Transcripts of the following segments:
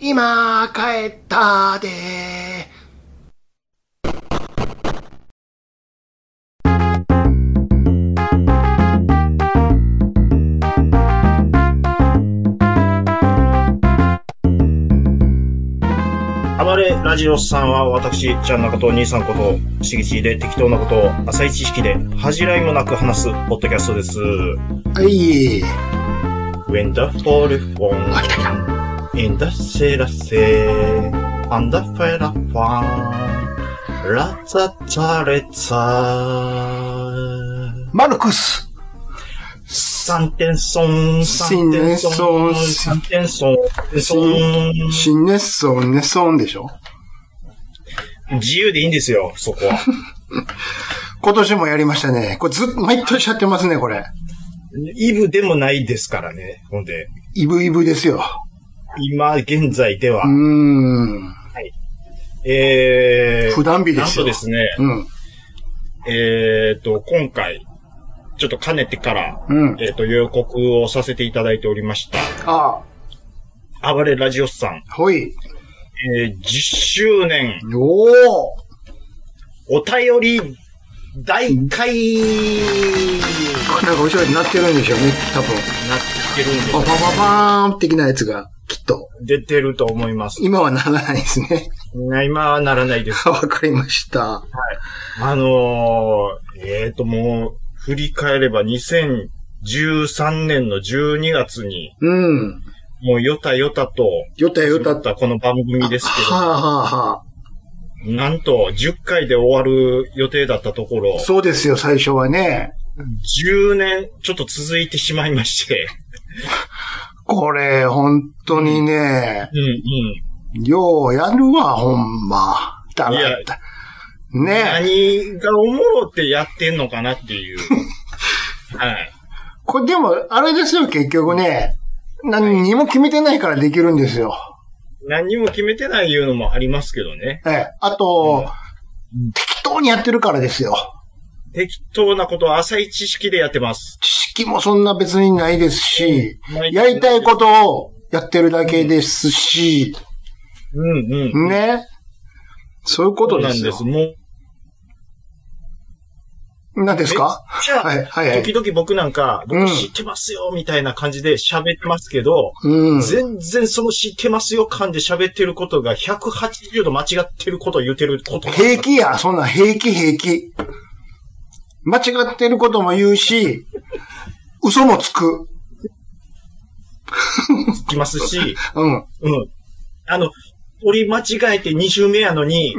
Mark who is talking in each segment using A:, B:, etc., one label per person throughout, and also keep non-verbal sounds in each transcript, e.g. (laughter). A: 今帰ったで
B: 暴れラジオスさんは私、ちゃんなこと、兄さんこと、しぎちで適当なことを浅い知識で恥じらいもなく話すポッドキャストです。
A: はい。
B: When the fall is on,
A: あ、来た来た。
B: in the say the say, on the fair fun, la ta ta re ta.
A: マルクス。
B: 三点損、三点損、三点損、損。
A: 新ネッソン、ネッソンでしょ
B: 自由でいいんですよ、そこは。
A: 今年もやりましたね。これずっと、毎年やってますね、これ。
B: イブでもないですからね、ほんで。
A: イブイブですよ。
B: 今現在では
A: うー、ん。
B: えー、
A: 普段日で
B: なん
A: すよ。
B: とですね、
A: うん。
B: えーと、今回、ちょっと兼ねてから、
A: うん。
B: えーと、予告をさせていただいておりまし
A: あ、
B: た、暴れラジオスさん、
A: ほい。
B: えー10周年、
A: おー
B: お便り、大会
A: なんか後ろになってるんでしょうね、多分。
B: なってるん
A: パパパパーン的なやつが、きっと。
B: で、出てると思います。
A: 今はならないですね。 (laughs)
B: 今はならないです。
A: わかりました。
B: あのー、えーと、もう、振り返れば2013年の12月に、
A: うん。
B: もう、よたよたと、
A: よたよ
B: だ
A: た
B: っ
A: と。
B: たこの番組ですけ
A: はあはあは
B: ど、なんと10回で終わる予定だったところ
A: あ。、そうですよ、最初はね。
B: 10年ちょっと続いてしまいま
A: (laughs)
B: して、
A: これ、本当にね、
B: うんうん。
A: ようやるわ、ほんま。だか
B: いや
A: ら、ねえ。
B: 何がおもろってやってんのかなっ
A: (laughs)
B: ていう。はい。
A: これでも、あれですよ、結局ね。何にも決めてないからできるんですよ。
B: 何にも決めてないいうのもありますけどね。
A: ええ。あと、適当にやってるからですよ。
B: 適当なことは浅い知識でやってます。
A: 知識もそんな別にないですし、
B: ない
A: やりたいことをやってるだけですし、
B: うんうん。
A: ね。そういうことですよ
B: そう。なんです。も
A: 何ですか
B: う、じゃあ、
A: はい、はい、はい。
B: 時々僕なんか、
A: う
B: 僕
A: ん
B: 知ってますよ、みたいな感じで喋ってますけど、
A: うん。
B: 全然その知ってますよ感で喋ってることが180度間違ってることを言ってること。
A: 平気や、そんなん平気平気。間違ってることも言うし、嘘もつく。
B: つきますし、
A: うん、
B: うん。あの、取り間違えて2周目やのに、
A: う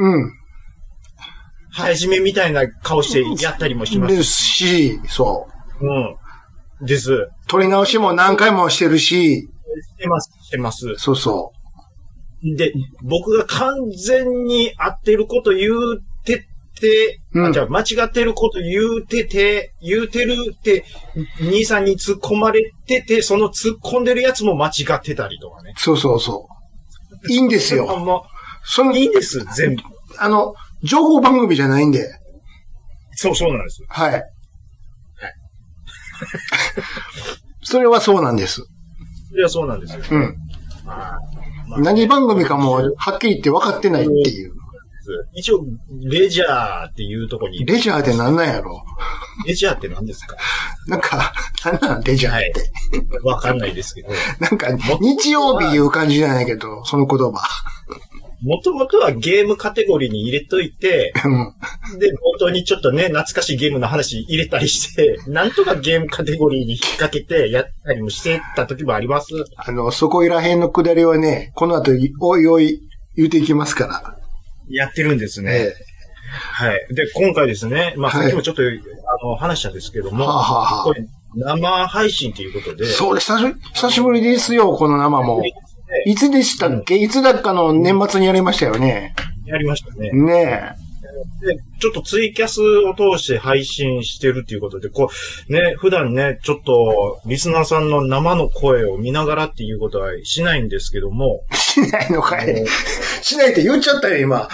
B: 始めみたいな顔してやったりもし
A: ん。
B: ま。
A: ですし、そう。
B: うん。です。
A: 取り直しも何回もしてるし、
B: してます、してます。
A: そうそ
B: で、僕が完全に合ってること言うてて、
A: うん
B: あじゃあ間違ってること言うてて、言うてるって、兄さんに突っ込まれてて、その突っ込んでるやつも間違ってたりとかね。
A: う、そうそうそう。いいんです
B: (laughs)
A: よ。
B: も
A: その
B: う、いいんです、全部。
A: あの、情報番組じゃないんで、
B: そう、そうなんです。
A: はい。それはそうなんです。
B: それはそうなんですよ。
A: うん。
B: まあまあ
A: 何番組かもうはっきり言って分かってないっていう。
B: 一応、レジャーっていうとこに、
A: レジャーってなんなんやろ
B: レジャーって何ですか
A: なんか、なんなんレジャーって。
B: わかんないですけど、
A: なんか、日曜日いう感じじゃないけど、その言葉。
B: もともとはゲームカテゴリーに入れといて、
A: うん。
B: で、冒頭にちょっとね、懐かしいゲームの話入れたりして、 (laughs) なんとかゲームカテゴリーに引っ掛けてやったりもしてた時もあります。
A: あの、そこいらへんのくだりはね、この後、おいおい言うていきますから。
B: やってるんです
A: ええ。
B: はい。で、今回ですね、まあ、
A: はい
B: さっきもちょっと、あの、話したんですけども、
A: はあはあはあ
B: これ、生配信ということで、
A: そうです。久し久しぶりですよ、この生も。いつでしたっけいつだかの年末にやりましたよね。
B: やりましたね。
A: ね
B: で、ちょっとツイキャスを通して配信してるっていうことで、こう、ね、普段ね、ちょっと、リスナーさんの生の声を見ながらっていうことはしないんですけども、
A: え。しないのかい。しないって言っちゃったよ、今。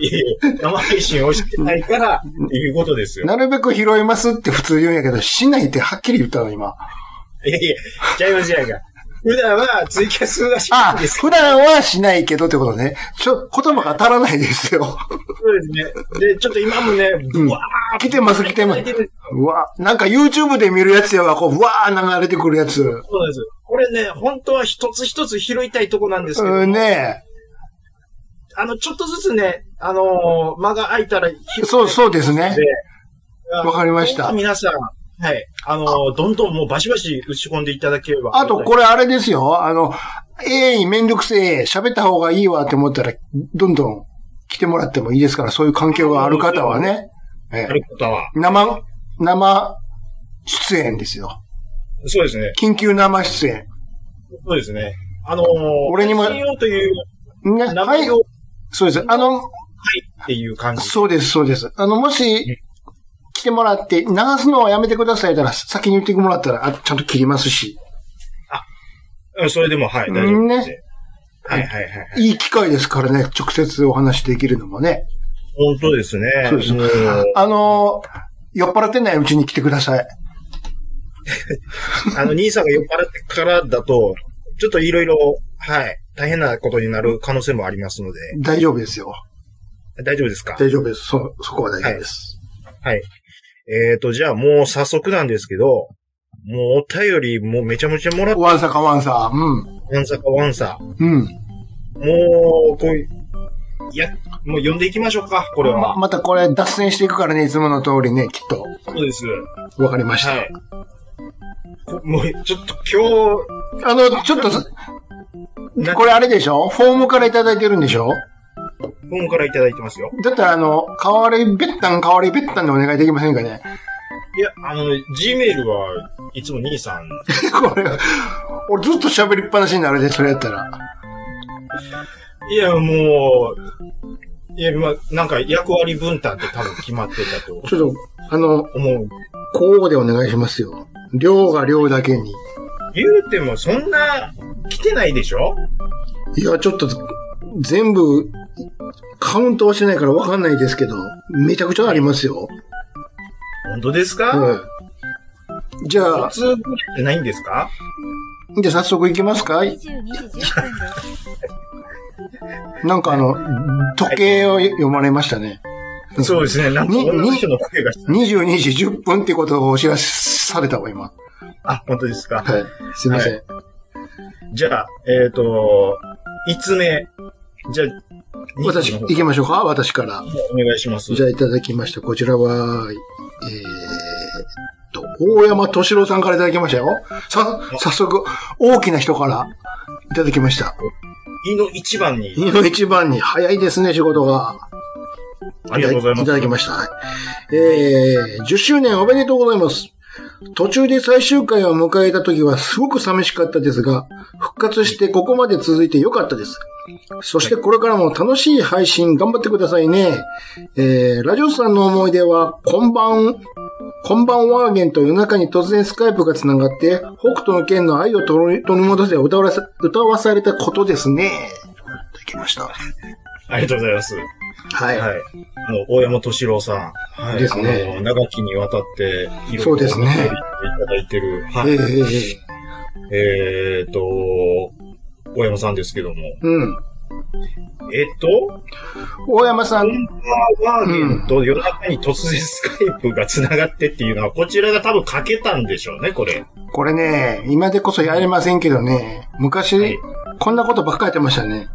B: いえいえ生配信をしてないからっていうことですよ。
A: なるべく拾いますって普通言うんやけど、しないってはっきり言ったの、今。
B: いやいや、ちゃいますやんか。普段はツイキャスはしない
A: あ、
B: んですけ
A: 普段はしないけどってことね。ちょ、言葉が足らないですよ。
B: ど、そうですね。で、ちょっと今もね、ぶわー
A: (laughs)
B: っ
A: 来てます、来てます。うわ、なんか YouTube で見るやつやわ、こう、うわー流れてくるやつ。
B: そうなんですよ。これね、本当は一つ一つ拾いたいとこなんですけど、
A: うん、ね
B: あの、ちょっとずつね、あのー間が空いたら、
A: え。そう、そうですね
B: で。、
A: わかりました
B: 本当皆さん、はい。あのーどんどんもうバシバシ打ち込んでいただければ。
A: あと、これあれですよ。あの、ええめんどくせえ、喋った方がいいわって思ったら、どんどん来てもらってもいいですから、そういう環境がある方はね。え
B: あ
A: え
B: る方は。
A: 生、生出演ですよ。
B: そうですね。
A: 緊急生出演。
B: そうですね。あのー、
A: 俺にも
B: 信用という
A: ね、
B: 名
A: はい
B: 前を、。はい、
A: そうです。あの、
B: っていう感じ。
A: そうです、そうです。あの、もし、来てもらって、流すのはやめてくださいたら、先に言ってもらったら、あ、ちゃんと切りますし。
B: うんそれでも、はい、大丈夫です。はいはいはいはい。
A: いい機会ですからね、直接お話できるのもね。
B: 本当ですね。
A: そうです
B: もう
A: あの、酔っ払ってないうちに来てください。
B: あの、兄さんが酔っ払ってからだと、ちょっといろいろ、はい、大変なことになる可能性もありますので、
A: 大丈夫ですよ。
B: 大丈夫ですか
A: 大丈夫です。そ、そこは大丈夫です。
B: はい。えーと、じゃあもう早速なんですけど、もうお便りもうめちゃめちゃもらっ
A: ワンサカワンサ。うん。
B: たんさかワンさ。も
A: うん。
B: う、こういう、いや、もう呼んでいきましょうか、これは。
A: ま、またこれ脱線していくからね、いつもの通りね、きっと。
B: そうです。
A: わかりました。
B: はい。こもう、ちょっと今
A: あの、ちょっとさ、
B: 日、
A: こ
B: れ、
A: れあれでしょフォームからいただいてるんでしょ
B: フォームからいただいてますよ。
A: だったらあの、代わりべったん代わりべったんでお願いできませんかね (laughs)
B: いや、あのね、G メールはいつも兄さん。
A: これ、俺ずっと喋りっぱなしになるで、それやったら。
B: いや、もう、いや、まあ、なんか役割分担って多分決まってたと
A: ちょっと、あの、
B: 思う
A: こうでお願いしますよ。量が量だけに。
B: 言うてもそんな来てないでしょ
A: いや、ちょっと、全部、カウントはしてないからわかんないですけど、めちゃくちゃありますよ。
B: 本当ですか、
A: はい。じゃ
B: 普
A: あ、
B: 通ぐらいじゃないんですか
A: じゃあ早速行きますか
C: 22時10分です。
A: なんかあの、時計を読まれましたね。
B: そうですね。なんか
A: に
B: 女の人の声がし
A: 22時10分ってことをお知らせされたわ、今。
B: あ、本当ですか。
A: はい。すいません。
B: じゃあ、えっ、と、5つ目。じゃあ、
A: 私、
B: お
A: 行きましょうか私から。
B: 願いします。
A: じゃあいただきました。こちらは、えー、っと、大山敏郎さんからいただきましたよ。さ、早速、大きな人からいただきました。
B: 胃の一番に。
A: 二の一番に早いですね、仕事が。
B: ありがとうございます。
A: ただきました。はいえー、10周年おめでとうございます。途中で最終回を迎えた時はすごく寂しかったですが、復活してここまで続いてよかったです。そしてこれからも楽しい配信頑張ってくださいね。えー、ラジオさんの思い出は、こんばん、こんばんワーゲンと夜中に突然スカイプが繋がって、北斗の剣の愛を取り取り戻せ歌わさ歌わされたことですね。いただきました。
B: ありがとうございます。
A: はい。
B: はい。あの、大山敏郎さん。はい。
A: ですね
B: あの長きにわたって、いろいろ
A: そうですね
B: お便りいただいてる。
A: え
B: は
A: ー
B: い。
A: えーえー
B: えっ、と、大山さんですけども。
A: うん。
B: えっと、
A: 大山さ
B: こ
A: ん、
B: んばんは、ワーゲンと夜中に突然スカイプが繋がってっていうのは、こちらが多分かけたんでしょうね、これ。
A: これね、今でこそやれませんけどね、昔、
B: はい
A: こんなことばっかりやってましたね。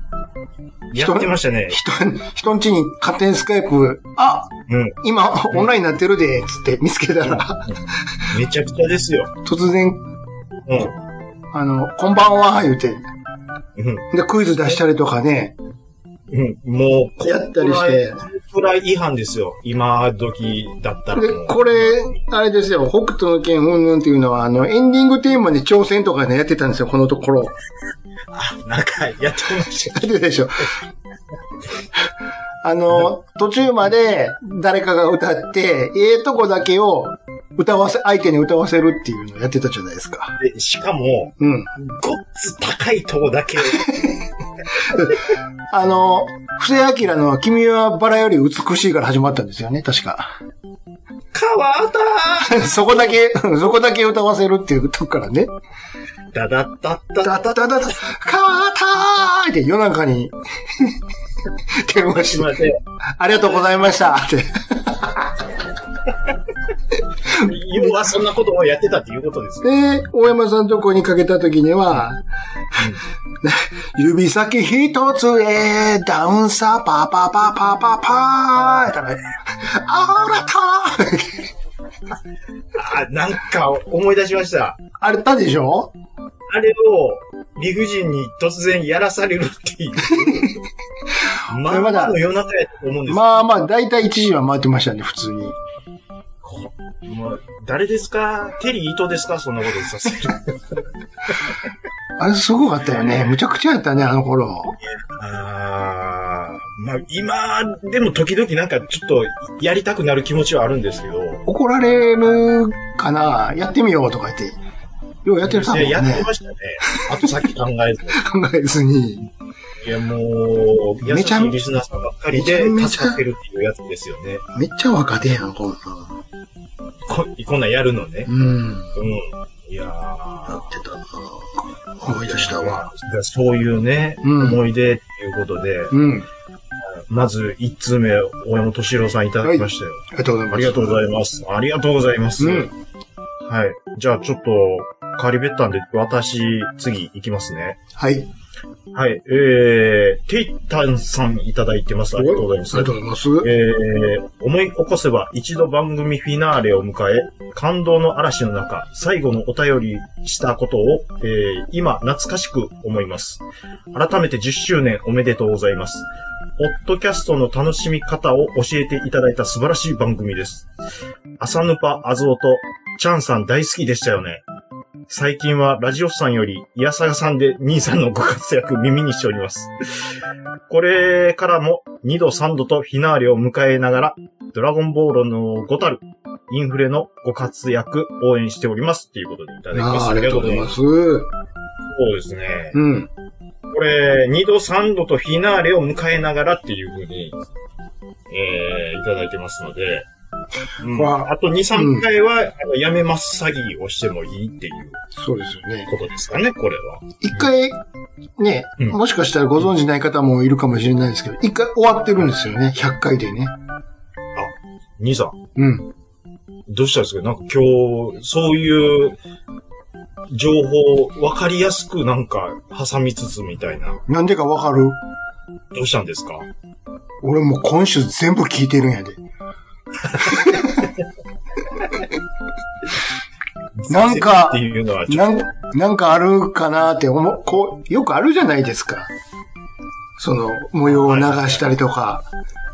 B: やってましたね。
A: 人、人んちに勝手にスカイプ、あ
B: うん。
A: 今、オンラインになってるで、つって見つけたら、
B: めちゃくちゃですよ。
A: 突然、
B: うん。
A: あの、こんばんは、言うて、
B: うん。
A: で、クイズ出したりとかね、
B: うん。もう、
A: やったりして、
B: プラ違反ですよ。今時だったら
A: で
B: も、う。
A: これ、あれですよ、北斗の剣うんぬんっていうのは、あの、エンディングテーマに挑戦とかね、やってたんですよ、このところ。
B: なんか、やってまし
A: や
B: た。
A: ってたでしょ。あの、途中まで誰かが歌って、ええとこだけを歌わせ、相手に歌わせるっていうのをやってたじゃないですか。
B: でしかも、
A: うん。
B: ごっつ高いとこだけ。
A: あの、布施明の君はバラより美しいから始まったんですよね、確か。
B: 川田
A: そこだけ、うんそこだけ歌わせるっていうとこからね。
B: だだだだ
A: だだだだだ、かわたーいって夜中に、 (laughs) 電話
B: し
A: して、
B: まで、
A: ありがとうございましたって。
B: 要はそんなことをやってたっていうことですよ。
A: で、大山さんとこにかけた時には、指先一つへ、ダウンサーパーパーパーパーパーパーってね、あらたー
B: あ、なんか思い出しました。
A: あれたでしょ
B: あれを理不尽に突然やらされるっていう。まあまだの夜中やと思うんです
A: まあまあ、だいたい1時は回ってましたね、普通に。
B: けど、まあ、誰ですかテリー糸ですかそんなことさせる。
A: あれすごかったよね。むちゃくちゃやったね、あの頃。
B: あーまあ、今、でも時々なんかちょっとやりたくなる気持ちはあるんですけど、
A: 怒られるかなやってみようとか言って。ようやってるさ、
B: いややって
A: ね。
B: ましたね。あとさっき考えず。
A: 考えずに。
B: いや、もう、優
A: め
B: し
A: ちゃめ
B: いリスナーさんばっかりで
A: めちゃめちゃ
B: 助かってるっていうやつですよね。
A: めっちゃ若手やん、こんなん。
B: ここんなんやるのね。
A: うん。
B: うん。いやー
A: なってたな思い出したわ。
B: そういうね、
A: うん
B: 思い出っていうことで、
A: うん。
B: まず1通目、大山敏郎さんいただきましたよ。
A: ありがとうございます。
B: ありがとうござい
A: ま
B: ます。ありがとうございます。
A: うん
B: はい。じゃあちょっと、カリベッタンで私、次行きますね。
A: す。はい。
B: はい。えー、テイタンさんいただいてます。ありがとうございま
A: あ
B: す
A: りが。とうございます。
B: えー思い起こせば一度番組フィナーレを迎え、感動の嵐の中、最後のお便りしたことを、えー今懐かしく思います。改めて10周年おめでとうございます。ポッドキャストの楽しみ方を教えていただいた素晴らしい番組です。朝ぬぱあずおと、ちゃんさん大好きでしたよね。最近はラジオスさんより、いやさがさんで兄さんのご活躍耳にしております。これからも2度3度とフィナーレを迎えながら、ドラゴンボールのごたる、インフレのご活躍応援しておりますっていうことでいただきま
A: あ
B: す。。
A: ーありがとうございますす。
B: そうですね。
A: うん。
B: これ、2度3度とフィナーレを迎えながらっていうふうに、えー、いただいてますので、うん
A: わ
B: あと2、3回は、あのやめます詐欺をしてもいいっていう
A: そうですよね。
B: ことですかね、これは。
A: 一回、ね、
B: うん
A: もしかしたらご存知ない方もいるかもしれないですけど、一回終わってるんですよね。100回でね。
B: 兄さん、
A: うん。
B: どうしたんですかなんか今日、そういう、情報、わかりやすくなんか、挟みつつみたいな。
A: なんでかわかる
B: どうしたんですか
A: 俺もう今週全部聞いてるん
B: (laughs)
A: やで。なんか
B: っていうのは、ちょっ
A: なん、なんかあるかなって思う、こう、よくあるじゃないですか。その、模様を流したりとか、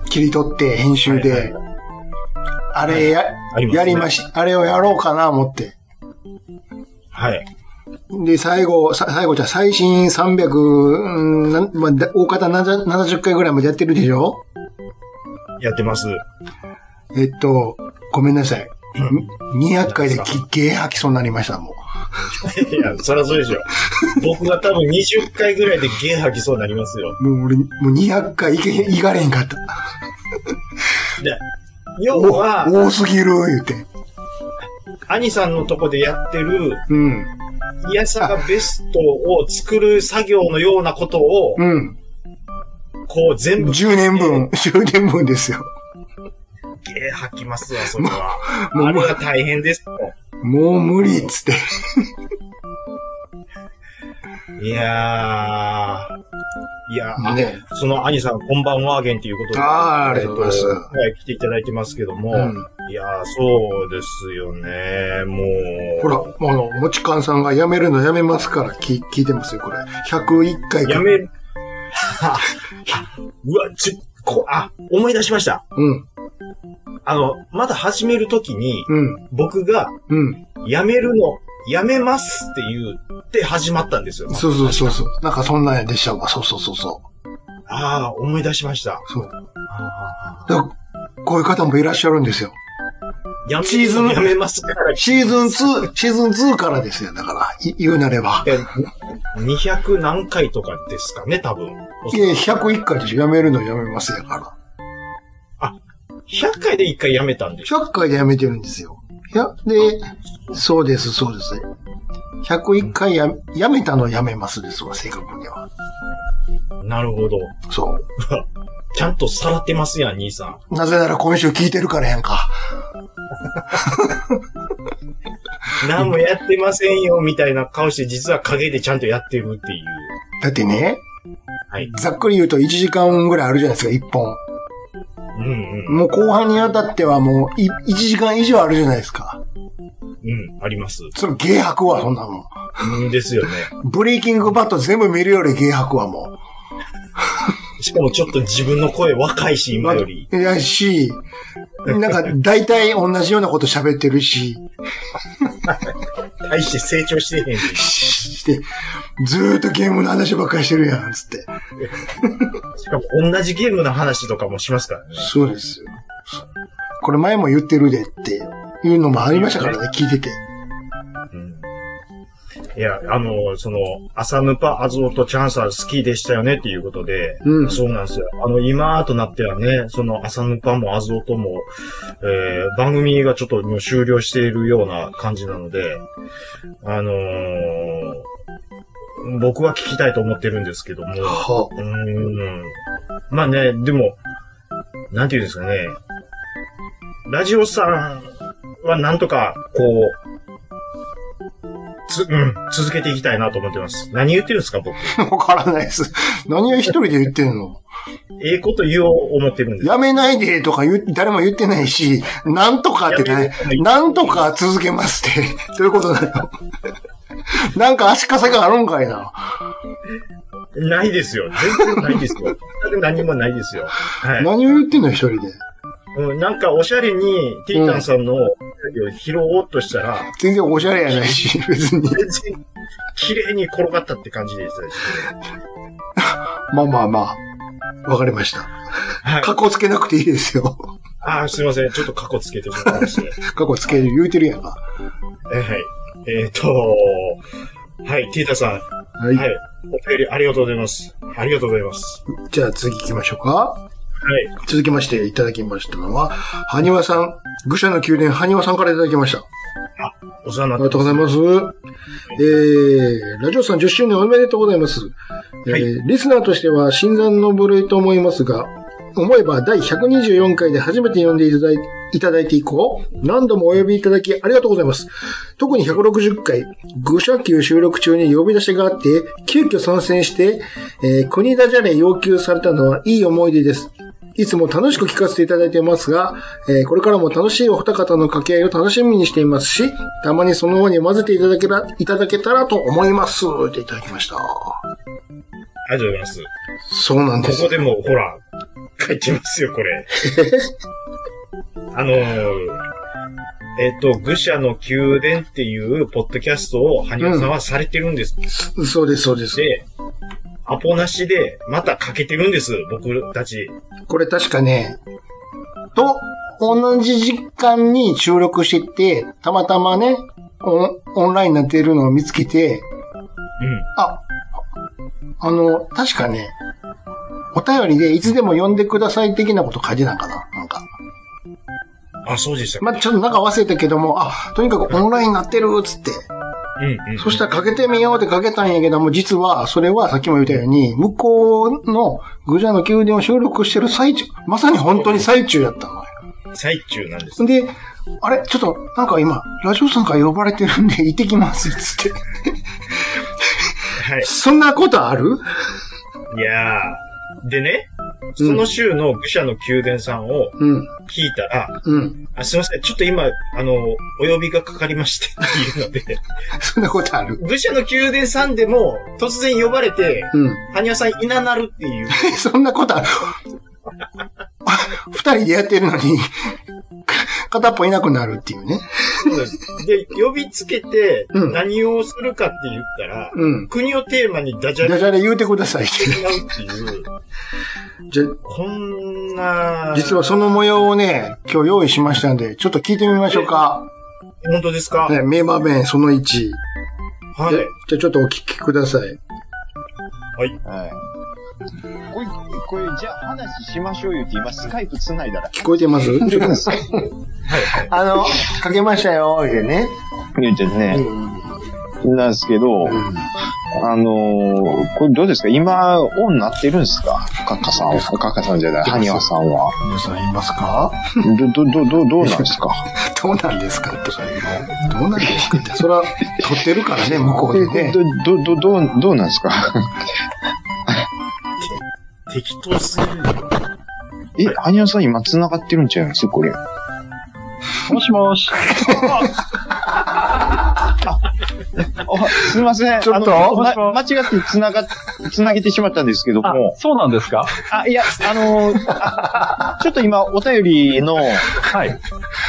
A: 切り取って編集
B: はいはい
A: で、あれや、
B: ありますね
A: やりまし、あれをやろうかな思って。
B: と、はい。
A: で、最後、さ最後じゃあ最新300、うんなんまあ、だ大方なざ70回ぐらいまでやってるでしょ
B: やってます。 (laughs)
A: えっと、ごめんなさい。200回でき、ゲー吐きそうになりました、もう。
B: いや、そりゃそうでしょ。僕が多分20回ぐらいでゲー吐きそうになりますよ。
A: もう俺、もう200回いけへん、いかれへんかった。
B: で、要
A: お
B: は、
A: 多すぎる、言うて。
B: 兄さんのとこでやってる、
A: うん。
B: いやさがベストを作る作業のようなことを、
A: うん。
B: こう全部、
A: 10年分、10年 (laughs) 分ですよ。
B: ゲー吐きますわ、それは。
A: もう
B: あれは大変ですと。
A: もう無理っつって。
B: いやー。いやー、
A: ね。
B: その兄さん、こんばんは、ゲンということで。
A: あーありがとうございます
B: えっはい、来ていただいてますけども。
A: うん。
B: いやー、そうですよね。もう。
A: ほら、あの、もちかんさんが辞めるのやめますから聞聞いてますよ、これ。101回か
B: (laughs) やめる。うわ、ち、こあ、思い出しました。
A: うん、
B: あの、まだ始めるときに、
A: うん、
B: 僕が、
A: うん。
B: やめるの、やめますって言って始まったんですよ。
A: そうそうそうそう。なんかそんなんでしたわ。そうそうそうそ
B: ああ、思い出しました。
A: う。そう。
B: あ
A: だからこういう方もいらっしゃるんですよ。
B: ーやめ
A: シーズン
B: やめますから。
A: シーズン2、シーズン2からですよ。だから、い言うなれば。
B: で200何回とかですかね、多分。
A: いや、101回でしょ。やめるのやめますやから。
B: 100回で1回やめたんでしょ
A: 100回でやめてるんですよ。いや、で、そうです、そうです。101回や、やめたのやめますですわ、正確には。
B: なるほど。
A: そ
B: ちゃんとさらってますやん、兄さん。
A: う。なぜなら今週聞いてるからやんか。
B: 何もやってませんよ、みたいな顔して、実は陰でちゃんとやってるっていう。
A: だってね、
B: はい。
A: ざっくり言うと1時間ぐらいあるじゃないですか、1本。
B: うんうん。
A: もう後半にあたってはもうい1時間以上あるじゃないですか。
B: うん、あります。
A: それ軽薄は、そんなの。
B: うんですよね。
A: ブレイキングバット全部見るより軽薄はも
B: しかもちょっと自分の声若いし、今より。
A: う。いやし、なんか大体同じようなこと喋ってるし、
B: 大して成長してへんし。
A: して、ずーっとゲームの話ばっかりしてるやん、つって。
B: しかも同じゲームの話とかもしますからね。
A: そうですよ。これ前も言ってるでっていうのもありましたからね、聞いてて。
B: うんいや、あの、その、朝ヌパ、アズオとチャンサー好きでしたよねっていうことで、
A: うん
B: そうなんですよ。あの、今となってはね、その、朝ヌパもアズオとも、えー、番組がちょっともう終了しているような感じなので、あのー僕は聞きたいと思ってるんですけども、
A: は
B: うーん。まあね、でも、なんていうんですかね。ラジオさんはなんとか、こう、つ、うん、続けていきたいなと思ってます。何言ってるんですか、僕。
A: あ、わからないです。何を一人で言ってんの
B: ええこと言おう思ってるんです。
A: やめないでとか言う誰も言ってないし、なんとかってね、なんとか続けますって、どういうことだよ。なんか足かせがあるんかいな。
B: ないですよ。全然ないですよ。何もないですよ。はい。
A: 何を言ってんの一人で。
B: うん、なんか、おしゃれに、ティータンさんの、拾おうとしたら、
A: 全然おしゃれやないし、別に。
B: 全然、綺麗に転がったって感じでしたし、
A: まあまあまあ。わかりました。
B: はい。
A: 過去つけなくていいですよ。
B: ああ、すいません。ちょっと過去つけてしまいまして。
A: 過去つける言うてるやんか。
B: えーはい。えっ、とはい、ティータさん。は。
A: はいい。
B: お便りありがとうございます。ありがとうございます。
A: じゃあ次行きましょうか。
B: はい。
A: 続きましていただきましたのは、はにわさん。愚者の宮殿、はにわさんからいただきました。
B: お世話にな
A: ありが
B: って
A: とうございます。えー、ラジオさん10周年おめでとうございます。えー
B: はい
A: リスナーとしては新参の部類と思いますが、思えば第124回で初めて読んでいただいいただいて以降、何度もお呼びいただきありがとうございます。特に160回、愚者級収録中に呼び出しがあって、急遽参戦して、えー国ダジャレ要求されたのはいい思い出です。いつも楽しく聞かせていただいていますが、えーこれからも楽しいお二方の掛け合いを楽しみにしていますし、たまにその輪に混ぜていただけら、いただけたらと思います。っていただきました。
B: ありがとうございます。
A: そうなんです
B: ここ。でも、ほら、書いてますよ、
A: (laughs)
B: これ。あのーえっ、と、愚者の宮殿っていうポッドキャストを、羽生さんはされてるんです。
A: そうです、そうです。
B: で、アポなしで、またかけてるんです、僕たち。
A: これ確かね、と、同じ時間に収録してて、たまたまね、オンオンラインになっているのを見つけて、
B: うん。
A: あ、あの、確かね、お便りでいつでも呼んでください的なこと書いてたんかななんか。
B: あ、そうでしたか。
A: まあ、ちょっとなんか忘れたけども、あ、とにかくオンラインになってるっつって。
B: うん、うん。
A: そしたらかけてみようってかけたんやけども、実は、それはさっきも言ったように、向こうのグジャの宮殿を収録してる最中、まさに本当に最中やったのよ。
B: 最中なんです。
A: で、あれちょっと、なんか今、ラジオさんから呼ばれてるんで、行 (laughs) ってきます、つって。
B: はい。
A: そんなことある
B: いやー。でね、その週の愚者の宮殿さんを
A: うん、
B: 聞いたら、
A: うん。
B: あすいません、ちょっと今、あの、お呼びがかかりましてっていうので、 (laughs)
A: そんなことある
B: 愚者の宮殿さんでも突然呼ばれて、
A: (laughs) うん。
B: 羽生さんいななるっていう、
A: そんなことある (laughs) 二人でやってるのに、 (laughs) 片っぽいなくなるっていうね。
B: そうですで、呼びつけて
A: うん
B: 何をするかって言ったら、
A: うん。
B: 国をテーマにダジャ
A: ダ
B: レ
A: ジャレ言うてくださいっ
B: して
A: て。
B: しまうっていう、
A: じゃ、
B: こんな、
A: 実はその模様をね、今日用意しましたんで、ちょっと聞いてみましょうか。
B: 本当ですか
A: ね、名場面その1。じゃ
B: は
A: じ
B: い。
A: ゃあちょっとお聞きください。
C: はい。これ、これ、じゃあ話しましょうよって今スカイプ繋いだら。
A: 聞こえてます
C: (laughs)
A: ちょっと
B: はい。
A: あの、かけましたよ、言うてね。
C: 言うて
A: う
C: ね、
A: ん。
C: なんですけど、
A: うん
C: あのーこれどうですか今、オンなってるんですかカッカさん、カッカさんじゃない、ハニワさんは。
A: 皆さんいますか
C: ど、ど、ど、ど、どうなんですか
A: (laughs) どうなんですかって。どうなんですかって。それは、撮ってるからね、 (laughs) 向こうでね。
C: ど、ど、ど、どう、どうなんですか (laughs)
B: 適当すぎる。
C: え、ハニワさん今繋がってるんちゃいますこれ。もしもし。ああすいません。
A: ちょっと
C: あのま間違って繋が、繋げてしまったんですけど
D: あ
C: も、。
D: そうなんですか
C: あ、いや、あのーあちょっと今、お便りの
D: はい。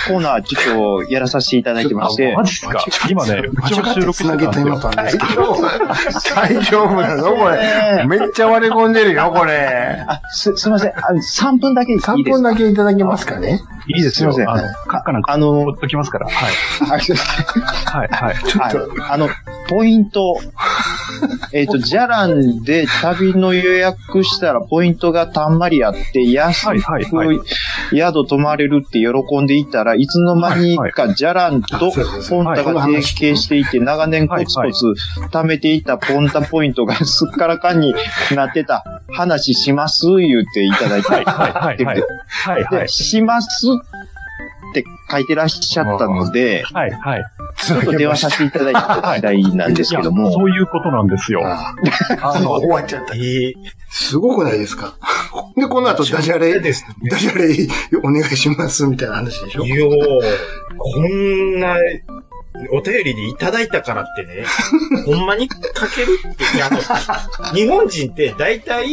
C: コーナー、ちょっとやらさせていただいてまして
D: マ、ジっすか今ね、うちも
A: 間違って
D: 収録して
A: 繋
D: たん
A: げ
D: です
A: て
D: よ
A: 今。たんですけど、大丈夫なのこ (laughs) れ。めっちゃ割れ込んでるよ、こ (laughs) れ。
C: あ、す、すいません。あの3分だけいいですか
A: 3分だけいただけますかね。
D: いいですよ。
C: すいま
D: あ
C: せん
D: の、カッカなんか、
C: あ
D: ほ
C: の
D: っ、ときますから。はい。
C: あすいません
D: はい、はい。
A: ちょっ
C: はい
A: と、
C: あの、ポイント。 (laughs) えっと、じゃらんで旅の予約したらポイントがたんまりあって、安
D: はい、
C: く
D: はい、はい。
C: 宿泊まれるって喜んでいたらいつの間にかじゃらんと
A: そうです
C: ポンタが提携していて、長年コツコツ貯めていたポンタポイントがすっからかんになってた話します言うていただいて、
D: はい、はい、はい。はい、はい
C: で、。しますって書いてらっしゃったので、
D: はい、はい。
C: ちょっと電話させていただいた次第なんですけど
D: いやそ
C: も、
D: ういうことなんですよ。
A: あ
D: あ
A: あ、もう
D: の、
A: 終わっちゃった。
B: ええ
A: すごくないですかで、この後ダジャレ、
B: ですね。
A: ダジャレお願いしますみたいな話でしょ
B: いやーこんな、お便りでいただいたからって
A: (laughs)
B: ね、ほんまに書けるって、いやあの、日本人って大体、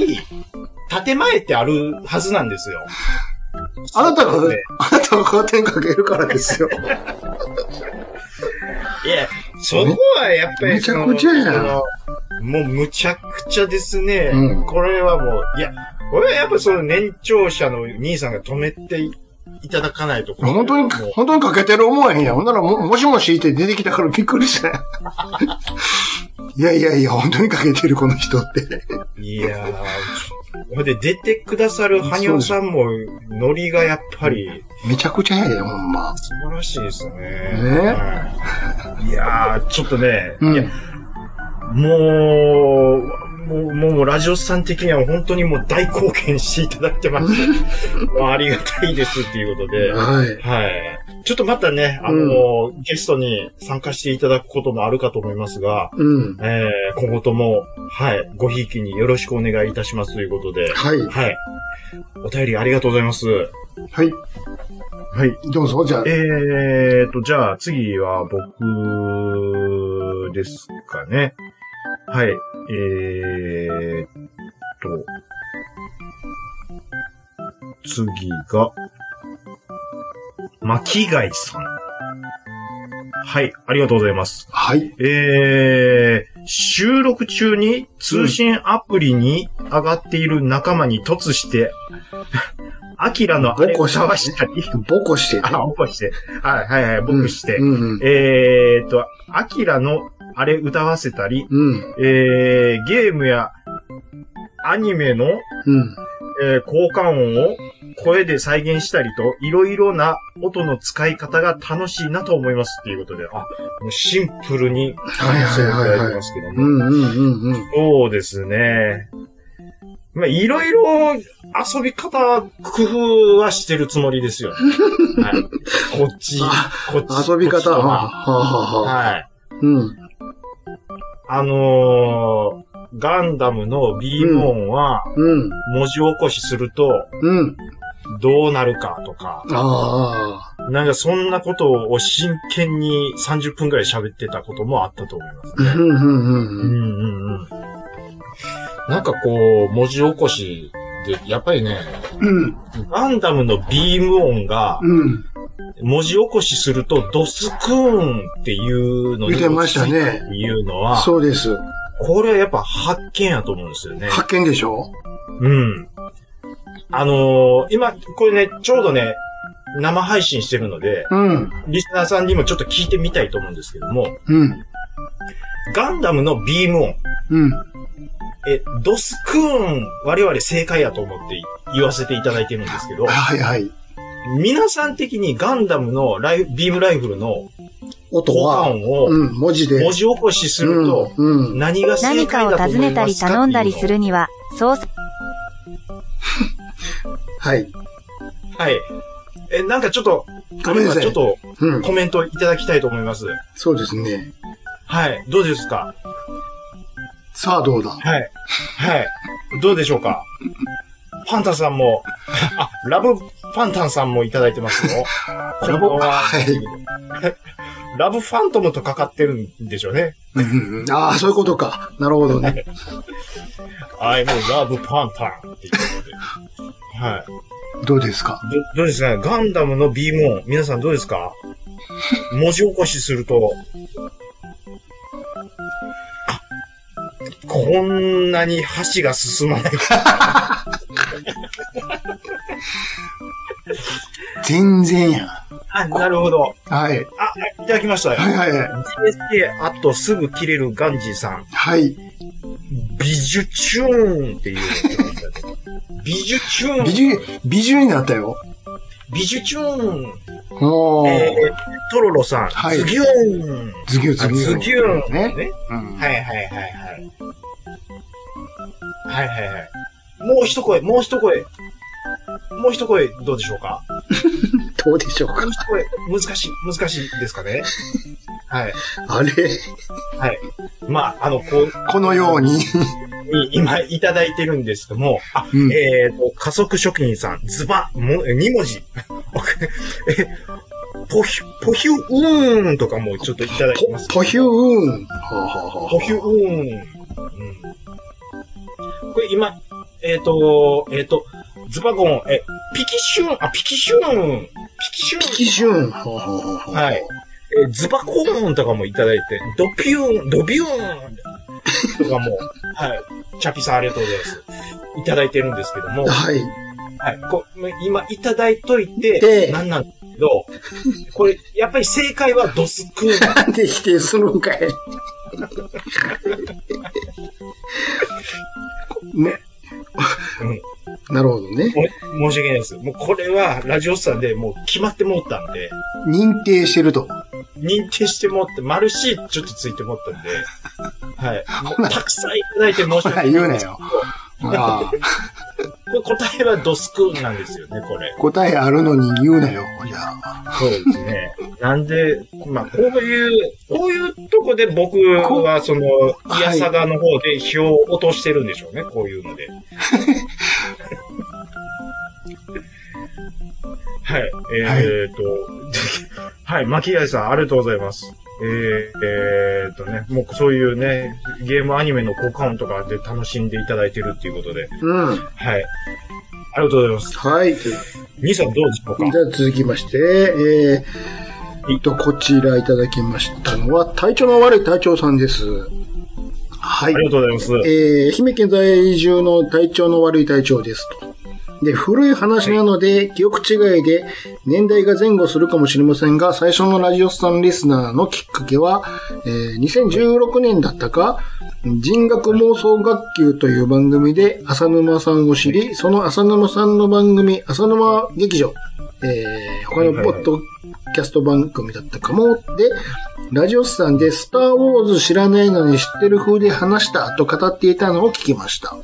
B: 建前ってあるはずなんですよ。
A: あなたが、
B: ね
A: あなたがカーテンかけるからですよ。
B: いや、そこはやっぱり、
A: めちゃくちゃやん
B: そのもうむちゃくちゃですね。
A: うん
B: これはもう、いや、俺はやっぱその年長者の兄さんが止めていただかないと。
A: 本当に、
B: もう
A: 本当にかけてる思わへんやん。ほんならも、もしもしって出てきたからびっくりしたやん。い (laughs) やいやいや、本当にかけてる、この人って。
B: いやー、ほんで出てくださる羽生さんも、ノリがやっぱり
A: めちゃくちゃやで、ほんま。
B: 素晴らしいですね。
A: ね
B: はいいやー、ちょっとね、
A: うん
B: いや、もう、もう、もう、ラジオさん的には本当にもう大貢献していただいてます。もうありがたいですっていうことで。
A: はい。
B: はい。ちょっとまたね、あの、ゲストに参加していただくこともあるかと思いますが、
A: うん。
B: えー、今後とも、はい、ごひいきによろしくお願いいたしますということで、
A: はい。
B: はい。お便りありがとうございます。
A: はい。
B: はい。
A: どうぞ、じゃあ。
B: えーと、じゃあ次は僕ですかね。はい。えーと、次が、巻貝さん。はい、ありがとうございます。
A: はい。
B: えー、収録中に通信アプリに上がっている仲間に突して、 (laughs) アキラのあれを探したり、
A: ボコしてね。
B: (laughs) あ、起こして、はいはいはい、僕して、
A: うん。うん。
B: えーっと、アキラのあれ歌わせたり、
A: うん。
B: えー、ゲームやアニメの、
A: うん。
B: えー効果音を声で再現したりと、いろいろな音の使い方が楽しいなと思いますっていうことで、あ、もうシンプルに
A: はいはいはい
B: ただいて
A: は
B: ま
A: い。
B: すけど
A: う
B: も。
A: んうんうんうん。
B: そうですね。まあ、いろいろ遊び方、工夫はしてるつもりですよ、ね。
A: (laughs)
B: はい。こっち、
A: あ
B: こっち。
A: 遊び方は、は
B: は。
A: ははは。
B: はい。
A: うん。
B: あのー、ガンダムのビーム音は、
A: うん。
B: 文字起こしすると、
A: うん。
B: どうなるかとか、
A: あ
B: なんかそんなことを真剣に30分くらい喋ってたこともあったと思います。
A: あ。うんうんう
B: うん
A: ん
B: うんうん。なんかこう、文字起こし
E: で、やっぱりね、
A: うん。
B: ガンダムのビーム音が、
A: うん。
B: 文字起こしすると、ドスクーンっていうのに
A: 見てましたね
B: 落ち着いっていうのは、
A: そうです。
B: これはやっぱ発見やと思うんですよね。
A: 発見でしょ
B: うん。あのー今、これね、ちょうどね、生配信してるので、
A: うん。
B: リスナーさんにもちょっと聞いてみたいと思うんですけども、
A: うん。
B: ガンダムのビーム音、
A: うん。
B: え、ドスクーン、我々正解やと思って言わせていただいてるんですけど、
A: はいはい。
B: 皆さん的にガンダムのライフビームライフルの
A: 音
B: 効果
A: は、
B: 音を
A: うん、文字で。
B: 文字起こしすると、
A: うん。うん。
B: 何が正
F: 何か
B: 解
F: を
B: だと
F: 尋
B: 思い
F: ねた
B: ま
F: り
B: すか
F: 頼んだりす
B: っていう
F: るには、操作
A: はい。
B: のをはい。え、なんかちょっと、
A: ごめんなさい
B: ちょっと
A: うん。
B: コメントいただきたいと思います。
A: そうですね。
B: はい。どうですか
A: さあどうだ
B: はい。はい。どうでしょうかパンタンさんも、あ、ラブパンタンさんもいただいてますよ。
A: (laughs) ラ
B: こ
A: ボ
B: んばんは
A: はい。
B: ラブファントムとかかってるんでしょうね。
A: うんうんああ、そういうことか。なるほどね。
B: I love パンタンっていうことで。はい。
A: どうですか
B: ど、どうですかねガンダムのビーム音、皆さんどうですか文字起こしすると、あこんなに箸が進まない。
A: 全然やん。
B: (laughs) あ、なるほど。
A: はい。
B: あ、いただきましたよ。
A: はいはいはい。
B: GSK あとすぐ切れるガンジーさん。
A: はい。
B: 美女チューンって (laughs) いう。美女チューン。
A: 美女、美女になったよ。
B: 美女チューン。
A: もう、
B: えー、トロロさん。
A: はい
B: ズギューン。
A: ズギュズギュ。
B: ズギューン。
A: ね。
B: ね。
A: うん
B: はいはいはいはい。はいはいはい。もう一声、もう一声。もう一声、どうでしょうか
A: どうでしょうか
B: もう一声、難しい、難しいです
A: (laughs)
B: かねはい。
A: あれ
B: まあ、あの、こう、
A: このように。
B: に今いただいてるんですけども、あ、
A: うん
B: えっ、と、加速職人さん、ズバ、も、2文字。 (laughs) え、ポヒュ、ポヒューンとかもちょっといただいてます。
A: ポポヒューン。はあはあはあ
B: ポヒューン。うん。これ今、えっ、と、えっ、と、ズバゴン、え、ピキシューン、あ、ピキシューン。ピキシューン。
A: ピキシューン。はあはあはあはあ
B: はい。えーズバコーンとかもいただいて、ドピューン、ドビューンとかも、 (laughs) はい。チャピさんありがとうございます。いただいてるんですけども、
A: はい。
B: はい。こ今いただいといて
A: で、
B: なんなんですけど、これ、やっぱり正解はドスクーン。
A: なんで否定するんかい。ねなるほどね。
B: も申し訳ないです。もうこれは、ラジオスさんでもう決まってもったんで、
A: 認定してると。
B: 認定してもって、丸 C ちょっとついてもったんで、はい。もうたくさんいただいて申し
A: ほ
B: 訳
A: ら、
B: ない
A: 言う
B: で
A: な
B: す
A: よ。ほら、
B: これ答えはドスクーンなんですよね、これ。
A: 答えあるのに言うなよ。じゃあ。
B: そうですね。なんで、まあ、こういう、こういうとこで僕は、その、
A: い
B: イヤサガの方で票を落としてるんでしょうね、こういうの (laughs) で。はい、えーっと、はい、巻貝さん、ありがとうございます。えーえーっとね、もうそういうね、ゲームアニメの効果音とかで楽しんでいただいてるっていうことで、
A: うん。
B: はい。ありがとうございます。
A: はい。
B: 兄さんどうでしょうか
A: じゃあ続きまして、えー、えっと、こちらいただきましたのは、体調の悪い隊長さんです。はい
B: あ。りがとうございます。
A: えー、愛媛県在住の体調の悪い体調ですと。で、古い話なので、記憶違いで、年代が前後するかもしれませんが、最初のラジオスさんリスナーのきっかけは、えー2016年だったか、人学妄想学級という番組で浅沼さんを知り、その浅沼さんの番組、浅沼劇場、えー他のポッドキャスト番組だったかも、で、ラジオスさんでスターウォーズ知らないのに知ってる風で話したと語っていたのを聞きました。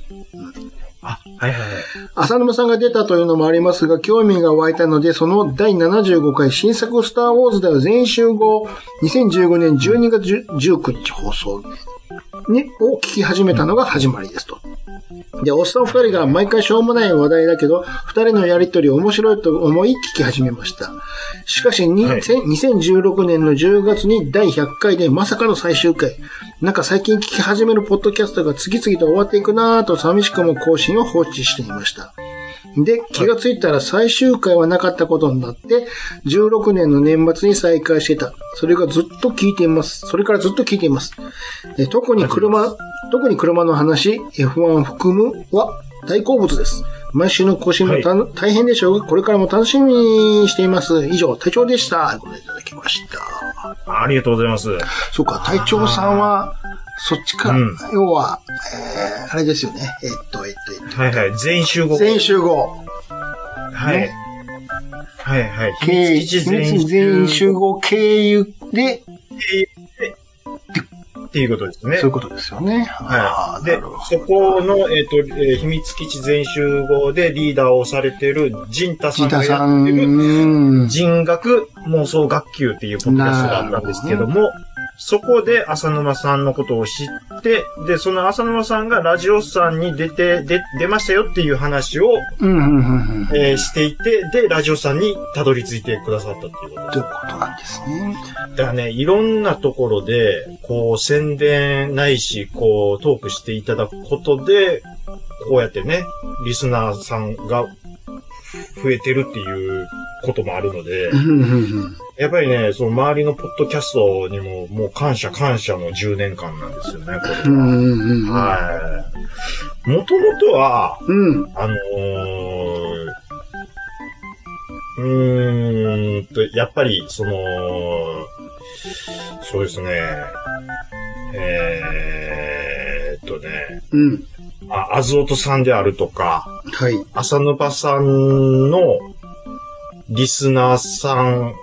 B: あ、はいはいはい。
A: 浅沼さんが出たというのもありますが、興味が湧いたので、その第75回新作スターウォーズでは全集合2015年12月19日放送にを聞き始めたのが始まりですと。で、おっさん二人が毎回しょうもない話題だけど、二人のやりとり面白いと思い聞き始めました。しかし、に
B: はい
A: 2016年の10月に第100回でまさかの最終回。なんか最近聞き始めるポッドキャストが次々と終わっていくなぁと寂しくも更新を放置していました。で、気がついたら最終回はなかったことになって、16年の年末に再開してた。それがずっと聞いています。それからずっと聞いています。え特に車、特に車の話、F1 含むは大好物です。毎週の更新もたん、大変でしょうが、これからも楽しみにしています。以上、隊長でした。ご覧いただきました。
B: ありがとうございます。
A: そうか、隊長さんは、そっちか、
B: うん
A: 要は、えー、あれですよね。えっと、えっと、えっ
B: はいはい。全員集
A: と、
B: 合。
A: 全員集合。
B: はい。はいはい。
A: 経
B: 秘
A: 営、
B: 密基地
A: 全員全員集
B: 合
A: 合経由で、
B: っていうことですね
A: そういう。ことですよね。あ
B: は
A: ー
B: い。で
A: なる、ほ
B: そ
A: ど
B: この、えっ、と、えー秘密基地全集合でリーダーをされてる、ジンタさ
A: ジ
B: ん
A: タ
B: が
A: さ
B: やってる、
A: ん、
B: 人学妄想学級っていうポッドキャストだったんですけども、そこで浅沼さんのことを知って、で、その浅沼さんがラジオさんに出て、で、出ましたよっていう話を、
A: うん、うん、うん、うん。
B: えーしていて、で、ラジオさんにたどり着いてくださったっていうことです
A: ということなんですね。
B: だからね、いろんなところで、こう、宣伝ないし、こう、トークしていただくことで、こうやってね、リスナーさんが増えてるっていうこともあるので
A: う、んうんうん
B: やっぱりね、その周りのポッドキャストにも、もう感謝感謝の10年間なんですよね、こ
A: う
B: れは。
A: んうんうん
B: はい。もともとは、
A: うん。
B: あのー、うーんと、やっぱり、その、そうですね、えーっとね、
A: うん。
B: あ、あずおとさんであるとか、
A: はい。
B: 浅野場さんのリスナーさん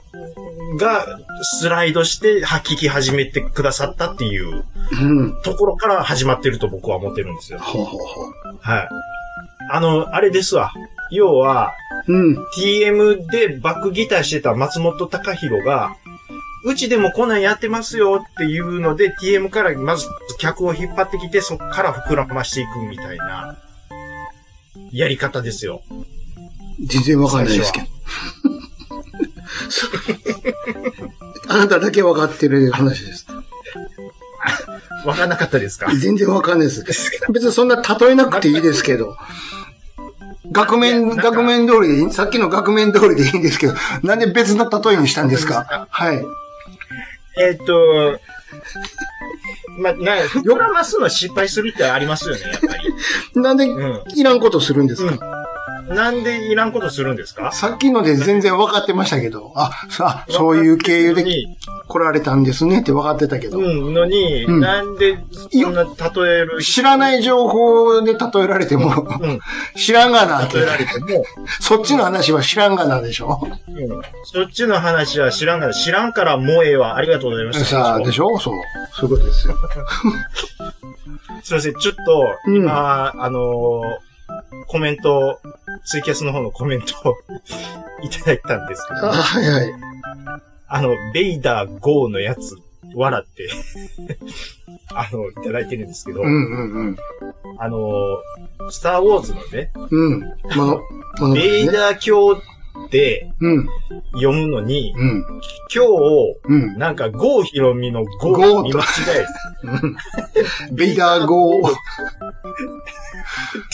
B: がスライドしては聞き始めてくださったっていう
A: うん。
B: ところから始まってると僕は思ってるんですよ。
A: ほうほうほう。
B: はい。あの、あれですわ。要は、
A: うん。
B: TM でバックギターしてた松本隆弘が、うちでもこんなんやってますよっていうので、TM からまず客を引っ張ってきて、そっから膨らましていくみたいな、やり方ですよ。
A: 全然わかんない
B: (laughs)
A: ですけど。 (laughs) あなただけわかってる話
B: (laughs)
A: です。
B: わかんなかったですか
A: 全然わかんないです。別にそんな例えなくていいですけど。額
B: いや
A: 面、
B: なんか
A: 額面通りでいい、さっきの額面通りでいいんですけど、なんで別の例えにしたんですかはい。
B: えーっと、ま、な、膨らますのは失敗するってありますよね、やっぱり。
A: なんで、
B: うん。
A: いらんことするんですか、
B: うん。なんでいらんことするんですか
A: さっきので全然分かってましたけど、あ、さ、そういう経由で
B: に
A: 来られたんですねって分かってたけど、
B: うん、のに、
A: うん
B: なんで、そんな例える
A: 知らない情報で例えられても、 (laughs)
B: うん
A: 知らんがなって
B: 例え、られても、
A: そっちの話は知らんがなでしょ
B: うんそっちの話は知らんから、知らんからもうええわ。ありがとうございました。
A: さあ、で
B: し
A: しょそう。そういうことですよ。
B: ょすいません、ちょっと、
A: うん
B: 今、あのーコメント、ツイキャスの方のコメントをいただいたんですけ
A: あ
B: ど、
A: はいはい。
B: あの、ベイダー GO のやつ、笑って、 (laughs) あの、いただいてるんですけど、
A: うんうん
B: あのースターウォーズのね、
A: うん。うん。もの、もの
B: ベイ
A: ね。
B: ダー教って
A: うん、
B: 読むのに、
A: うん、
B: 今日、
A: うん。
B: なんか、ゴーヒロミのゴ
A: ゴーと
B: ー見間違え
A: ベイダー号。
B: って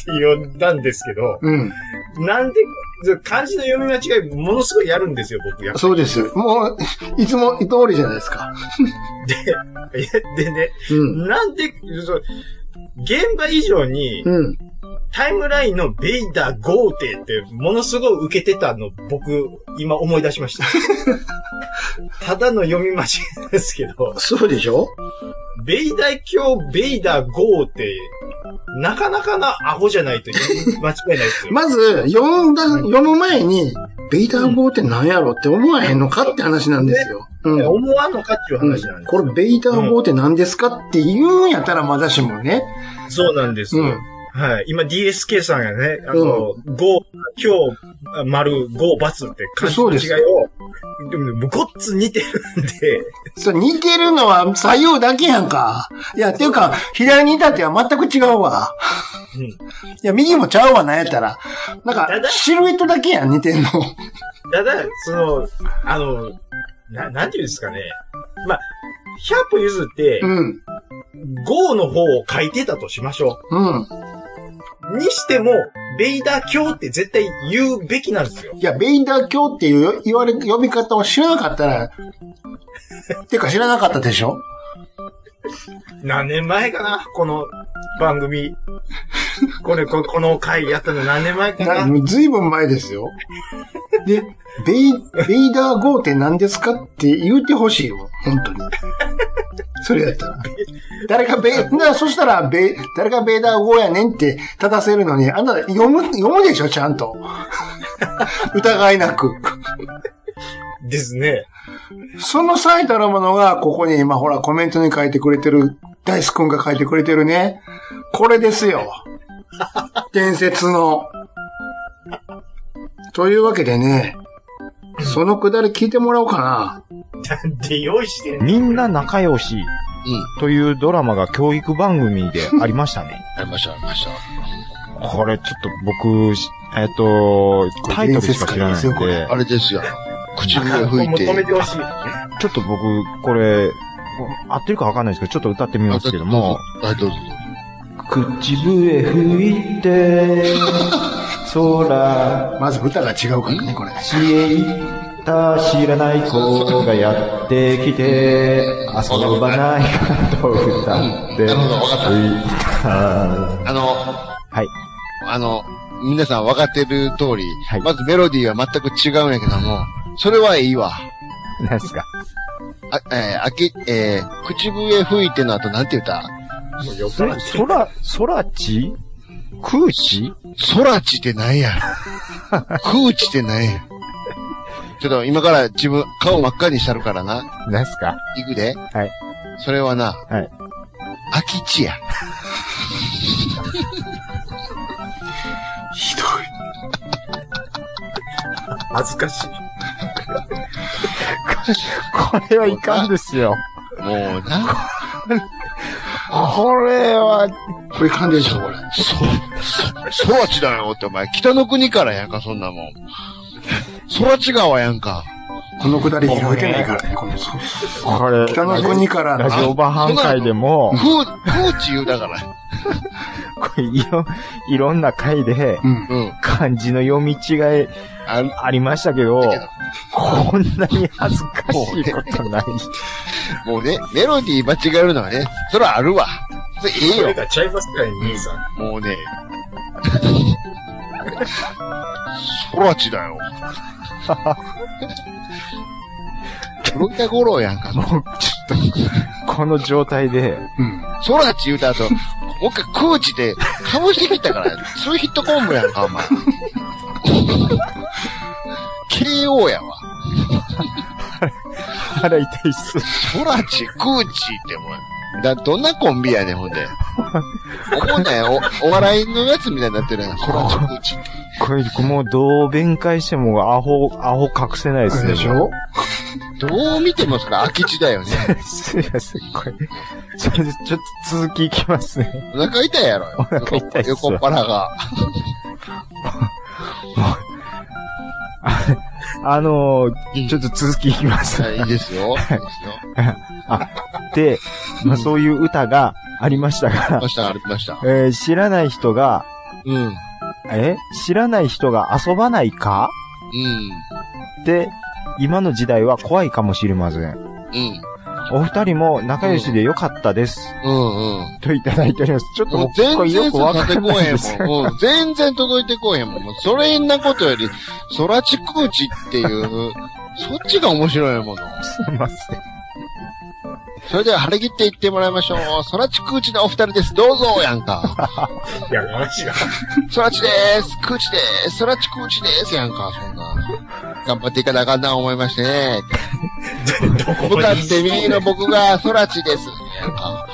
B: 呼んだんですけど、
A: うん。
B: なんで、漢字の読み間違い、ものすごいやるんですよ、僕やっぱ
A: そうですよ。もう、いつも通りじゃないですか。
B: り。でね、
A: うん。
B: なんで、そう現場以上に、
A: うん。
B: タイムラインのベイダー豪邸って、ものすごい受けてたの、僕、今思い出しました。
A: (laughs)
B: ただの読み間違いですけど、
A: そうでしょ
B: ベイダー教、ベイダー豪邸、なかなかなアホじゃないと読み間違いないですよ。
A: まず、読んだ、読む前に、ベイダー号って何やろって思わへんのかって話なんですよ。うん。うん
B: 思わんのかっていう話なんです
A: こ
B: よ、
A: れ、ベイダー号って何ですかって言うんやったらまだしもね。
B: そうなんですよ。
A: うん。
B: はい。今 DSK さんがね、あの、五今日、丸、五×って漢字の違いを、でもね、ごっつ似てるんで、
A: そう、似てるのは左右だけやんか。いや、ていうか、左にいたっては全く違うわ。
B: うん
A: いや、右もちゃうわ、なんやったら。なんか
B: た、だ
A: シルエットだけやん、似てんの。
B: ただ、その、あの、な、なんていうんですかね。まあ、100歩譲って、
A: うん。
B: 5の方を書いてたとしましょ
A: うん。
B: う。にしても、ベイダー教って絶対言うべきなんですよ。
A: いや、ベイダー教っていうよ言われ、呼び方を知らなかった (laughs) ら、てか知らなかったでしょ
B: 何年前かなこの番組。これ、こ (laughs) この回やったの何年前か
A: な
B: な
A: ずいぶん前ですよ。で、ベイ、ベイダー号って何ですかって言うてほしいもん、本当に。それやったら。誰 (laughs) がベイ、な、そしたら、ベイ、誰がベイダー号やねんって立たせるのに、あんな読む、読むでしょ、ちゃ (laughs) んと。疑いなく。
B: ですね。
A: その最たるものが、ここに今ほらコメントに書いてくれてる、ダイス君が書いてくれてるね。これです (laughs) よ。伝説の。というわけでね、そのくだり聞いてもらおうかな。
B: なんで用意してんの
C: みんな仲良しというドラマが教育番組 (laughs) でありましたね。
G: ありました、ありました。
C: これちょっと僕、えっと、タイトルしか知らないん
A: これ伝説会です
C: で、
G: あれですよ。口笛吹い
B: 求め
G: て。
B: てほしい。
C: ちょっと僕、これ、合ってるかわかんないですけど、ちょっと歌ってみますけども、
G: あ、どうぞ。
C: 口笛吹い (laughs) て、空、
A: まず歌が違うからね、これ。
C: 知恵行った知らない子がやってきて、遊ばないと歌って、
G: なるほどわかった
C: た。
G: あの、
C: はい。
G: あの、皆さん分かってる通り、
C: はい
G: まずメロディーは全く違うんやけども、それはいいわ。
C: 何ですか
G: あ、えー、あき、えー、口笛吹いての後なんて言った
B: もう酔っ
C: そ
B: 払
C: ら、
B: って
C: そら、そらち空地
G: 空知ってな
C: (laughs)
G: んや。空知ってなんや。ちょっと今から自分、顔真っ赤にしたるからな。
C: 何すか
G: 行くで。
C: はい。
G: それはな、
C: はい。
G: 空き地や。
A: ひどい。
B: 恥ずかしい。
C: これはいかんですよ。
G: もうな、
C: これは、
A: これ噛んでるでしょ、これ。
G: そ、そ、空知だよってお前、北の国からやんか、そんなもん。空知川やんか。
A: このくだり拾えてないからね、この、そう
C: これ、
A: 北の国から
C: ラ
A: の
C: ジオ版半回でも、
G: 空、空知言うだから。
C: これいろ、いろんな回で、
A: うん。
G: うん。
C: 漢字の読み違い
G: ある
C: ありましたけど
G: だけど、
C: こんなに恥ずかしいことない。
G: もうね、メロディー間違えるのはね、それはあるわ。それええ
B: それ
G: よ。
B: がちゃいますから、兄さん。
G: もうね。空知だよ。ロイタゴロやんか。
C: もう、ちょっと、この状態で、
A: うん。
G: 空知言うた後、もう一回空知で、かぶしてきたから、ツーヒットコンボやんか、お前。KO やわ。
C: 腹痛いっす。
G: 空知、空知ってもう、だ、どんなコンビやねん、ほんで。思うなよ、お、お笑いのやつみたいになってるやん。空知、空知って。
C: これ、もうどう弁解してもアホ、アホ隠せないですね。
A: でしょ
G: どう見てもそれ空き地だよね。
C: (laughs) すいません、これ。ちょ、ちょっと続きいきますね。
G: お腹痛いやろ。
C: お腹痛いっすわ
G: 横っ腹が。
C: あのー、ちょっと続きいきます。
G: はいいいですよ。いいですよ。
C: で、まあ、そういう歌がありました
G: あり
C: が
G: (laughs) ま、した、ありました。
C: えー知らない人が、
G: うん。うん。
C: え知らない人が遊ばないかって、今の時代は怖いかもしれません。
G: うん。
C: お二人も仲良しでよかったです。
G: うんうん。
C: といただいております。ちょっと
G: もう
C: 僕
G: 全
C: これよ
G: 然
C: くわ
G: 届い
C: か
G: て
C: ん
G: こ
C: な
G: う
C: い
G: へ
C: で
G: ん
C: す。
G: もん。うん。全然届いてこうへんもん。もうそれんなことより、空地空地っていう、そっちが面白いもの。
C: すいません。
G: それでは張り切っていってもらいましょう。空地空地のお二人です。どうぞやんか。
B: (laughs) いや、話が。
G: 空地でーす。空地でーす。空地空地でーす。やんか、そんな。頑張っていかなあかんな思いましてね。
B: どこ
G: 向
B: に
G: かって右の僕が空地です。やんか。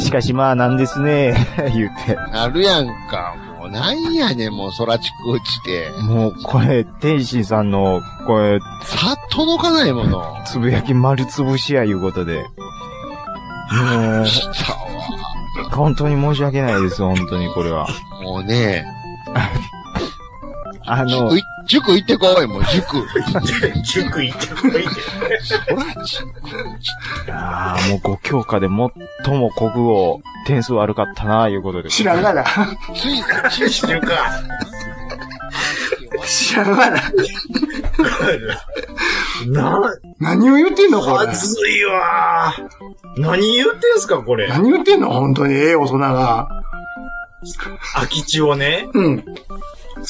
C: し
E: かしまあなんです
C: (laughs)
E: ね、言って。
F: あるやんか。もうなんやねん、もう空地空地って。
E: もうこれ、天心さんの、これ、
F: さっ届かないもの。
E: つぶやき丸つぶしやいうこと (laughs) で。もう、
F: したわ。
E: 本当に申し訳ないです、本当にこれは。
F: もうね、
E: あの
F: 塾、い、塾行ってこい、もう塾。
B: 塾行ってこいって。
F: 空地空地。
E: ああ、もう5教科で最も国語、点数悪かったな、いうことで。
A: 知らんがな。
F: つい、つい
B: 知るか。
A: (laughs) 知らんがな。
B: な、
A: 何を言ってんのこれ
B: は。ずいわ何言ってんすか、これ。
A: 何言ってんの本当に、ええ大人が。
B: 空き地をね、
A: うん。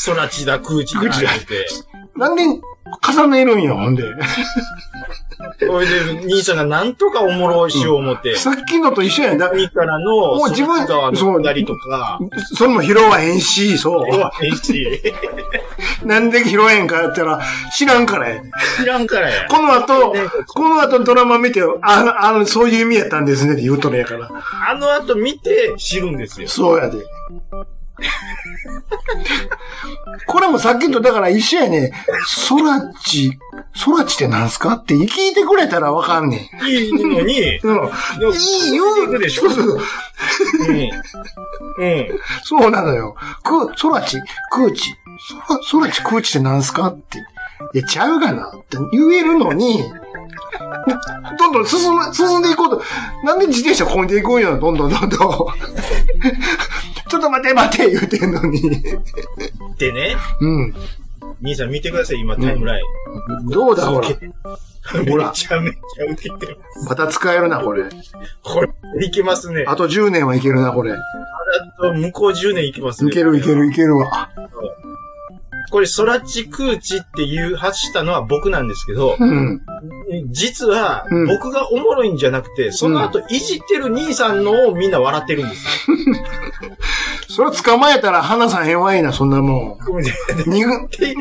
B: 空地だ、空地だ、空地だって。
A: なんで、重ねるんよ、ほんで。
B: それで、兄さんがなんとかおもろいしよう思って。
A: さっきのと一緒やんだ。
B: 海からの、
A: もう自分
B: 空地川の下りとか、
A: それも拾わへんし、そう。
B: ええし
A: なんで拾えんかやったら、知らんからや。
B: 知らんからや。
A: この後、この後ドラマ見て、あの、あの、そういう意味やったんですねって言うとるやから。
B: あの後見て知るんですよ。
A: そうやで。 (laughs) これもさっきとだから一緒やね。ソラチ、ソラチってなんすかって聞いてくれたらわかんね
B: いい
A: ん。う
B: のに、
A: ん。
B: でも
A: いい
B: 聞いて
A: よ
B: くでしょ
A: そうそう。
B: うん。うん。
A: そうなのよ。く、ソラチ、空地。ソラ、ソラチ、空地ってなんすかって。いや、ちゃうがなって言えるのに、どんどん進む、進んでいこうと。なんで自転車こいでいくんやどんどんどんどん。ちょっと待て待て言うてんのに。
B: でね、
A: うん。
B: 兄さん見てください、今タイムライン。
A: どうだ、ほら。
B: (laughs) め
A: ほら
B: ちゃめちゃ受けてる。
A: また使えるな、これ。
B: これ、いけますね。あ
A: あと10年はいけるな、これ。
B: と、向こう10年いけます
A: い
B: ね。
A: けるいけるいけるわ。
B: これ、空地空地っていう、発したのは僕なんですけど、
A: うん。
B: 実は
A: うん、
B: 僕がおもろいんじゃなくて、その後、いじってる兄さんのをみんな笑ってるんですよ。
A: それ捕まえたら花さんへんわいな、そんな (laughs) も
B: ごめんね
A: ん。にぐ、
B: って、って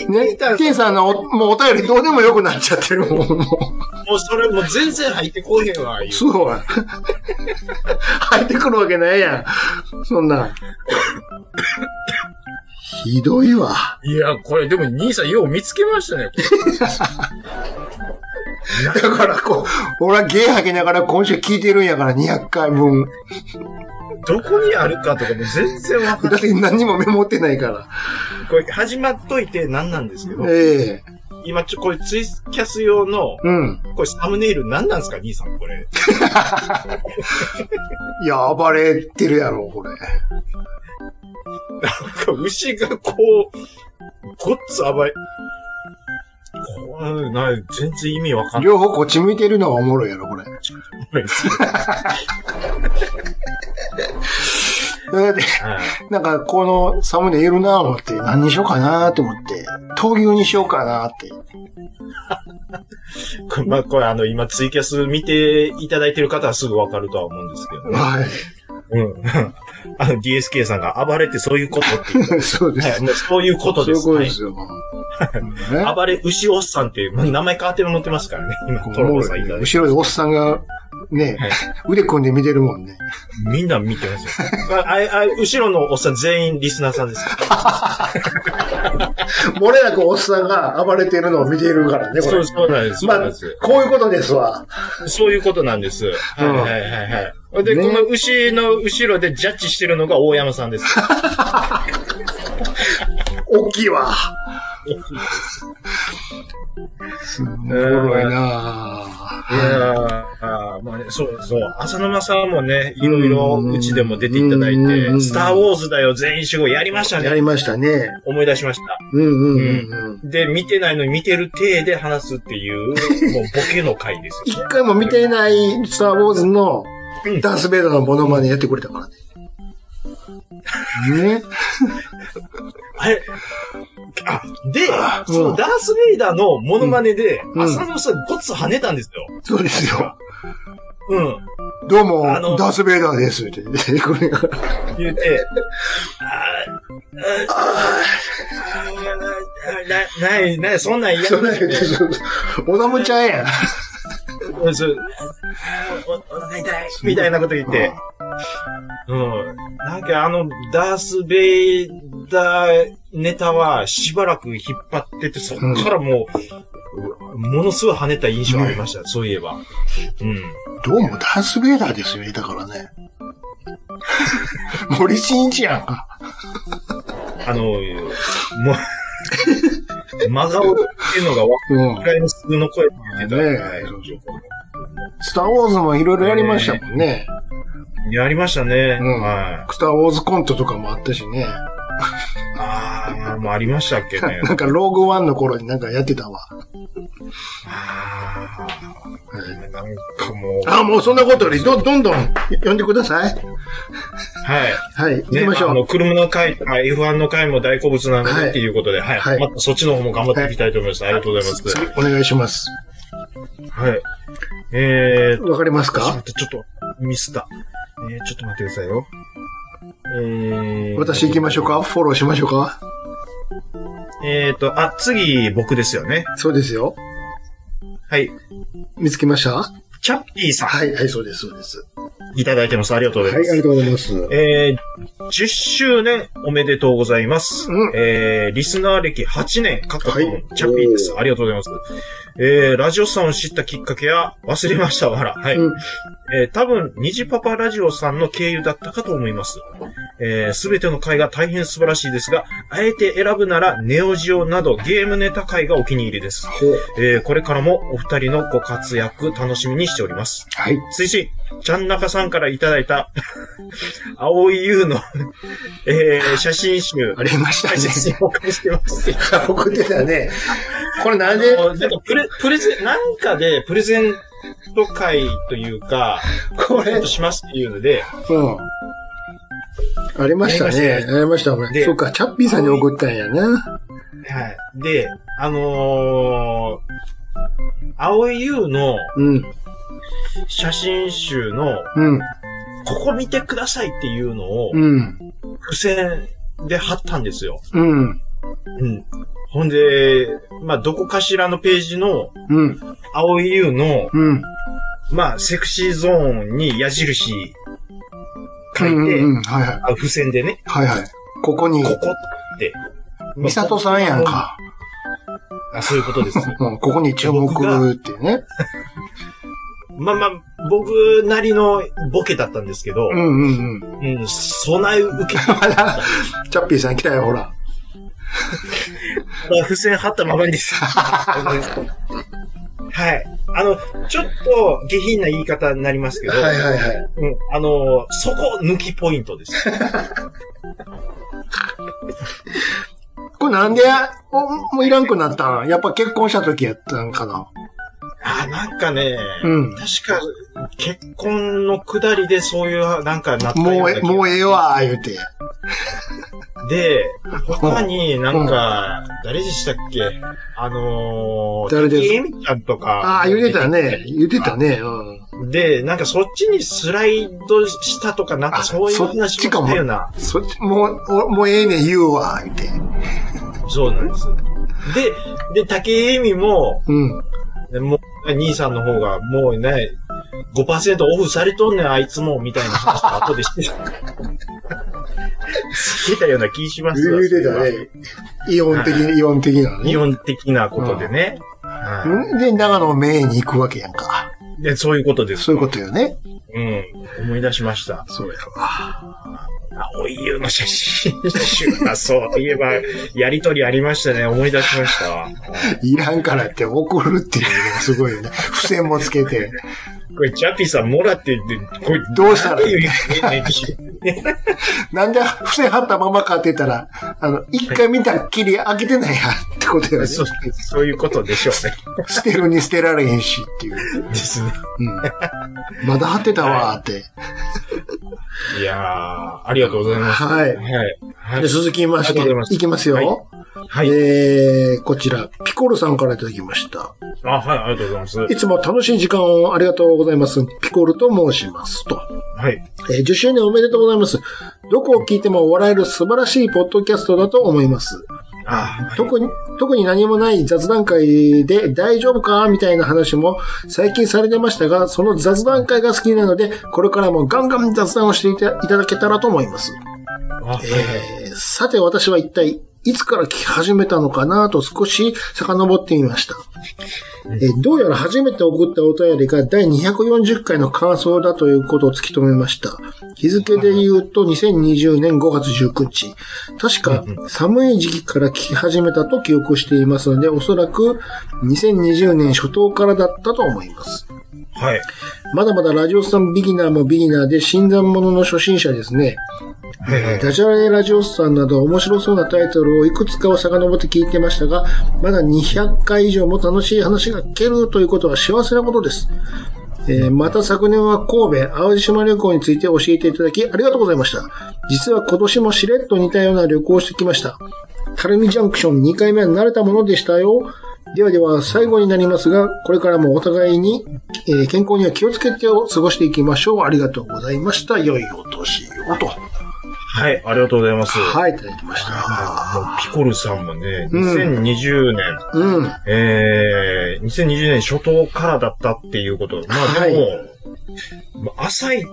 B: 言
A: ね
B: った、ら、
A: ケンさんのお、もうお便りどうでもよくなっちゃってるも (laughs) ん、も
B: もうそれもう全然入ってこへんわ、言
A: う。
B: う
A: そうや。入ってくるわけないやん。そんな。ひどいわ。
B: いや、これでも兄さんよう見つけましたね。
A: だからこう、俺はゲー吐きながら今週聞いてるんやから200回分。
B: どこにあるかとかも全然わか
A: だ
B: んな
A: っ
B: い。
A: て何にもメモってないか
B: これ始まっといて何なんですけど
A: ら。、ええ
B: 今ちょ、これツイキャス用の、
A: うん。
B: これサムネイル何なんですか、兄さんこれ。
A: いや、暴れてるやろ、これ。
B: なんか牛がこう、ごっつ暴い。こうない、全然意味わかんない。
A: 両方こっち向いてるのがおもろいやろ、これ。だって、なんかこのサムネいるなぁ思って、何にしようかなぁと思って、闘牛にしようかなぁって。
B: これまあ、 (laughs) これあの、今ツイキャス見ていただいてる方はすぐわかるとは思うんですけどね。
A: は
B: うん。あの、DSK さんが暴れてそういうことっていう。
A: い。そうで
B: はい、
A: す。
B: もうそういうこと
A: そう
B: で
A: いうことで
B: す。
A: すよ。
B: はい
A: ね
B: 暴れ牛おっさんっていう、まあ名前変わって持ってま
A: (laughs)
B: すからね。今、トロボさんいただいて。
A: 後ろでおっさんが、ね、
B: はい
A: 腕組んで見てるもんね。
B: みんな見てま
A: (laughs)
B: すよ。あああ後ろのおっさん全員リスナーさんですから。
A: 漏れなくおっさんが (laughs) 暴れてるのを見ているからね、こ
B: そ
A: れ
B: う、。そうなんです。そう
A: ま
B: なん
A: あ
B: です。、
A: こういうことですわ。
B: そういうことなんです。はいはいはいはい。で、
A: ね
B: この牛の後ろでジャッジしてるのが大山さ
A: (laughs)
B: んです。
A: 大きいわ。すごいなぁ。
B: いやーまあね、そうそう。浅沼さんもね、いろいろうちでも出ていただい
A: うんうんうん
B: て、スターウォーズだよ、全員集合やりました
A: や
B: ね。
A: りましたね。
B: 思い出しました。
A: うんうんうんうん。
B: で、見てないのに見てる体で話すっていう、もうボケの回です
A: 一
B: よ。
A: 回も見てないスターウォーズの
B: うん
A: ダンスベイダーのモノマネやってくれたからね。ね
B: (laughs) あれあ、で、
A: うん
B: そのダース・ベイダーのモノマネで、
A: うん
B: 浅野さんごっつ跳ねたんですよ。
A: そうですよ。
B: うん。
A: どうも
B: あ、の
A: ダンスベイダーです。って (laughs) 言ってこれが
B: 言うて、あーあーあーな、ない、ない、そんなん嫌
A: それ、そうそうオダムちゃんやん。
B: そうそうおおお痛い痛いみたいなこと言って。うん。なんかあの、ダース・ベイダーネタはしばらく引っ張ってて、そっからもう、ものすごい跳ねた印象ありました、そういえば。うん。
A: どうもダース・ベイダーですよね、だから (laughs) ね。森進一やんか。
B: あの、もう、真顔っていうのがわ
A: うん。
B: くらいの普通の声って言ってた。
A: ねえ
B: はい
A: そうそうスター・ウォーズもいろいろやりましたもんね。
B: やりましたね。
A: うん
B: はい。
A: スター・ウォーズコントとかもあったしね。
B: ああ、もうありましたっけね。
A: なんか、ローグワンの頃になんかやってたわ。
B: あーなんかもう。
A: あ、もうそんなことより、ど、どんどん、呼んでください。
B: はい。
A: はい、行き
B: ね
A: ましょ
B: あ
A: う。
B: の、車の回とか F1 の回も大好物なの
A: はい
B: でっていうことで、はい。
A: はい
B: またそっちの方も頑張っていきたいと思います。ありがとうございます。
A: 次、お願いします。
B: はい。えーっと
A: わかります
B: 待っ
A: か
B: て、ちょっと、ミスった。えー、ちょっと待ってくださいよ。えー、
A: 私行きましょうかフォローしましょうか
B: えーと、あ、次、僕ですよね。
A: そうですよ。
B: はい。
A: 見つけました
B: チャッピーさ
A: はい、はい、そうです、そうです。
B: ん、いただいてます。ありがとうご
A: はい、
B: ざ
A: あ
B: います。
A: りがとうございます。
B: えー、10周年おめでとうございます。
A: うん
B: えー、リスナー歴8年、過去、
A: はい
B: チャッピーです。ありがとうございます。えー、ラジオさんを知ったきっかけや、忘れましたわら。はい。
A: うん
B: えー、多分、ニジパパラジオさんの経由だったかと思います。えー、すべての回が大変素晴らしいですが、あえて選ぶなら、ネオジオなどゲームネタ回がお気に入りです。えー、これからもお二人のご活躍楽しみにしております。
A: はい。
B: 推進、ちゃんなかさんからいただいた、 (laughs) 青い優の、えー、写真集
A: あ、りました
B: 写
A: ね。
B: 真を返して (laughs) ます。
A: 送ってた (laughs) ね。これなんで、
B: もうなんかプレ、プレゼン、なんかで、プレゼント会というか、
A: こ
B: プレゼ
A: れ
B: ント、しますっていうので、
A: うん。ありましたね。ありました、これ。
B: で
A: そうか、チャッピーさんに送ったんやな。
B: はい。で、あのー、青い優の
A: うん、
B: 写真集の、
A: うん、
B: ここ見てくださいっていうのを
A: う、ん、
B: 付箋で貼ったんですよ。
A: うん、
B: うん。ほんで、まあ、どこかしらのページの、
A: うん、
B: 青い優の、
A: うん。
B: まあ、セクシーゾーンに矢印書いて、
A: うんうんうん、はいはい。
B: あ付箋でね、
A: はいはい。ここに
B: こ、こって。
A: ミサトさんやんか。
B: あ。そういうことです。
A: うん、ここに注目っていうね。
B: まあまあ、僕なりのボケだったんですけど
A: う、んうんうん。 (laughs)
B: うん、備え受け
A: あら、チャッピーさん来たよ、ほら。
B: た付箋貼ったままにさ。 (laughs) はい。あの、ちょっと下品な言い方になりますけど、
A: はいはいはい。
B: うん、あの、そこ抜きポイントです。
A: これなんで、おもういらんくなったんやっぱ結婚した時やったんかな。
B: あ、なんかね、
A: うん。
B: 確か、結婚のくだりでそういう、なんかなったよ
A: も
B: う
A: う
B: な気
A: え、
B: が
A: もうええわ、言うて。
B: で、他になんか、誰でしたっけあのー、
A: 誰です
B: 滝江美ちゃんとか。
A: ああ、言うてたね。。言うてたね。うん。
B: で、なんかそっちにスライドしたとか、なん
A: あ
B: かそういう
A: そっ
B: 話
A: ち
B: も
A: かも
B: あったような。
A: そっち、もう、おもうええねん、言うわ、言うて。
B: そうなんです。で、で、竹江美も、
A: うん。
B: もう、兄さんの方が、もうね、5%オフされとんねん、あいつも、みたいな話と後でしてた。してたような気しますわ
A: 言うてた。ね。イオン的、イオン的なね。
B: 日本的なことでね。はい
A: んで、長野名に行くわけやんか。
B: で、そういうことです。
A: そういうことよね。
B: うん。思い出しました。
A: そうやろ。
B: 青い優の写真 (laughs) 集だ。そういえば、やりとりありましたね。思い出しましたわ。
A: いらんからって怒るっていうのがすごいよね。付箋もつけて。
B: これ、チャッピーさんもらって言って、これ、
A: どうしたら
B: どういう意味ね
A: なんで付箋貼ったまま買ってたら、あの、一回見たっきり開けてないやってことよね。
B: そうそういうことでしょう
A: 捨てるに捨てられへんしっていう。
B: ね。ですね。
A: うん。まだ貼ってたわーって。
B: いやー、ありがとうございます。
A: はい。
B: はい。はい
A: で、続きまし
B: ありが
A: て、
B: とうございます
A: いきますよ。
B: はいはい。
A: えー、こちら、ピコルさんからいただきました。
B: あ、はい、ありがとうございます。
A: いつも楽しい時間をありがとうございます。ピコルと申しますと。
B: はい。
A: えー10周年おめでとうございます。どこを聞いても笑える素晴らしいポッドキャストだと思います。
B: あー、
A: 特に、特に何もない雑談会で大丈夫かみたいな話も最近されてましたが、その雑談会が好きなので、これからもガンガン雑談をしていたいただけたらと思います。
B: あ、
A: えーさて私は一体いつから聞き始めたのかなと少し遡ってみました。えーどうやら初めて送ったお便りが第240回の感想だということを突き止めました。日付で言うと2020年5月19日。確か寒い時期から聞き始めたと記憶していますので、おそらく2020年初頭からだったと思います。
B: はい。
A: まだまだラジオスさんビギナーもビギナーで、新参者の初心者ですね。ダジャレラジオスさんなど面白そうなタイトルをいくつかを遡って聞いてましたが、まだ200回以上も楽しい話が聞けるということは幸せなことです。えーまた昨年は神戸、淡路島旅行について教えていただきありがとうございました。実は今年もしれっと似たような旅行をしてきました。カルミジャンクション2回目は慣れたものでしたよ。ではでは最後になりますが、これからもお互いに、えー健康には気をつけてを過ごしていきましょう。ありがとうございました。良いお年をと。
B: はい、ありがとうございます。
A: はい、いただきまし
B: もう
A: た。
B: ピコルさんもね、
A: うん
B: 2020年、
A: うん。
B: えー、2020年初頭からだったっていうこと。まあでも、まあ浅い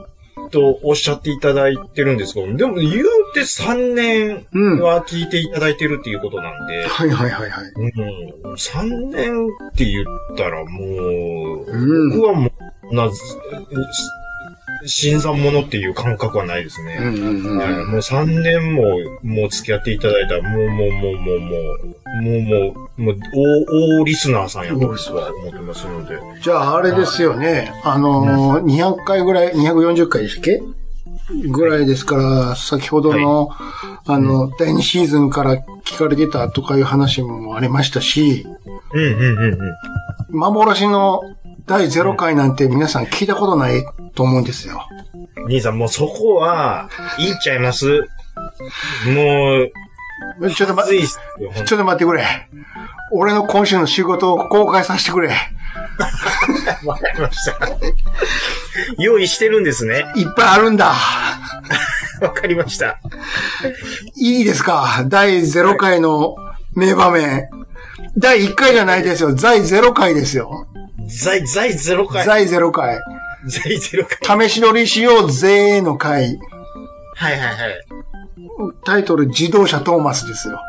B: とおっしゃっていただいてるんですけど、でも言うて3年
A: うん。は
B: は聞いていただいてるっていうことなんで、
A: いはいはいはい。
B: うん、3年って言ったらもう、
A: うん
B: 僕はもう、な、す新参者っていう感覚はないですね。
A: うんうん
B: はい
A: うん。
B: もう3年も、もう付き合っていただいたら、もうもうもうもうもう、もうもう、もう、大、大リスナーさんやと僕は思ってますので。
A: じゃああれですよね。あのー、200回ぐらい、240回でしたっけぐらいですから、先ほどの、あの、第2シーズンから聞かれてたとかいう話もありましたし、
B: うんうんうんうん。
A: 幻の第0回なんて皆さん聞いたことないと思うんですよ。
B: 兄さん、もうそこは、いいっちゃいます。もう、
A: ちょっと
B: ま
A: 待っ
B: ずい
A: て、
B: っすよ、ほん
A: ちょっと待ってくれ。俺の今週の仕事を公開させてくれ。い
B: とわかりました。用意してるんですね。
A: っぱいあるんだ。
B: わかりました。
A: いいですか第0回の名場面。第1回じゃないですよ。在0回ですよ。
B: 在、在0回。
A: 在0回。
B: 在0回。
A: 試し乗りしようぜーの回。
B: はいはいはい。
A: タイトル自動車トーマスですよ。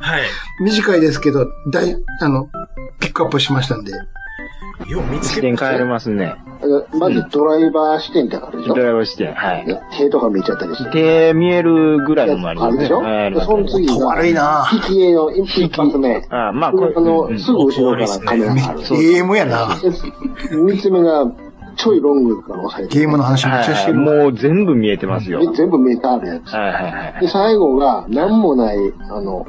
B: はい。
A: 短いですけど、大、あの、ピックアップしましたんで。
B: よう見つ
C: 視
B: けて
C: 点変えれますね。
G: まずドライバー視点だからでし
C: ド
G: ょ、
C: ライバー視点。はい。
G: 手とか見えちゃったりして。
C: 手見えるぐらいのもあります
G: るで
C: ね。
G: しょ
C: はいあり
G: で
C: ます
G: その次
A: と
G: が、
A: 悪いな
G: 引き絵の一発目。
C: あまあ、これ、
G: あ
C: うんう
G: の、
C: ん
G: すぐ後ろからカメラがある。
C: そう
A: AM やな。
G: 三つ目が、ちょいロングから押さえて
A: ゲームの話めっちゃして
C: はい、
A: る。
C: もう全部見えてますよ。
G: る。で全部メーターあるやつ。
C: はいはいはい。
G: で、最後が、何もない、あの、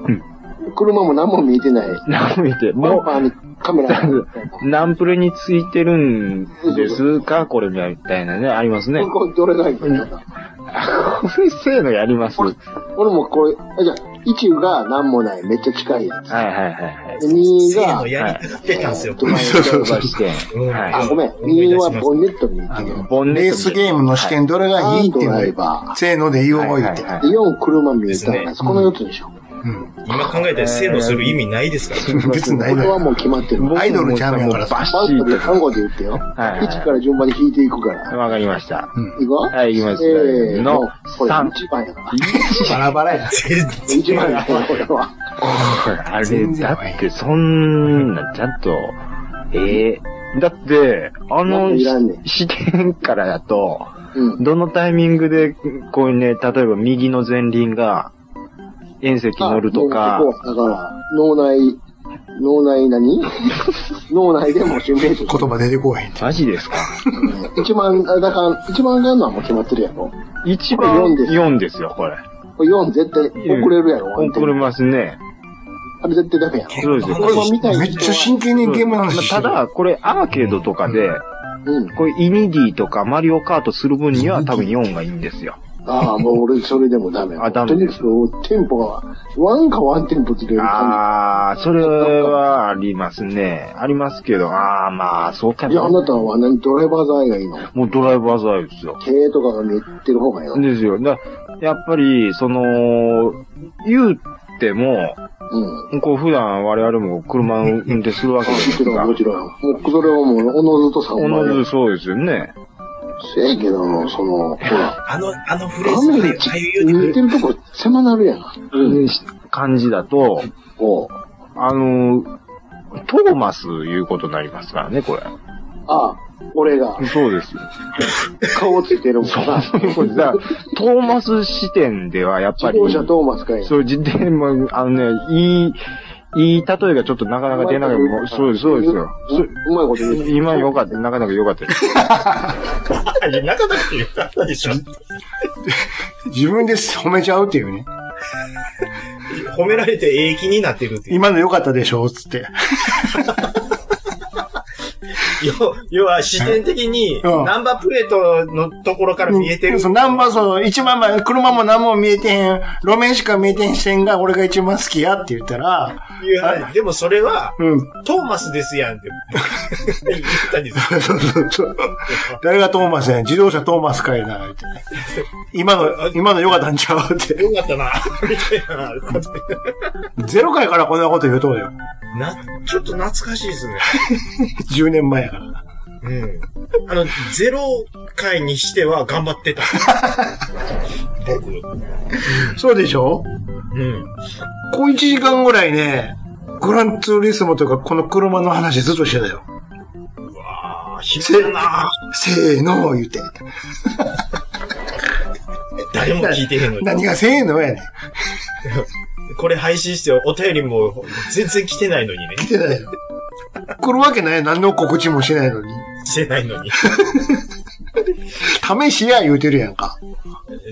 G: 車も何も見えてない。
C: 何見て、
G: バ
C: も
G: ンパーにカメラがあるみ
C: (laughs)
G: たいな。
C: う、ナンプレについてるんですかこれみたいなね、ありますね。
G: これどれだけだ
C: あこれせーのやります。はい
G: 俺もこれ、あじゃあ、1が何もない、めっちゃ近いやつ。
C: はいはいはい。
G: で2
B: せー
G: が
B: の、やりたがってたんですよ。
G: ドライバー
A: そうそうそう
C: 視点。
B: うん
C: はい
G: あ、ごめん。
B: 思い出
G: 2
B: し
G: は
B: ました
G: ボンネット見えて
A: あ
G: る。
A: の、
C: ボンネット
A: レースゲームの視点どれがいいっていう
G: ドライ
A: のを
G: バ
A: せーので言おう言っ
C: はい
A: て。
C: はい
G: ー。4、車見えた
B: です
G: ら、
B: ね
G: そこの4つでしょ。
A: うん。
B: 今考えたらせーのする意味ないですからね。
A: 別にない
G: こ
A: の
G: れはも
A: よ。
G: う決まってる。
C: 僕も
A: アイドルちゃうんやから
C: もうバシ
G: バ
C: ッ
G: ッ
C: と
G: とで単語で言ってよ。
C: はいはい
G: 1から順番に引いていくから。
C: わかりました。
G: いくわ
C: はいいきます
G: せーの
C: の。
G: これ
C: 三
G: 1番やか
A: バ
G: ら。
A: ラバラや。
B: 全
G: 1番やから、これは。
C: あれ、
A: 全然
C: だって、そんな、ちゃんと、ええだって、あの、
G: いらんねん
C: 視点からだと、
G: うん。
C: どのタイミングで、こういうね、例えば右の前輪が、遠石乗るとか
G: あ、もうここはだから、脳内、脳内何 (laughs) 脳内でもシミュレーション
A: 言葉出てこへん。
C: マジですか
G: してる。一番、あだから、一番がんのはもう決まってるやろ。
C: 一
G: これ
C: 番
G: 四です
C: 4ですよ、これ。
G: これ4絶対遅れるやろ、安定
C: 送れますね。
G: あれ絶対ダメやろ。
C: そうですよ。
G: これ見たい
A: め
G: 人は
A: っちゃ真剣にゲームの話して
C: た
A: る。
C: だ、これアーケードとかで、
G: うん。
C: これイニディとかマリオカートする分には多分4がいいんですよ。
G: ああ、もう俺、それでもダメや。
C: あダメ
G: と
C: で
G: にかく、テンポが、ワンかワンテンポずれる感
C: ああ、それはありますね。ありますけど、ああ、まあ、そうか
G: じ。いや、あ
C: も。
G: なたは何、ドライバーズアイがいいの
C: もうドライバーズアイですよ。
G: 経とかが見えてる方がいいの
C: ですよ。だやっぱり、その、言うても、
G: うん。
C: こう普段我々も車運転するわけで
G: も
C: す
G: ちろ
C: が
G: ん、も、ちろん。もう、それはもう、おのずとさ、
C: おのずそうですよね。
G: せやけども、その、ほら、
H: あの、あのフレー
G: 画
H: ズ、
G: 面
H: あ
G: で
H: あいう言う
G: 言ってるとこ狭なるやん。
C: 感じだと、
G: おう
C: あの、トーマスいうことになりますからね、これ。
G: ああ、俺が
C: そうですよ。
G: 顔ついてるもんな。
C: これだからトーマス視点ではやっぱ
G: 自
C: り、
G: 動車トーマスかいな。
C: そう、自転まあ、あのね、いい、いい例えがちょっとなかなか出なかった。そうです、そうですよ。そう
G: うまいこと言う。
C: 今良かった、なかなか良かったです。
B: いやなかなか言ったでしょ。
A: 自分で褒めちゃうっていうね。
B: 褒められてええ気になってるっていう。
A: 今の良かったでしょつって。
B: 要要は、視点的に、
A: うん
B: ナンバープレートのところから見えてる。
A: そう、ナンバー、そう、一番前、車も何も見えてへん、路面しか見えてへん視点が俺が一番好きやって言ったら、
B: いう話でもそれは、
A: うん、
B: トーマスですやんって (laughs) 言ったんですよ。
A: そうそうそう。誰がトーマスやねん自動車トーマスかいな、って。今の、今の良かったんちゃうって。
B: よかったな、みたいなこと
A: ゼロ回からこんなこと言うとるよ。
B: な、ちょっと懐かしいですね。
A: 10年前やから。
B: うん。あの、ゼロ回にしては頑張ってた。僕。
A: そうでしょ
B: うん。
A: こう1時間ぐらいね、グランツーリスモとかこの車の話ずっとしてたよ。
B: うわあ、暇だな
A: せーの、言って。
B: 誰も聞いてへんのに。
A: 何がせーのやねん。
B: これ配信してお便りも全然来てないのにね。
A: 来てないよ。来るわけない。何の告知もしないのに。
B: 来てないのに。
A: 試しや言うてるやんか。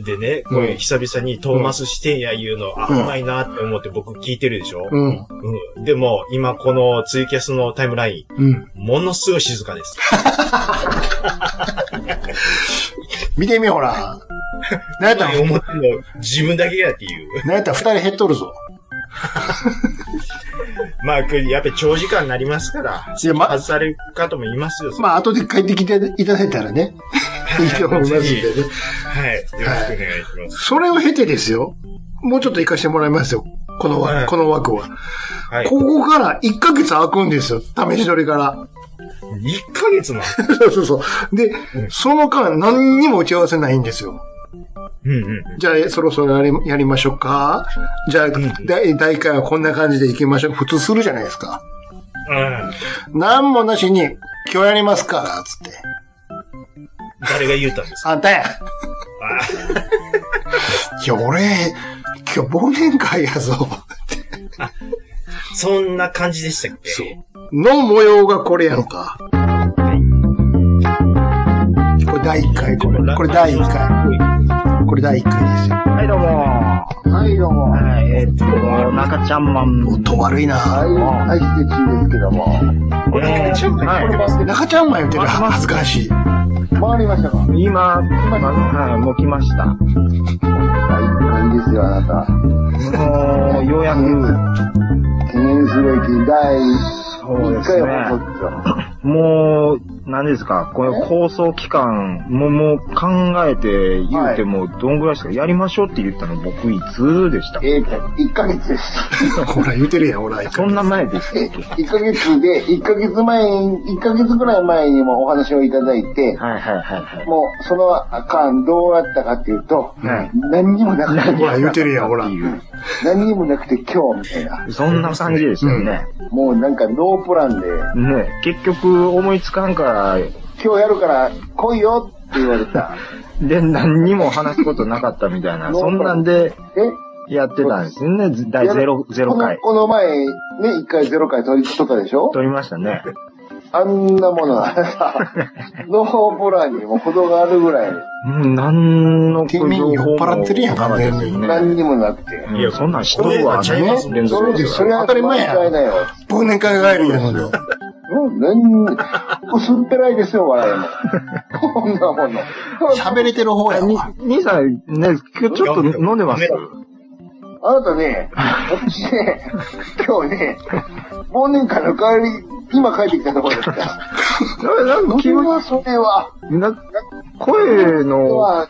B: でね、こ
A: う
B: れ
A: ん
B: 久々にトーマス視点や言うの、あ、
A: うん
B: うまいなって思って僕聞いてるでしょ、
A: うん。
B: うん、でも、今このツイキャスのタイムライン、
A: うん。
B: ものすごい静かです。
A: 見てみ、ほら。なんやったら、
B: 思ってんの自分だけやっていう。
A: なんやったら二人減っとるぞ。
B: まあ、これやっぱり長時間になりますから、
A: いや、ま、
B: 外される方もいますよ。
A: まあ、後で帰ってきていただいたら
B: (laughs)
A: ね。いいと思いますんでね。
B: はい。よろしくお願いします。
A: それを経てですよ。もうちょっと行かしてもらいますよ。この
B: は
A: 枠、
B: い
A: この枠は。
B: はい。
A: ここから1ヶ月空くんですよ。試し撮り
B: (laughs)
A: から。
B: 1ヶ月も。
A: そうそうそう。で、その間何にも打ち合わせないんですよ。
B: うんうん。
A: じゃあ、そろそろやりやりましょうか。じゃあ、
B: ん
A: 第第1回はこんな感じで行きましょう。普通するじゃないですか。
B: うん。
A: なんもなしに、今日やりますから、つって。
B: 誰が言うたんですか
A: あんたや
B: あ
A: いや、俺、今日忘年会やぞ。
B: そんな感じでしたっけ
A: そう。の模様がこれやんか。これ第1回、これ。これ第1回。これ第1回ですよ。
C: はい、どうも。は
G: はい、どうも。はい、
C: い、えっと、中ちゃんマン。
A: 音悪いな
G: はい、でですけども。
C: これ、ちゃんマン。
A: 中ちゃんが言うてる恥ずかし (laughs) い。
G: 回りましたかはい、
C: 今、はい、もう来ました。
G: 感じですよ、あなた。
C: もう、ようやく、
G: 記念すべき第
C: そうで
G: 1
C: す
G: 回
C: ね。
G: 放送ですよ。
C: もう、何ですか、この構想期間、もう、もう考えて言うても、どんぐらいですか、やりましょうって言ったの僕いつでした
G: えーと、1ヶ月です。
A: ほら、言うてるやん、ほら。
C: そんな前でしたっけ
G: 1ヶ月で、1ヶ月前に、1ヶ月ぐらい前にもお話をいただいて、
C: はいはいはいはい。
G: もうその間どうやったかっていうと、
C: はい
G: 何にもなく
A: ほら、
G: て、
A: 言うてるやん、ほら
C: って。いう、
G: 何にもなくて今日みたいな。
C: そんな感じでしたよね。
G: もうなんかノープランで、
C: ね、結局思いつかんから、
G: 今日やるから来いよって言われた。
C: で、何にも話すことなかったみたいな、そんなんで
G: え
C: やってたんですよね、第ゼロ、ゼロ回。
G: このこの前、ね、1回ゼロ回取り取ったでしょ
C: 撮りましたね。
G: あんなものは、ノープランにも程があるぐらい、
C: うん、何の
A: 君に酔っ払ってるやん
C: 情報もなかったですよね
G: 何にもなくて。
C: いや、そんなんしとるわ、
B: いや
C: ね
B: そ、う
C: 連続で。
G: それは
A: 当たり前や
G: 間違いないよ。
A: 忘年会帰りやのに。
G: もう何、薄っぺらいですよ、笑いも。こんなもの。
A: 喋れてる方や
C: に
A: わ。
C: 兄さん、ね、今日ちょっと飲んでます。
G: あなたね、私ね、今日ね、忘年会の帰り、今帰ってきたところですから。
C: ななんか
G: それ
C: 気持
G: は、それは、
C: ち、な声
G: それ
C: の、
G: は、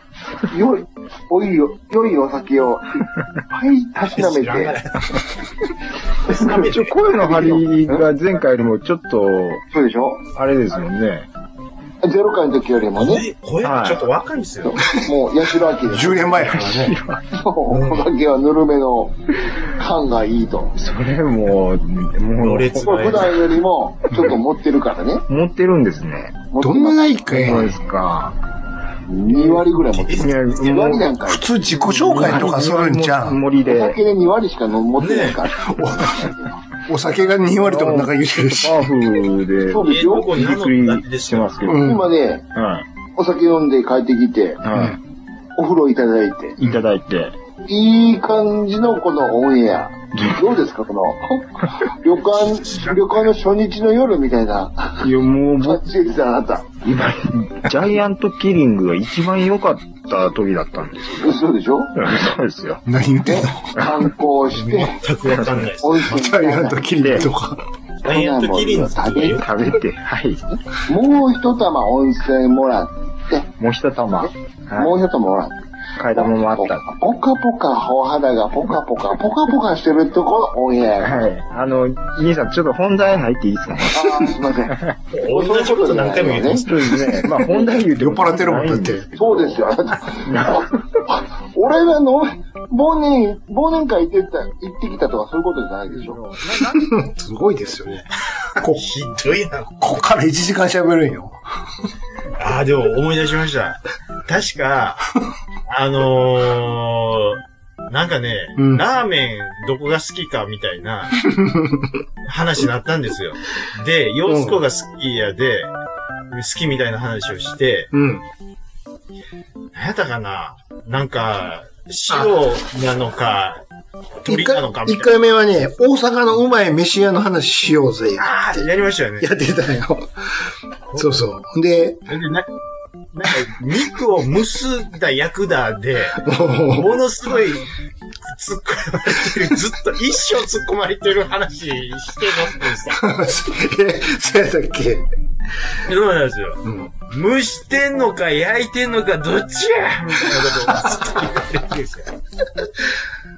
G: よい、おいよ、良いお酒を、いっぱいたしなめて、
B: 薄め
I: ち
B: て
I: ょ、声の張りが前回よりもちょっと、
G: そうでしょ
I: あれですもんね。
G: ゼロ回の時よりもね、
B: 声声がちょっと若いんですよ。
G: もう、ヤシロアキです。
A: 10年前やからね。
G: そう、だけはぬるめの感がいいと。
I: それもう、も
B: ろ
I: う
B: れ、つ
G: これ普段よりも、ちょっと持ってるからね。
I: 持ってるんですね。
G: 持って
A: どんな
G: ます。
A: ないかや
I: そう
A: ね
I: で
A: ん
I: すか。
G: 2割ぐらい持ってる。
I: いや、
G: 2
I: も
G: 割なんかい。
A: 普通自己紹介とかするんじゃん。
I: 森
G: お
I: で。
G: 酒で2割しか持ってないから。
A: お酒が2割とかなんか言うてるし。
I: パワフルで、
G: そう
I: び
G: ですよ。
I: っくりしてますけど。
A: う
I: はい。
A: ん。
G: 今ね、お酒飲んで帰ってきて、
I: は
G: お風呂いただいて、
I: い。いただいて。
G: いい感じのこのオンエア。どうですか
I: (laughs)
G: この、旅館、旅館の初日の夜みたいない
I: や、もう
G: 感
I: 僕、
G: じですよあなた。
I: 今、ジャイアントキリングが一番良かった時だったんですよ。
G: そうでしょ
I: (laughs) そうですよ。
A: 何言ってん
G: ね
A: の
G: 観光して、
I: (laughs)
B: 全くわかんない
G: (laughs)
B: です。
G: 温泉
A: ジャイアントキリンとか。
B: ダイアントキリンズとか言う
I: 食べて、はい。
G: もう一玉温泉もらって、
I: もう一玉。はい。
G: もう一玉もらって。
I: 替え玉もあった。
G: ポカポカ、お肌がポカポカ、ポカポカしてるところ、オンエアが。あ
I: はい。あの、兄さん、ちょっと本題入っていいですかね。
G: ーすいません。
B: 同じこと何回も言ってます。
I: そうですね。まあ、本題言うて
A: 酔っ
I: も
A: 払ってるもんだって。
G: そうですよ、あなた。俺がの、忘年、忘年会行ってた、行ってきたとかそういうことじゃないでしょ。
A: すごいですよね。こ、
B: ひどいな。
A: こっから1時間喋るんよ。
B: ああ、でも思い出しました。
A: (laughs)
B: 確か、あのー、なんかね、
A: うん
B: ラーメンどこが好きかみたいな話になったんですよ。で、洋子が好きやで、好きみたいな話をして、
A: うん。
B: 何やったかななんか、塩なのか、
A: 一
B: 鶏
A: 回
B: なのか、み
A: 一
B: たい
A: 回目はね、大阪のうまい飯屋の話しようぜ。
B: な。ああ、やりましたよね。
A: やってたよ。そうそう。で、
B: でななんか、肉を蒸すだ焼くだで、
A: もう (laughs)
B: ものすごい突っ込まれてる、ずっと一生突っ込まれてる話してますさ。
A: え、そうやったっけ
B: そうなんですよ。
A: うん。
B: 蒸してんのか焼いてんのかどっちやみたいなことをずっと言われてるんですよ。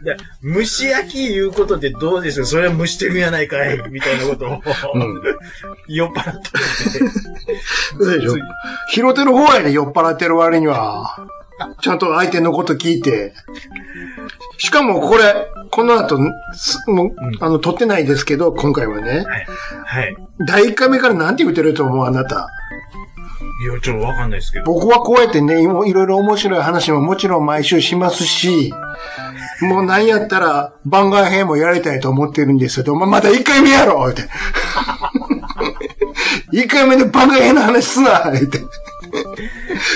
B: で蒸し焼き言うことでどうですかそれは蒸してるやないかいみたいなことを、
A: うん。
B: 酔っ払って
A: そうでしょ。拾ってる方やね、酔っ払ってる割には。ちゃんと相手のこと聞いて。しかもこれ、この後、すもう、あの、撮ってないですけど、今回はね。
B: はい。
A: 第1回目からなんて言ってると思う、あなた。
B: いや、ちょっとわかんないですけど。
A: 僕はこうやってね、今いろいろ面白い話ももちろん毎週しますし、もうなんやったら番外編もやりたいと思ってるんですけど、ま、まだ1回目やろって。1回目で番外編の話すなって。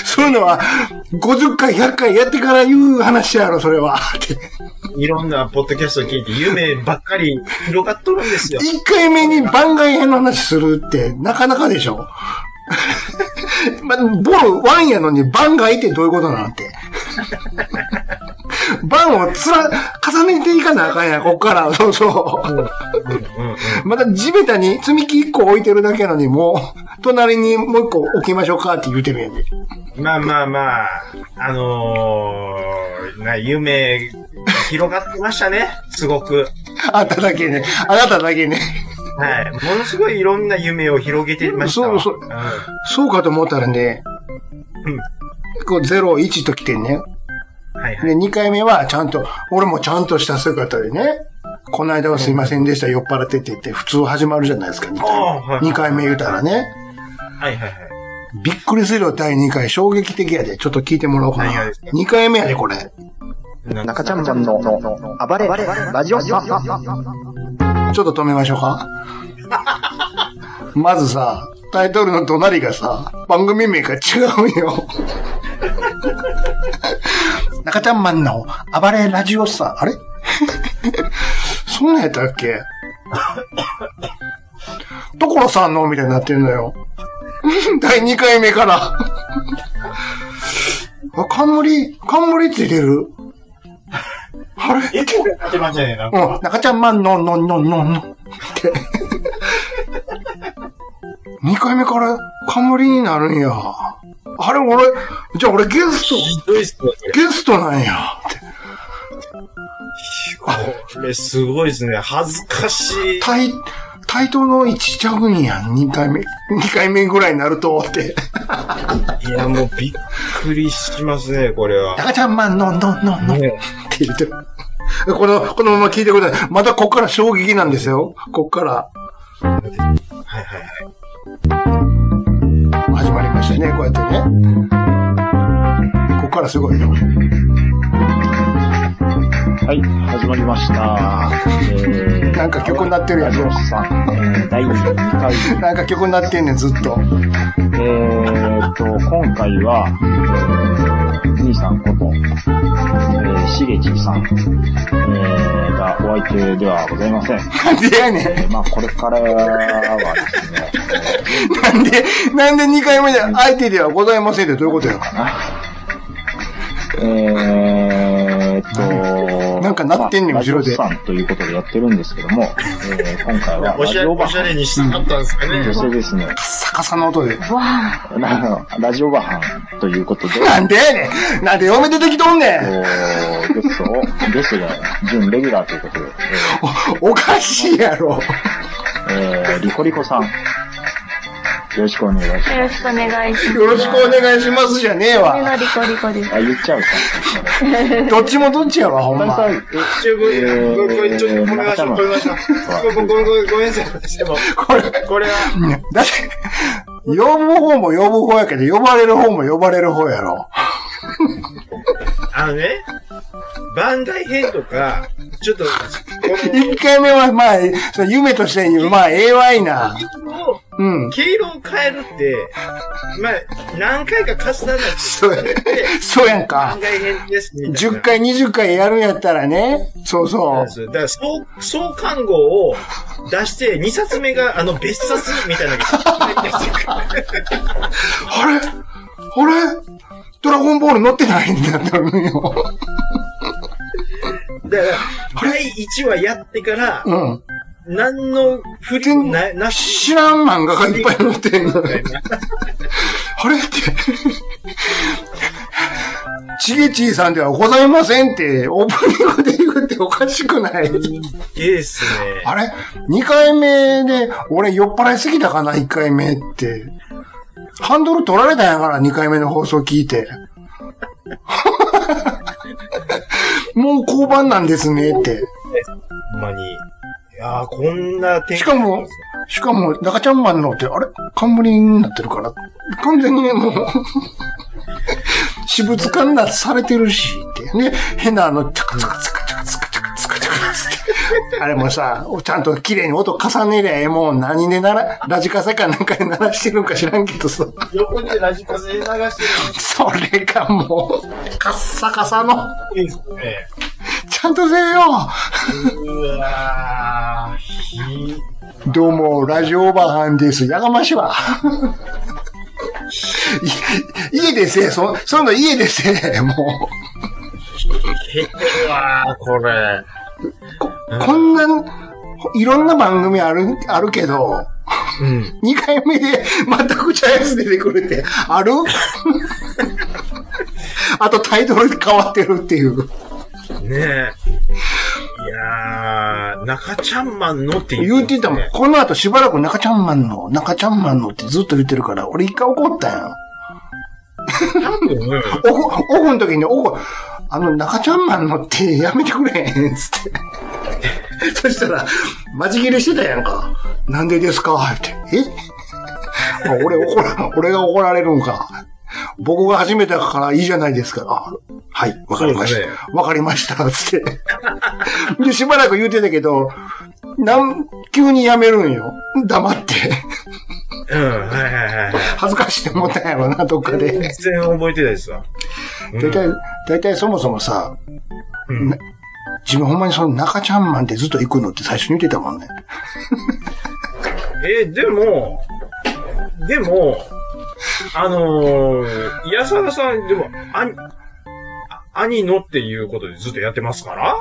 A: そういうのは、50回、100回やってから言う話やろ、それは。って。
B: いろんなポッドキャスト聞いて夢ばっかり広がっとるんですよ。
A: 1回目に番外編の話するって、なかなかでしょ。 (laughs) ま、ボール1やのに番外ってどういうことなんて。 (laughs) 番をつら、重ねていかなあかんやん、こっから。 (laughs) そうそう。
B: うんうん。
A: また地べたに積み木1個置いてるだけやのに、もう、隣にもう1個置きましょうかって言うてるやんで。
B: まあまあまあ、あのー、な、夢、広がってましたね、すごく。
A: あなただけね。あなただけね。
B: はい。ものすごいいろんな夢を広げてましたわ。
A: そうそうんそうかと思ったらね、こう0、1と来てね、
B: はいはい。
A: で、2回目はちゃんと、俺もちゃんとした姿でね、この間はすいませんでした、酔っ払っててって、普通始まるじゃないですか、2
B: あーは
A: 回
B: い
A: 目。2回目言うたらね、
B: はいはいはい。
A: びっくりするよ、第2回。衝撃的やで。ちょっと聞いてもらおうかな
B: 何がです。
A: 2回目やで、これ。
B: なんか
C: 中ちゃんマンの暴れラジオさん。
A: ちょっと止めましょうか。 (laughs) まずさ、タイトルの隣がさ、番組名が違うんよ。 (laughs) 中ちゃんマンの暴れラジオさ、あれ (laughs) そんなんやったっけ (coughs) 所さんのみたいになってんのよ。 (laughs) 第2回目から。 (laughs) あ、冠、冠ついてる。 (laughs) あれ
B: エコーが立てましたね、なんか。
A: うん、中ちゃんマンのんのんのんのんのんって。2回目から冠になるんや。あれ、俺、じゃあ俺ゲスト、
B: ひどいっすね、それ
A: ゲストなんや。って
B: これすごいですね。恥ずかしい。
A: 対、対等の1ちゃうんやん、2回目。2回目ぐらいになると、って。
B: いや、もうびっくりしますね、これは。
A: 赤ちゃんマン、のんのんのんのんっ
B: ね
A: て言って。この、このまま聞いてください。またこっから衝撃なんですよ。こっから。
B: はいはいはい。
A: 始まりましたね、こうやってね。こっからすごいよ。
C: はい、始まりました。え
A: なんか曲になってるやん
C: ラジオスさん、えー第2回。
A: なんか曲になってんねん、ずっと。
C: えー、っと、今回は、えー、兄さんこと、えー、しげちさん、えー、がお相手ではございません。
A: なんでやねん。
C: まあ、これからはですね、
A: なんで、なんで2回目で相手ではございませんってどういうことや。
C: えー、っと、
A: なんかなってんねん
C: まあ
A: 後ろで
C: ラジオスさんということでやってるんですけども、えー、今回は、
B: おしゃれ、おしゃれにしたったんですかね
C: 女。性ですね、
A: カ
C: (laughs)
A: ッサカサの音で。
C: なラジオバハンという
A: (laughs)
C: ことで、
A: なんでやねん。なんで嫁出てきとんねん。
C: えーゲストを、ゲストが準レギュラーということで、
A: おおかしいやろ。
C: えー、えーリコリコさん、よろしくお願いします。
J: よろしくお願いします。
A: よろしくお願いしますじゃねえ
J: これ
A: わ。
J: がリコリコです。
C: あ、言っちゃうか。
A: どっちもどっちやわ、ほんま。
C: さん、え
B: 中国ごめんなさい、ちょっとごめんなさい、ごめんなさい。ごめんごめんごめんなさい。でも、
A: これ、
B: これは、
A: (laughs) だって、呼ぶ方も呼ぶ方やけど、呼ばれる方も呼ばれる方やろ。
B: あのね、番外編とか、ちょっと、こ
A: 1回目は、まあ、その夢として言う、まあ、ええわいな。
B: の、
A: うん。
B: 毛色を変えるって、まあ、何回か重なる
A: そうや、そうやんか
B: 番。外編です、みたいな。
A: 10回、20回やるんやったらね。そうそう。
B: だから、そう、相関号を出して、2冊目が、あの、別冊みたいなのが。
A: あれあれドラゴンボール乗ってないんだったのよ。
B: だから、第1話やってから、
A: うん。
B: 何の振りもな、なし。
A: 知らん漫画がいっぱい載って (laughs) んの。あれって。ちげちーさんではございませんって、オープニングで言うっておかしくない。
B: いいですね。
A: あれ ?2 回目で、俺酔っ払いすぎたかな ?1 回目って。ハンドル取られたんやから、2回目の放送聞い (laughs) て。もう交番なんですねって。
B: ほんまに。いやー、こんな展開
A: しかも、しかも、中ちゃんマンのって、あれ冠になってるから、完全にね、もう、私物化なされてるし、って。ね、変なあの、チャカチャカチャカチャカチャカチャカチャカチャカつって。あれもさ、ちゃんと綺麗に音重ねりゃええもう何でなら、ラジカセかなんかで鳴らしてるんか知らんけどさ、
B: 横でラジカセ流して
A: それがもう、カッサカサの、
B: るんですね。
A: ちゃんとせえよ
B: うわー、ひ、
A: どうも、ラジオバハンです。やがましは。い家でせえ、そ、そんなの家でせえ、も
B: ひ、うわー、これ。
A: う。こんな、いろんな番組ある、あるけど、
B: うん。
A: 2回目で全くちゃうやつ出てくるって、あ (laughs) るあとタイトル変わってるっていう。
B: ねえ。いやー、中ちゃんマンのって
A: 言うてた
B: も
A: も
B: ん
A: ん。この後しばらく中ちゃんマンの、中ちゃんマンのってずっと言ってるから、俺一回怒ったやん。
B: 多分、
A: オフ、オフの時に、オフ、あの、中ちゃんマンのってやめてくれへん、つって。そしたら、まじ切れしてたやんか。なんでですかって。えあ俺怒ら、俺が怒られるんか。僕が始めたからいいじゃないですか。あはい、わかりまし
B: そう
A: た
B: ですね。
A: わ、かりました、つって。で、しばらく言うてたけど、なん、急にやめるんよ。黙って。
B: うん、はいはいはいはい。
A: 恥ずかしいって思ったんやろな、どっかで。
B: 全然覚えてないですわ。
A: 大体、大体そもそもさ、
B: うん
A: な自分ほんまにその中ちゃんマンってずっと行くのって最初に言ってたもんね。
B: えー、でも、でも、あのー、矢沢さん、でも、兄、あ兄のっていうことでずっとやってますから、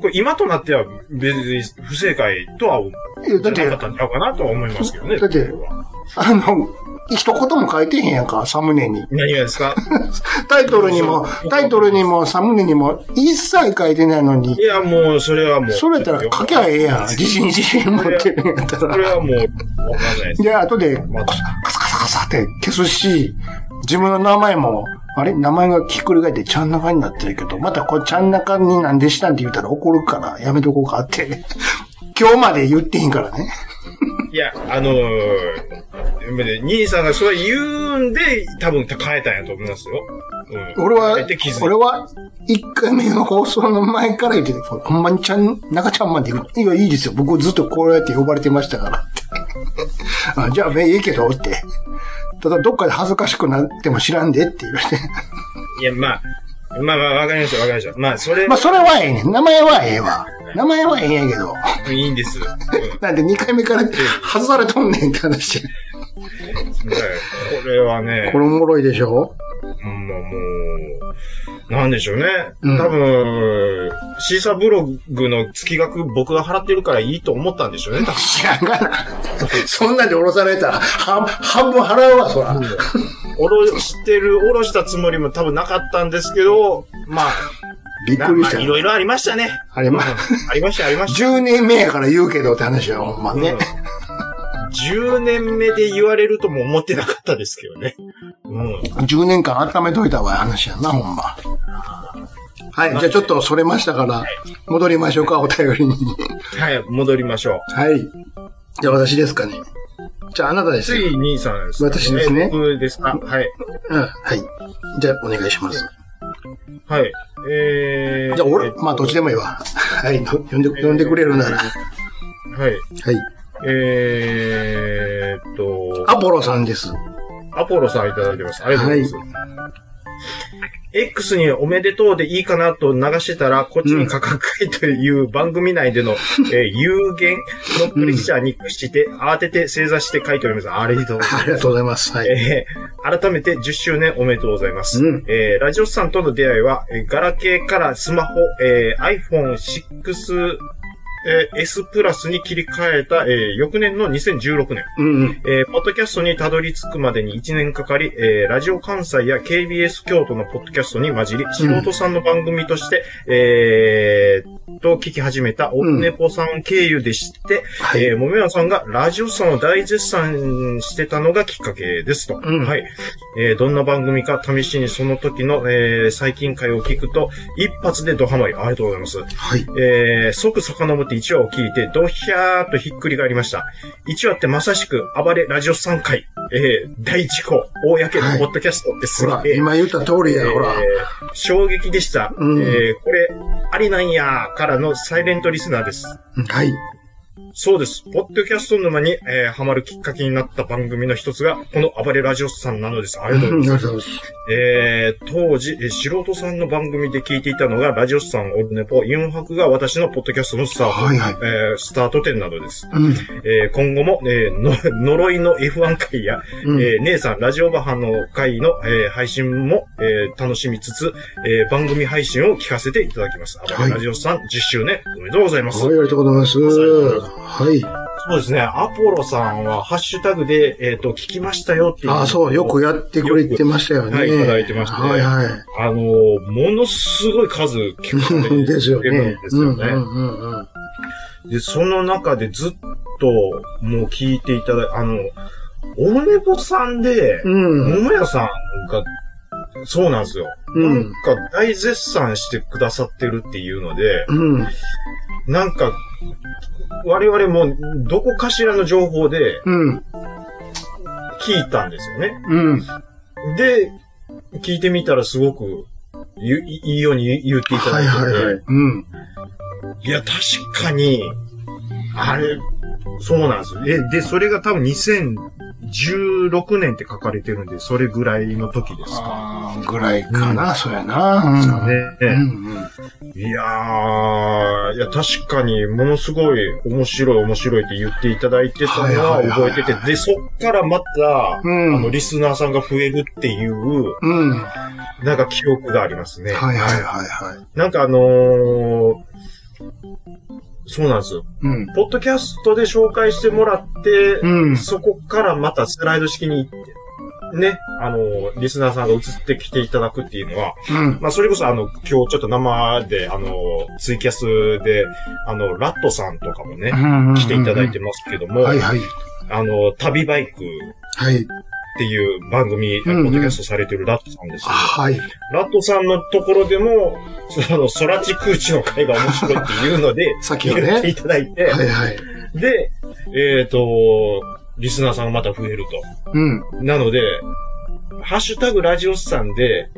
B: これ今となっては別に不正解とは思
A: いやだっ
B: じゃな
A: て
B: かっ、たんちゃうかなとは思いますけどね。
A: だって
B: これは
A: あの、一言も書いてへんやんか、サムネに。
B: 何がですか
A: タイトルにも、タイトルにもサムネにも一切書いてないのに
B: い、や、もう、それはもう。
A: それやったら書きゃええやん。自信自信持ってるんやった
B: それ
A: ら。
B: はもう、わかんないです。
A: で、後で、カ
B: まだ
A: サカサカサって消すし、自分の名前も、あれ名前がひっくり返ってちゃん中になってるけど、またこれちゃん中になんでしたんって言ったら怒るから、やめとこうかって。今日まで言ってへんからね。
B: いや、あのー、兄さんがそれ言うんで、多分変えたんやと思いますよ。うん、
A: 俺は
B: 変えて気づい、た
A: 俺は、一回目の放送の前から言ってた。ほんまにちゃん、中ちゃんまで行く。いや、いいですよ。僕ずっとこうやって呼ばれて (laughs) ましたからって。あじゃあ、いいけどって。ただ、どっかで恥ずかしくなっても知らんでって言われて。 (laughs)
B: いや、まあ、まあまあ、わかりました、わかりました。まあ、それ
A: まあ、、それはええねん。名前はええわ。名前はええんやけど。
B: いいんです。うん、
A: なんで、二回目から外されとんねんって話。
B: だからこれはね
A: こ、れおもろいでしょ
B: うんまあもう、なんでしょうね。
A: うん
B: 多分、シーサーブログの月額僕が払ってるからいいと思ったんでしょうね、多分
A: 知らんがな。そんなんで下ろされたら、半半分払うわ、そら。
B: おろしてる、おろしたつもりも多分なかったんですけど、まあ、
A: びっ
B: な
A: くり
B: ま
A: し
B: あ
A: た
B: い。ろいろありましたね。
A: あれ、まあ、
B: ありました、ありました。
A: 10年目やから言うけどって話よ、ほんまね。
B: 10年目で言われるとも思ってなかったですけどね。うん。
A: 10年間温めといたわ、話やな、ほんま。はい、じゃあちょっとそれましたから、戻りましょうか、お便りに。
B: はい、戻りましょう。
A: はい。じゃあ私ですかね。じゃああなたですよ。
B: 次、兄さんです、
A: 私ですね
B: 僕ですかはい。
A: うん、はい。じゃあお願いします。
B: はい。えー。
A: じゃあ俺、まあどっちでもいいわ。はい、ど呼んで、呼んでくれるなら。は
B: はい。
A: い。
B: えーっと、
A: アポロさんです。
B: アポロさんいただいてます。ありがとうございます。
A: は
B: X におめでとうでいいかなと流してたら、こっちに価格会という番組内での、えー有限のプレッシャーに屈して、慌てて正座して書いております。ありがとうございます
A: ありがとうございます。はい。
B: えー改めて10周年おめでとうございます。
A: うん
B: えーラジオスさんとの出会いは、えーガラケーからスマホ、えー iPhone6、えー S プラスに切り替えた、えー翌年の2016年、
A: うんうん。
B: えーポッドキャストにたどり着くまでに1年かかり、えーラジオ関西や KBS 京都のポッドキャストに混じり、素人さんの番組として、えーっと、聞き始めたオルネポさん経由でして、
A: はい。
B: えー、もめやさんがラジオさんを大絶賛してたのがきっかけですと。
A: うん
B: はい。えーどんな番組か試しにその時の、えー最近回を聞くと、一発でドハマり。ありがとうございます。
A: はい。
B: えー、即遡って1話を聞いて、ドヒャーっとひっくり返りました。1話ってまさしく、暴れラジオさん回、えー、大事故、公
A: は
B: の
A: い
B: ポッドキャストってす
A: ほ
B: げ
A: ら、
B: え。
A: 今言った通りや、ほら。
B: えー衝撃でした。
A: うん
B: えーこれ、ありなんやーからのサイレントリスナーです。
A: はい。
B: そうです。ポッドキャスト沼に、えーハマるきっかけになった番組の一つが、この暴れラジオスさんなのです。あ
A: あ
B: りがとうございます。
A: りがとうございます。
B: えー、当時、えー素人さんの番組で聞いていたのが、ラジオスさん、オルネポ、ユンハクが私のポッドキャストのスタート、
A: はいはい。
B: えースタート点などです。
A: うん。
B: えー今後も、えーの、 (laughs) 呪いの F1 回や、
A: うん
B: えー姉さん、ラジオバハの回の、えー配信も、えー楽しみつつ、えー番組配信を聞かせていただきます。暴
A: は
B: れ
A: い
B: ラジオスさん、10周年、おめでとうございます。
A: はい、ありがとうございます。はい。
B: そうですね。アポロさんは、ハッシュタグで、えっ、と、聞きましたよっていう。
A: ああ、そう、よくやってくれてましたよね。
B: はいいただいてましたね
A: はいは
B: あのーものすごい数聞かれ
A: い。
B: て
A: ですよ
B: る
A: ね
B: ん。ですよね。
A: うんうんうんうん。
B: で、その中でずっと、もう聞いていただいあの、オルネポさんで、
A: うん。
B: 桃屋さんが、そうなんですよ。
A: うん
B: なんか大絶賛してくださってるっていうので、
A: うん。
B: なんか、我々もどこかしらの情報で
A: うん。
B: 聞いたんですよね。
A: うん。
B: で、聞いてみたらすごく、ゆいいいように言っていただ
A: はいい
B: て、
A: はいはい。うん。
B: いや、確かに、あれ、そうなんですよ。え、で、それが多分2016年って書かれてるんで、それぐらいの時ですか
A: あーぐらいかな、そうやな。
B: ね。
A: うん。うんうん。
B: いやー、いや、確かに、ものすごい、面白い、面白いって言っていただいてたのは
A: はいはいはいは
B: 覚
A: い
B: えてて、で、そっからまた、
A: うん
B: あの、リスナーさんが増えるっていう、
A: うん。はい
B: なんか記憶がありますね。
A: はいはいはい。
B: なんかあのー、そうなんですよ。
A: うん。
B: ポッドキャストで紹介してもらって、
A: うん。
B: そこからまたスライド式に行って、ね、あの、リスナーさんが映ってきていただくっていうのは、
A: うん。
B: まあ、それこそあの、今日ちょっと生で、あの、ツイキャスで、あの、ラットさんとかもね、来ていただいてますけども、
A: はいはい。
B: あの、旅バイクっ
A: はい。
B: ていう番組、ポ
A: うんうん
B: ッドキャストされてるラットさんですけど、
A: はい。、
B: ラットさんのところでも、その、空地空地の会が面白いっていうので
A: (laughs) さっきは
B: 言って
A: ね。
B: いただいて、
A: はいはい。
B: で、えっ、と、リスナーさんがまた増えると。
A: うん。
B: なので、ハッシュタグラジオスさんで、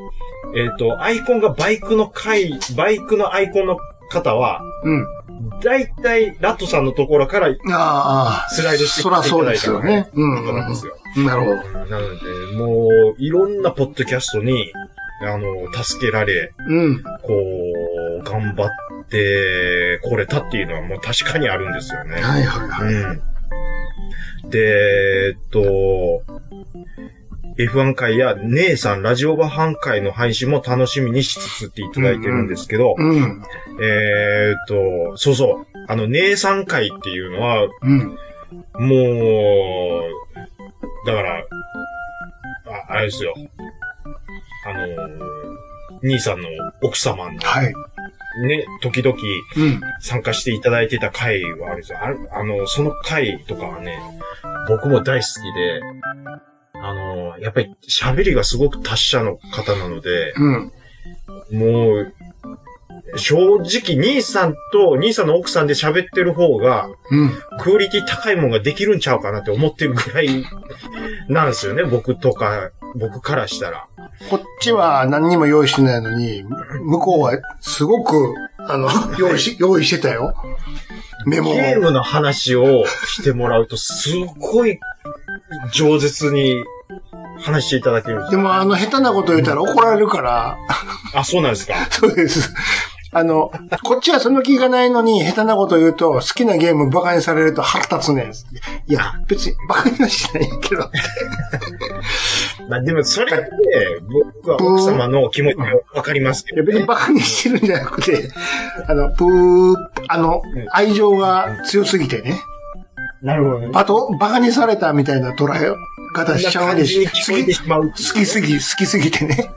B: えっ、と、アイコンがバイクの会、バイクのアイコンの方は、
A: うん。
B: だいたいラットさんのところから
A: ああ。
B: スライドしてきて
A: そ
B: いただ
A: ら
B: いた
A: そうですよね。う
B: こ
A: ん
B: となんですよ。
A: うん。なるほど。
B: なので、もう、いろんなポッドキャストに、あの、助けられ、
A: うん。
B: こう、頑張ってこれたっていうのはもう確かにあるんですよね。
A: はいはいはい。
B: うん。で、えっと、F1 会や姉さんラジオ版半会の配信も楽しみにしつつっていただいてるんですけど、
A: うん。
B: えーっと、そうそう、あの姉さん会っていうのは、
A: うん。
B: もう、だから、ああれですよ。あの兄さんの奥様の
A: はい。
B: ね、時々
A: うん。
B: 参加していただいてた回はあるんですよ。あるあの、その回とかはね、僕も大好きで、あの、やっぱり喋りがすごく達者の方なので、
A: うん。
B: もう、正直、兄さんと、兄さんの奥さんで喋ってる方が、
A: うん。
B: クオリティ高いもんができるんちゃうかなって思ってるぐらい、なんですよね、僕とか、僕からしたら。
A: こっちは何にも用意してないのに、向こうはすごく、あの、用意し、用意してたよ。メモを。
B: ゲームの話をしてもらうと、すっごい、饒舌に話していただけるんです
A: で
B: よ
A: も、あの、下手なこと言ったら怒られるから、
B: あ、そうなんですか。
A: そうです。あの、こっちはその気がないのに、下手なこと言うと、好きなゲームバカにされると腹立つねん。いや、別にバカにはしないけど。
B: (laughs) まあでもそれで、僕は奥様の気持ちがわかりますけ
A: いや、
B: ど、
A: 別に
B: ね。
A: バカにしてるんじゃなくて、あの、プー、あの、愛情が強すぎてね。
B: なるほどね。
A: あと、バカにされたみたいな捉え方しちゃうで
B: 感じ
A: し
B: に
A: ょ。
B: 聞こえてしまう。好
A: 好きすぎ、好きすぎてね。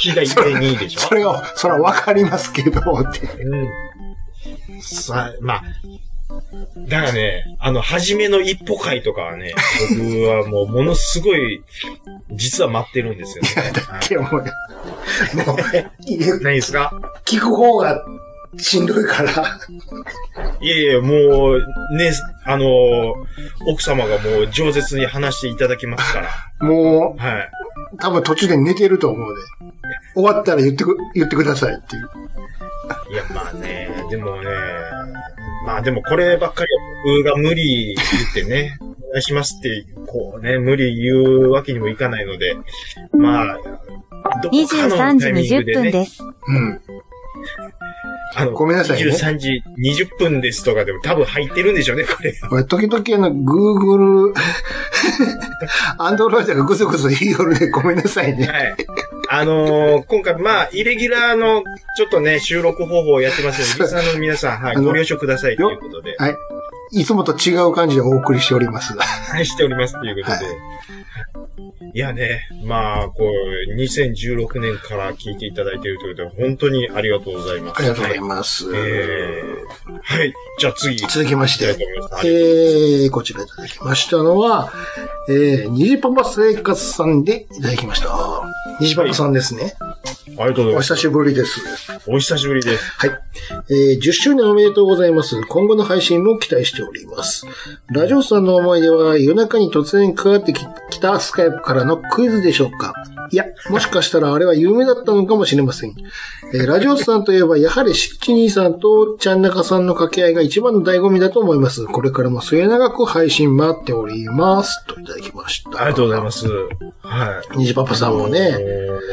B: きが故にいいでしょ
A: そ。れが、それはわかりますけど、って。
B: うん。さ、まあ。だからね、あの、初めの一歩会と
A: (laughs)
B: かはね、僕はもうものすごい、実は待ってるんですよね。
A: って思う。も (laughs) う、いや
B: 何ですか
A: 聞く方がしんどいから。
B: いやいや、もう、ね、あの、奥様がもう、饒舌に話していただきますから。
A: も
B: はい。
A: う、多分途中で寝てると思うで。終わったら言ってく、言ってくださいっていう。
B: いや、まあね、でもね、まあでもこればっかりは僕が無理言ってね、お願いしますって、こうね、無理言うわけにもいかないので、まあ、どこかの
J: 23時
B: タイミング
J: 20
B: で
J: 分
B: ね、
J: です。
A: うん。
B: あの、
A: ごめんなさいね
B: 23時20分ですとかでも多分入ってるんでしょうね、
A: (laughs)
B: これ。
A: これ、時々あの、Google、アンドロイドがぐずぐず言いよるで、ごめんなさいね。
B: はい。あのー今回、まあ、イレギュラーの、ちょっとね、収録方法をやってますので、リスナーの皆さん、はい、
A: あの
B: ご了承くださいということで、
A: いつもと違う感じでお送りしております。
B: 愛しておりますということで。いやね、まあ、こう、2016年から聞いていただいているということで、本当にありがとうございます。
A: ありがとうございます。
B: はいえーはい。じゃあ次、行き
A: 続きましたて
B: いと、思います。
A: えー、こちらいただきましたのは、えー、にじパパ生活さんでいただきました。にじパパさんですね。
B: ありがとうござい
A: お
B: ます。
A: 久しぶりです。
B: お久しぶりです。
A: はい。えー10周年おめでとうございます。今後の配信も期待しております。ラジオさんの思い出は夜中に突然かかってききたスカイプからのクイズでしょうかいや、もしかしたらあれは夢だったのかもしれません。えーラジオさんといえばやはりしっちにさんとちゃんなかさんの掛け合いが一番の醍醐味だと思います。これからも末長く配信待っております。といただきました。。
B: ありがとうございますす。はい。
A: にじパパさんもね、
B: あの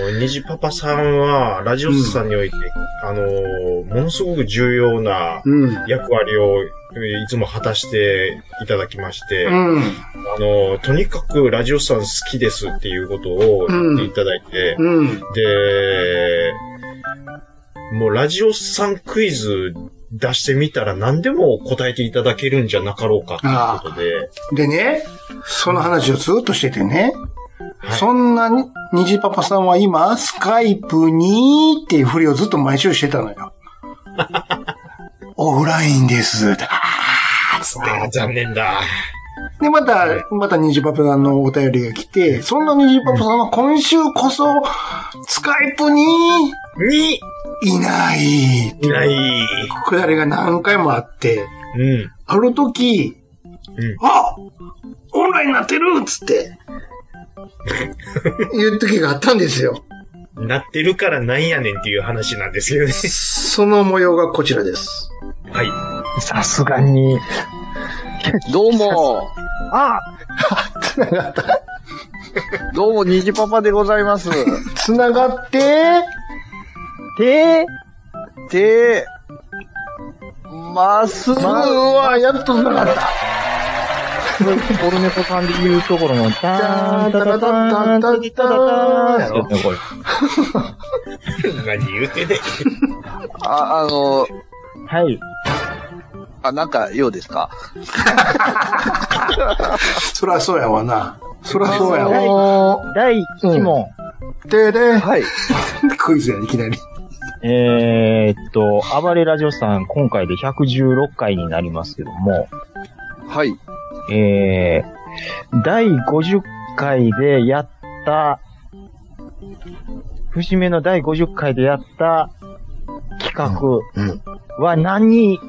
B: ー。にじパパさんは、ラジオスさんにおいて、あのーものすごく重要な
A: うん。
B: 役割を、えーいつも果たしていただきまして、
A: うん。
B: あの、とにかくラジオさん好きですっていうことを言っていただいて、
A: うん。
B: で、もうラジオさんクイズ出してみたら何でも答えていただけるんじゃなかろうかっていうことで、
A: でね、その話をずっとしててね、そんなに、虹パパさんは今、スカイプにーっていうふりをずっと毎週してたのよ。オフラインです。あーつって
B: ああ、残念だ。
A: で、また、また虹パパさんのお便りが来て、そんな虹パパさんは今週こそ、スカイプに
B: に、
A: ーいないって
B: いない。
A: くだりが何回もあって、
B: うん。
A: ある時、
B: うん
A: あオンラインになってるっつ (laughs) って、言う時があったんですよ。
B: なってるからなんやねんっていう話なんですけ
A: (laughs)
B: どね。
A: その模様がこちらです。
B: はい。
D: さすがに。
C: どうも、
D: あ
A: 繋がった。
C: どうも、にじパパでございます。
A: 繋がって、
C: て、て、ますぐ
A: まあ、やっと繋がった。
C: オルネポさんで言うところの、たーんたたたーんたたたたーん。
D: これ。
B: 何言うてね。
C: あ、あの、
D: はい。
C: あ、なんか、ようですか
A: そらそうやわな。そらそうやわ。
D: 第1問。
A: でで、
C: はい。
A: クイズや、いきなり。
D: えーっと、暴れラジオさん、今回で116回になりますけども、
C: はい。
D: えー、第50回でやった、節目の第50回でやった企画は何、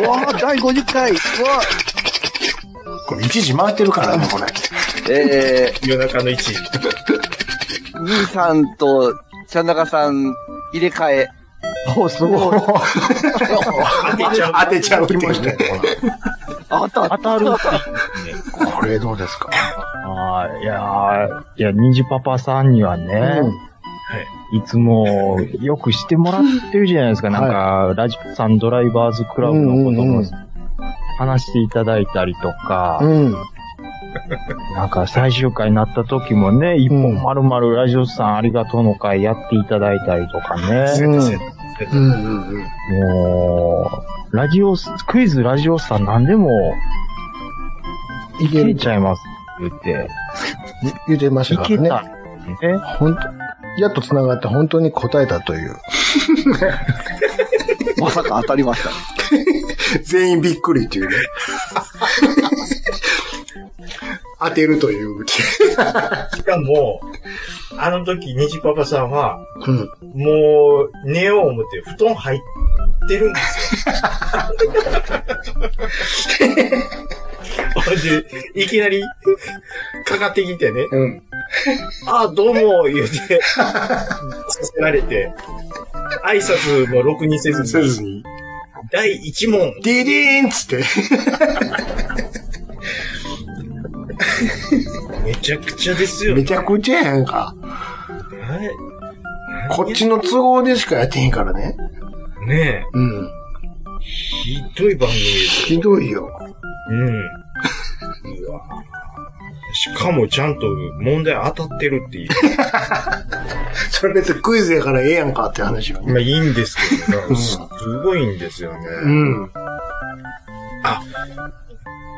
C: うわあ、第50回うわ
A: これ1時回ってるからね、これ。
C: え
B: 夜中の1時。
C: ー、兄さんと、ちゃんなかさん、入れ替え。
D: おすごい。
B: 当てちゃう。
A: (laughs) 当てちゃうっていうね。
C: あった
D: 当たるっていうね。
A: これどうですか、
D: あーいやー、いや、ニジパパさんにはね、いつもよくしてもらってるじゃないですか。なんか、ラジコさんドライバーズクラブのことも話していただいたりとか、
A: うん。
D: なんか最終回になった時もね、一本まるまるラジオさんありがとうの会やっていただいたりとかね、
A: うんうんうん。
D: もう、ラジオ、クイズラジオさん何でも、いけちゃいますって
J: 言ってまし
D: 言
J: たか
D: って、いけ
J: ら
D: た
J: ね。
D: んですね。
J: ほんとやっと繋がって本当に答えたという。
C: まさか当たりました。
A: 全員びっくりって (laughs) いうね。当てるという。
B: しかも、あの時、虹パパさんは、
A: うん。
B: もう、寝よう思って、布団入ってるんで
A: (laughs)
B: すよ。ほんで、いきなり、かかってきてね、
A: うん。
B: ああ、どうも、言うて、させられて、挨拶もろくにせず
A: せ
B: に、
A: ずに。
B: 第1問、
A: デデーンっつって。
B: めちゃくちゃですよ
A: め
B: ね。
A: ちゃくちゃやんか。
B: はい
A: こっちの都合でしかやってへんからね。
B: ね
A: うん。
B: え、ひどい番組です
A: ひ
B: よ。
A: どいよ。
B: うん。うわしかもちゃんと問題当たってるっていう。
A: それ別にクイズやからええやんかって話よね。
B: まあいいんですけど
A: う
B: な、
A: ん
B: すごいんですよね。
A: うん。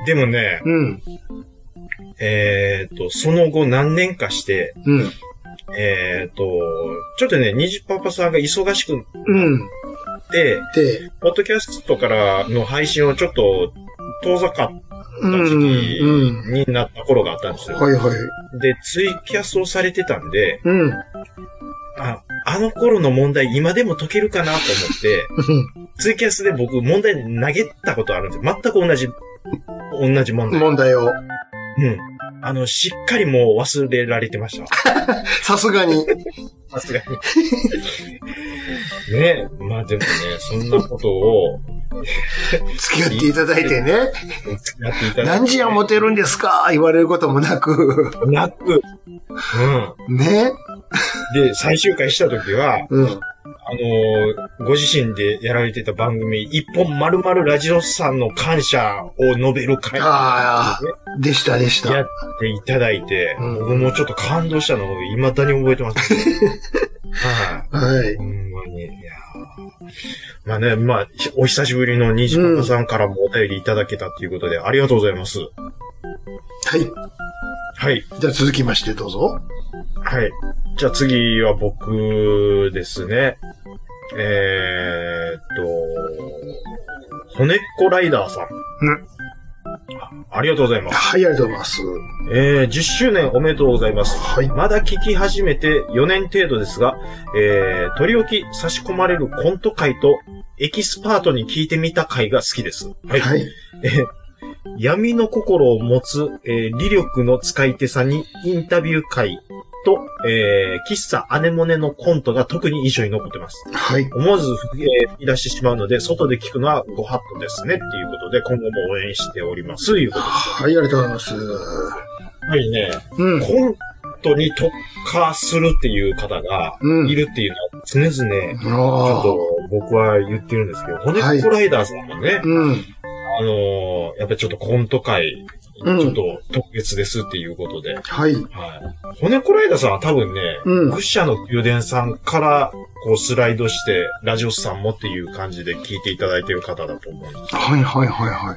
B: でもね、
A: うん。
B: えっ、と、その後何年かして、
A: うん。
B: えっ、と、ちょっとね、ニジパパさんが忙しく
A: うん。
B: て、
A: で、
B: ポッドキャストからの配信をちょっと遠ざかった
A: うん。
B: 時期
A: うん。
B: になった頃があったんですよ。
A: はいはい。
B: で、ツイキャスをされてたんで、
A: うん。
B: あ、あの頃の問題今でも解けるかなと思って、ツイキャスで僕問題投げたことあるんですよ。全く同じ、同じ問題。
A: 問題を。
B: うん。あの、しっかりもう忘れられてました。
A: さすがに。
B: (laughs) さすがに。ねまあでもね、そんなことを、
A: 付き合っていただいてね。
B: 付き合っていただいて
A: 何時やモテるんですか言われることもなく。
B: なく、うん。
A: ね。
B: で、最終回した時は、
A: うん。
B: あのーご自身でやられてた番組、一本丸々ラジオさんの感謝を述べる会
A: ああ、でしたでし
B: や
A: た
B: っ。ていただいて、
A: うん (laughs)
B: 僕もちょっと感動したのを未だに覚えてます、
A: はい。
B: ほんまに。いやーまあね、まあ、ひお久しぶりの西方さんからもお便りいただけたということで、ありがとうございます。
A: はい。
B: はい。
A: じゃあ続きましてどうぞ。
B: はい。じゃあ次は僕ですね。えー、っと、骨っこライダーさん。
A: うん。
B: ありがとうございます。
A: はい、ありがとうございます。
B: えー、10周年おめでとうございます。まだ聞き始めて4年程度ですが、えー、取り置き差し込まれるコント会と、エキスパートに聞いてみた会が好きです。はい。えー闇の心を持つ、えー、理力の使い手さんにインタビュー会と、えー、喫茶アネモネのコントが特に印象に残ってます。
A: はい。
B: 思わず、えー吹き出してしまうので、外で聞くのはご法度ですね。っていうことで、今後も応援しております。いうことです。
A: はい、ありがとうございます。
B: やっぱりね、
A: うん
B: コントに特化するっていう方が
A: うん
B: いるっていうのは常々、ちょ
A: あ
B: っと僕は言ってるんですけど、骨っこライダーさんもね、
A: うん。
B: あのーやっぱりちょっとコント界、ち
A: うん
B: ょっと特別ですっていうことで、
A: はい。
B: はい。骨こライダーさんは多分ね、
A: うん
B: 愚者の宮殿さんから、こうスライドして、ラジオスさんもっていう感じで聞いていただいてる方だと思うんです
A: はい、はい、はい、はい。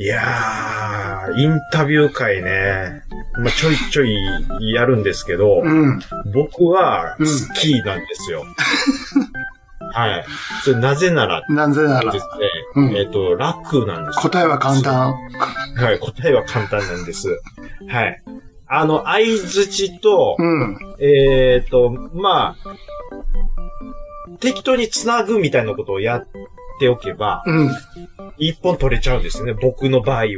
B: いやー、インタビュー会ね、まあ、ちょいちょいやるんですけど、
A: うん。
B: 僕は好きなんで
A: (laughs)
B: すよ。はい。それなぜなら、
A: なぜなら
B: ですね、
A: うん
B: えっ、と、楽なんですよ
A: 答えは簡単。
B: はい、答えは簡単なんです。はい。あの、相づちと、
A: うん。
B: えっ、と、まあ、適当につなぐみたいなことをやっておけば、
A: うん。
B: 一本取れちゃうんですよね、僕の
A: (laughs)
B: 場合は。はい。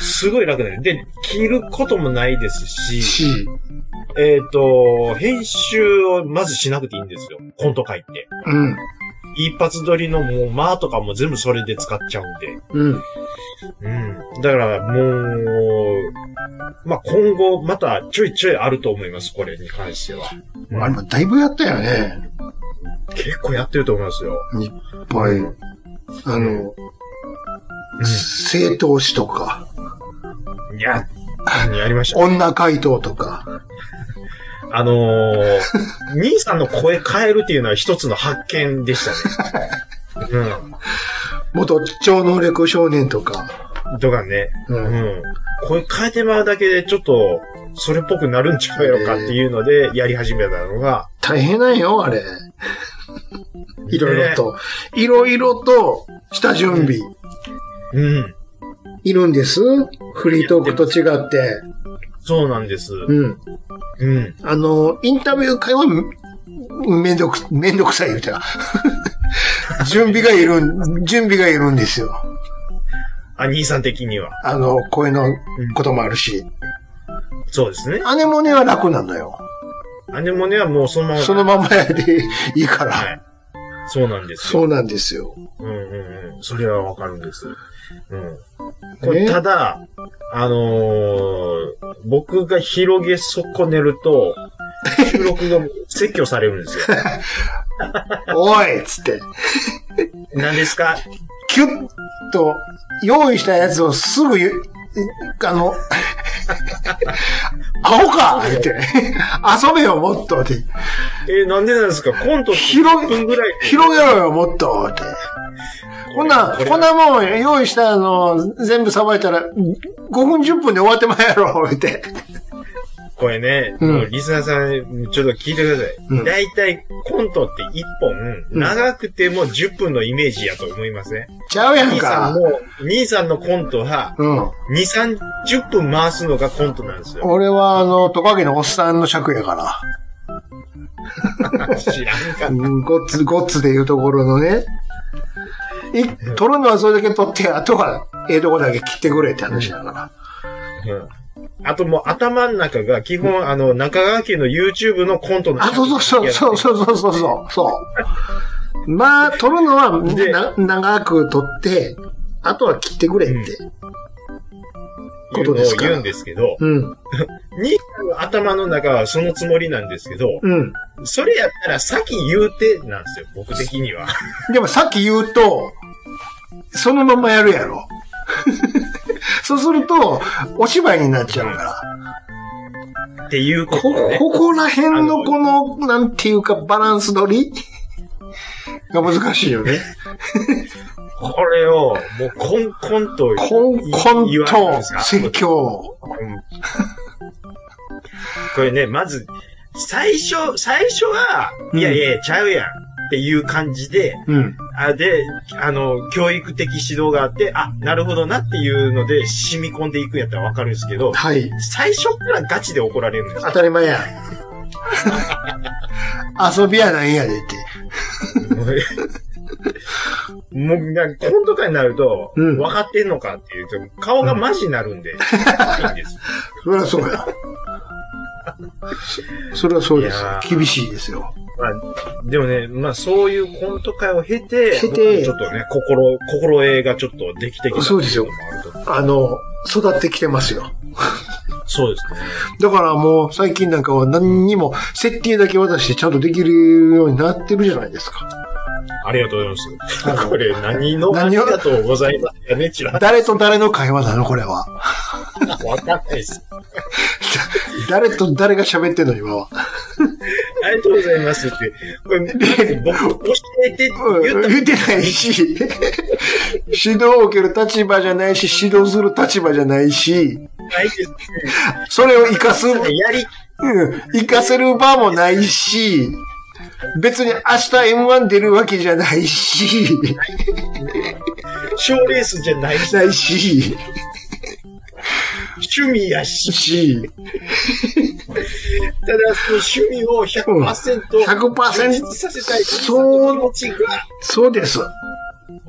B: すごい楽なんで、で切ることもないですし、
A: し、
B: えっ、と、編集をまずしなくていいんですよ、コント書いて。
A: うん。
B: 一発撮りのもう間とかも全部それで使っちゃうんで。
A: うん。
B: うん。だから、もう、まあ、今後、また、ちょいちょいあると思います、これに関しては。
A: あれもだいぶやったよね。
B: 結構やってると思いますよ。
A: いっぱい。あの、正当史とか、
B: いや、やりました。
A: 女回答とか。
B: あのー、兄さんの声変えるっていうのは一つの発見でしたね。
A: 元超能力少年とか。
B: うん。とかね。
A: うん
B: うん。声変えてまうだけで、ちょっと、それっぽくなるんちゃうやろかっていうので、やり始めたのが、
A: 大変なんよ、あれ。いろいろと。いろいろと、下準備。
B: うん。
A: いるんですフリートークと違って。
B: そうなんです。
A: うん。
B: うん。
A: あの、インタビュー会はめ、めんどく、めんどくさい言うたら。 (laughs) 準備がいるん、準備がいるんですよ。
B: あ、兄さん的には。
A: あの、声のこともあるし。
B: そうですね。
A: 姉もねは楽なのよ。
B: アネモネはもうそのまま。
A: そのままやでいいから。
B: はい。そうなんですよ。
A: そうなんですよ。
B: うんうんうん。それはわかるんです。うん。
A: え
B: これ、ただ、あのー僕が広げ損ねると、収録が説教されるんです
A: (laughs)
B: よ。
A: おいっつって、
B: 何ですか
A: キュッと用意したやつをすぐゆ、あの、 (laughs) アホか言って。遊べよ、もっとって。
B: えーなんでなんですかコントって
A: 広
B: 10分ぐらいで。
A: 広げろよ、もっとって。こんな、こんなもん用意したの全部さばいたら、5分10分で終わってまいやろ、言って。
B: これね、
A: うん
B: もうリスナーさん、ちょっと聞いてください。
A: うん
B: だいたいコントって1本、
A: うん
B: 長くても10分のイメージやと思いますね。
A: ちゃうやん
B: 兄さん
A: か。
B: の、兄さんのコントは、
A: うん。
B: 2、30分回すのがコントなんですよ。
A: 俺は、あの、トカゲのおっさんの尺やから。
B: 知らんかった。
A: うんごっつ、ごっつでいうところのね。い、取るのはそれだけ取って、あとは、ええとこだけ切ってくれって話だから。
B: うんあともう頭の中が基本、あの、中川家の YouTube のコントの。
A: あ、そうそうそう、そうそうそうそうそう、そう。まあ、取るのは、
B: で
A: な、長く取って、あとは切ってくれって。
B: いう
A: こと
B: の
A: で
B: を
A: すから
B: 言うんですけど、
A: うん、
B: 兄さんの頭の中はそのつもりなんですけど、
A: うん。
B: それやったら先言うてなんですよ、僕的に
A: (laughs)
B: は。
A: でもさっき言うと、そのままやるやろ。 (laughs) そうすると、お芝居になっちゃうから。
B: っていうこと
A: ね。こ、ここら辺のこの、なんていうか、バランス取りが難しいよね。
B: これを、もう、コンコンと、
A: コンコンと、説教。
B: これね、まず、最初、最初は、いやいや、ちゃうやん。っていう感じで、
A: うん。
B: あで、あの、教育的指導があって、あ、なるほどなっていうので、染み込んでいくんやったらわかるんですけど、
A: はい。
B: 最初からガチで怒られるんです
A: 当たり (laughs) 前や。遊びやないやでって。
B: もう、なんか、こんとかになると、分かってんのかっていうと、顔がマジになるんで、いいんです。 (laughs)
A: そりゃそうや。そそれはそうです
B: いや。ー
A: 厳しいですよ。
B: まあ、でもね、まあそういうコント会を経て、
A: 経て
B: 僕ちょっとね、心、心得がちょっとできてきた。
A: そうですよ。あの、育ってきてますよ。
B: そうですね。
A: だからもう最近なんかは何にも設定だけ渡してちゃんとできるようになってるじゃないですか。
B: ありがとうございます。 (laughs) これ何のありがとうございますやね、ちら。
A: 誰と誰の会話なのこれは。
B: わかんないです。
A: (laughs) 誰と誰が喋ってんの今は。
B: ありがとうございますって。これ、僕、教えてって言った
A: 言ってないし、 (laughs) 指導を受ける立場じゃないし、指導する立場じゃないし、
B: ないですね。
A: それを活かす、うん、
B: やり、
A: 活かせる場もないし、別に明日 M1 出るわけじゃないし、
B: 賞レースじゃないし、
A: ないし、
B: 趣味やし、
A: し、
B: ただその趣味を100%、
A: 100%
B: 充実させたい。
A: そう
B: 気持ちが、
A: そうです。
B: こ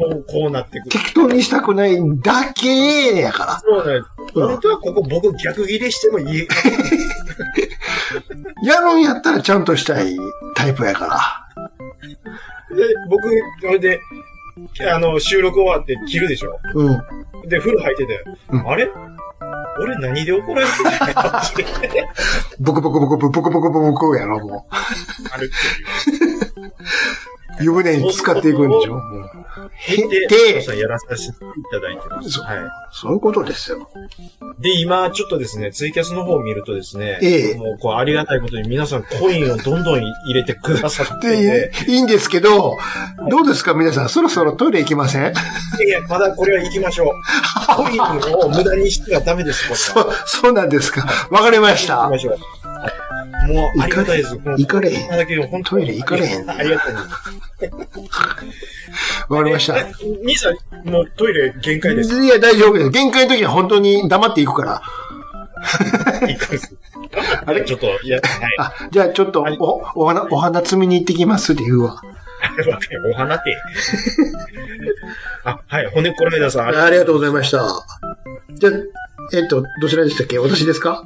B: う、こうなってくる。
A: 適当にしたくないだけやから。
B: そうなんです。本当はここ僕逆ギレしてもいい。
A: やるんやったらちゃんとしたいタイプやから。
B: で、僕、それで、あの、収録終わって切るでしょ
A: うん。
B: で、風呂入ってて、
A: うん
B: あれ俺何で怒られてんのかなって
A: ボコボコボコボコボコボコボコやろ、も
B: ある
A: う。湯船に使っていくんでしょもう
B: ってい
A: へ
B: う。で、
A: て
B: さんやらさせていただいてます。
A: そう
B: は
A: そういうことですよ。
B: い。で、今、ちょっとですね、ツイキャスの方を見るとですね、
A: ええ
B: もう、こう、ありがたいことに皆さんコインをどんどん入れてくださって
A: で
B: て、、
A: いいんですけど、どうですか皆さん、そろそろトイレ行きません
B: いや、まだこれは行きましょう。コインを無駄にしてはダメです、これ
A: そ
B: は。
A: う、そうなんですか。わかりまし
B: 行
A: た
B: き。ましょう。はいもう、ありがたいです。この
A: 行かれへん
B: こんだけ本当に
A: トイレ行かれへん
B: ありがたいです。
A: わかりました。
B: え兄さん、もうトイレ限界です。
A: いや、大丈夫です。限界の時は本当に黙っていくから。
B: あれちょっと、いや、は
A: あ、じゃあちょっと
B: はい
A: お、お花、お花摘みに行ってきますって言うわ。
B: い。わかるお花って。あ、はい、骨こらえださん。
A: ありがとうございました。じゃあ、えっと、どちらでしたっけ私ですか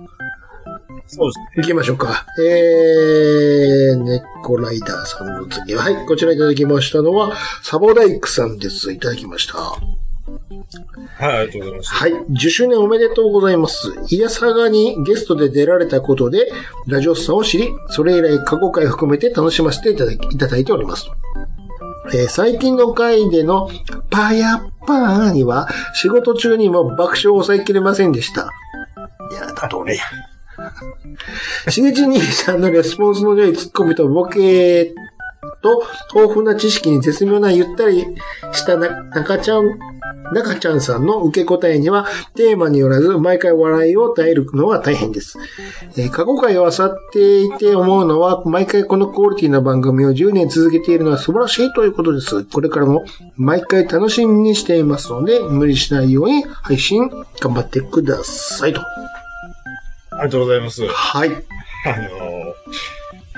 B: そうです
A: 行きましょうか。えー、ネッコライダーさんの次は、はい、こちらいただきましたのは、サボダイクさんです。いただきました。は
B: ね。はい、ありがとうございます。
A: い、10周年おめでとうございます。いやさがにゲストで出られたことで、ラジオスさんを知り、それ以来過去回含めて楽しませていただきいただいております。えー最近の回でのパヤッパーには仕事中にも爆笑を抑えきれませんでした。いや、だとね。
B: (laughs)
A: しげち兄さんのレスポンスの良いツッコミとボケと豊富な知識に絶妙なゆったりしたな中ちゃん、中ちゃんさんの受け答えにはテーマによらず毎回笑いを耐えるのは大変です。えー過去回を漁っていて思うのは、毎回このクオリティの番組を10年続けているのは素晴らしいということです。これからも毎回楽しみにしていますので、無理しないように配信頑張ってくださいと。
B: ありがとうございます。
A: はい。
B: あのー、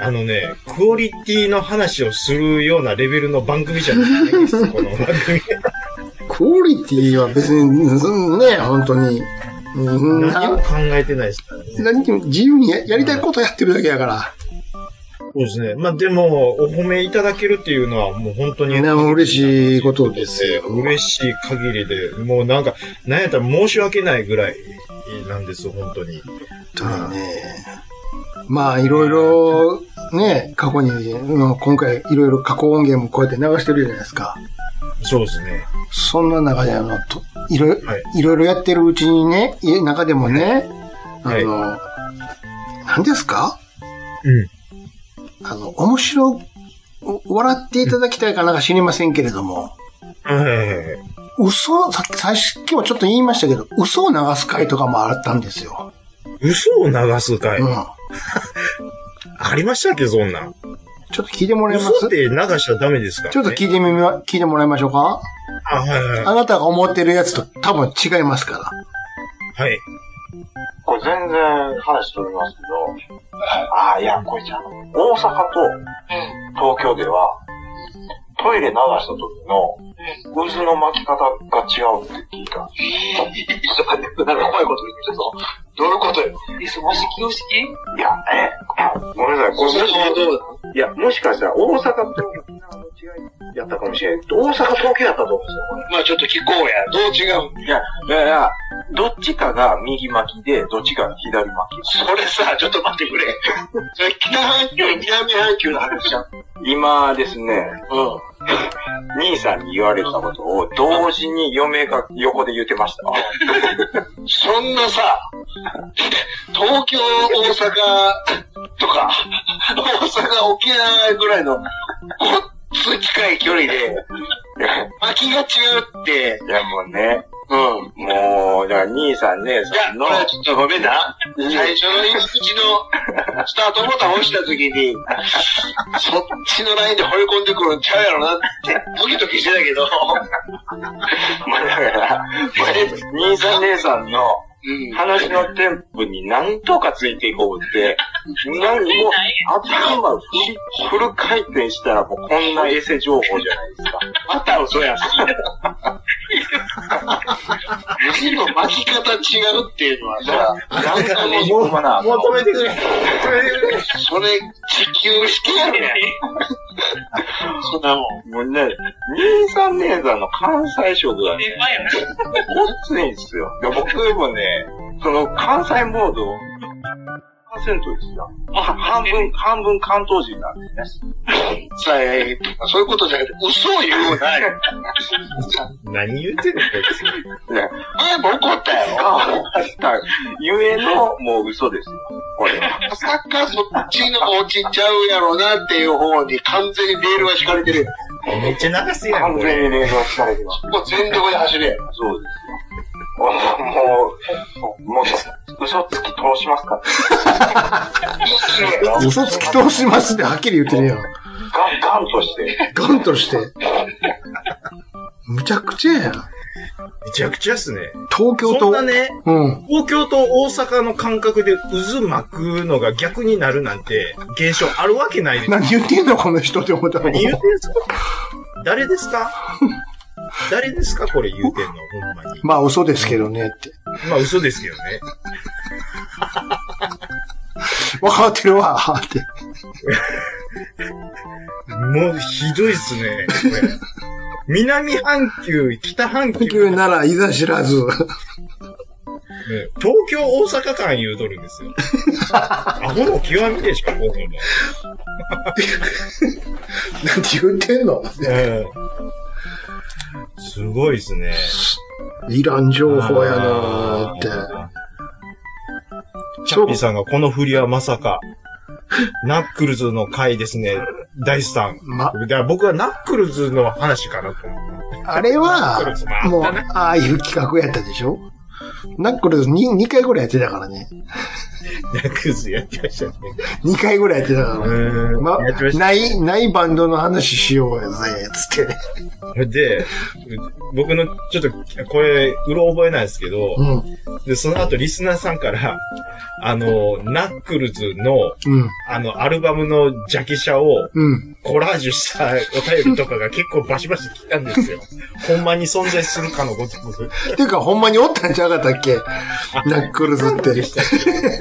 B: あのね、クオリティの話をするようなレベルの番組じゃないんです、この番組。
A: クオリティは別に、うんね、本当に。うん
B: 何も
A: な
B: 考えてないですからね。
A: 何にも自由にややりたいことやってるだけやから。
B: そうですね。まあでも、お褒めいただけるっていうのはもう本当
A: ね
B: に。
A: 嬉しいことですよ
B: 嬉しい限りで、もうなんか、なんやったら申し訳ないぐらいなんです、本当に。
A: だね。まあ、いろいろ、ね、過去に、うん今回いろいろ過去音源もこうやって流してるじゃないですか。
B: そうですね。
A: そんな中で、あの、といろいろ、
B: はい
A: いろいろやってるうちにね、い中でもね、あ
B: はい
A: の、何ですか
B: うん。
A: あの、面白、お笑っていただきたいかなんか知りませんけれども、
B: え
A: 嘘、さっき、最初、今日もちょっと言いましたけど、嘘を流す回とかもあったんですよ。
B: え嘘を流すかい、
A: うん。
B: ありましたっけ、そんなん。
A: ちょっと聞いてもらえます
B: 嘘って流しちゃダメですか、
A: ちょっと聞いてみま、聞いてもらいましょうか
B: あ、はいはい。
A: あなたが思ってるやつと多分違いますから。
B: はい。
K: これ全然話飛びますけど、ああ、いや、これじゃん。大阪と東京では、トイレ流した時の渦の巻き方が違うって聞いた。ちょっと待って、なんか怖いこと言ってぞ。どういうことよ。いす、もしき式いや、え、ごめんなさい、これもし、いや、もしかしたら大阪とやったかもしれん。大阪、東京やったと思うんですよ。まあちょっと聞こうや。どう違ういや、いやいや、どっちかが右巻きで、どっちかが左巻き。それさ、ちょっと待ってく (laughs) れ。それ北半球、南半球の話じゃん。今ですね、うん。兄さんに言われたことを同時に嫁が横で言ってました。そんなさ、東京、大阪とか、大阪、沖縄ぐらいの、こっつ近い距離で、巻きが違うって。いや、もうね。うん。もう、だから兄さんね、さんの。いや、ちょっとごめんな。最初の入り口のスタートボタン押した時に、そっちのラインで掘り込んでくるんちゃうやろなって、ドキドキしてたけど。まあだから、兄さん姉さんの、話のテンポに何とかついていこうって、何も頭フル、フル回転したらもうこんなエセ情報じゃないですか。また嘘やん。 (laughs) 字の巻き方違うっていうのはさ、なんか (laughs) ねじ込まな。
B: もう止めてくれ。
K: それ、地球式やねん。そんなもん。もうね、兄さん姉さんの関西色がね、ごっついんですよ。で僕もね、その関西モードを、100%ですよ。半分、半分関東人なんですね。さえ、そういうことじゃなくて、嘘を言うなよ。
B: 何言ってんのこいつ。
K: ね、前も怒ったやろ。ゆえの、もう嘘ですよ。これは。まさかそっちの落ちちゃうやろなっていう方に完全にレールが敷かれてる。
B: めっちゃ流すやん、
K: 完
B: こ
K: 全
B: れ。
K: にレールが敷かれてる。もう全力で走れ。そうですよ。もう、もう、嘘つき通しますから。
A: 嘘つき通しますってはっきり言ってるやん。
K: ガン、ガンとして。
A: ガンとして。むちゃくちゃやん。
B: めちゃくちゃっすね。
A: 東京と。
B: そんなね、
A: うん。
B: 東京と大阪の感覚で渦巻くのが逆になるなんて、現象あるわけないです。
A: 何言ってんのこの人って思ったら。
B: 何言うてんすか誰ですか誰ですかこれ言うてんの、ほんまに。
A: まあ嘘ですけどねって。
B: まあ嘘ですけどね。
A: わかってるわ、って。
B: もうひどいっすね。これ南半球、北半球、
A: 言うならいざ知らず。 (laughs)
B: ね東京大阪間言うとるんですよ。アホの極みでしょ、僕も。
A: なんて言ってんの
B: うんすごいですね。
A: いらん情報やなーって。
B: チャッピーさんがこの振りはまさか、ナックルズの回ですね、大師さん。
A: ま、
B: だから僕はナックルズの話かなと思って。
A: あれ
B: ナックル
A: は
B: ズもあっ、たね
A: もう、ああいう企画やったでしょナックルズ 2, 2回ぐらいやってたからね。
B: ナックルズやってましたね。
A: 2回ぐらいやってたから。
B: うん
A: ま
B: やってま、した
A: ない、ないバンドの話しようやぜ、つって。
B: で、僕の、ちょっと、これ、うろ覚えなんですけど、
A: うん。
B: で、その後リスナーさんから、あの、ナックルズの、
A: うん。
B: あの、アルバムのジャケ写を
A: うん。
B: コラージュしたお便りとかが結構バシバシ来たんですよ。ほんまに存在するかのごとく。
A: ていうか、ほんまにおったんちゃうかったっけナックルズっ
B: で
A: て。
B: (laughs) したっ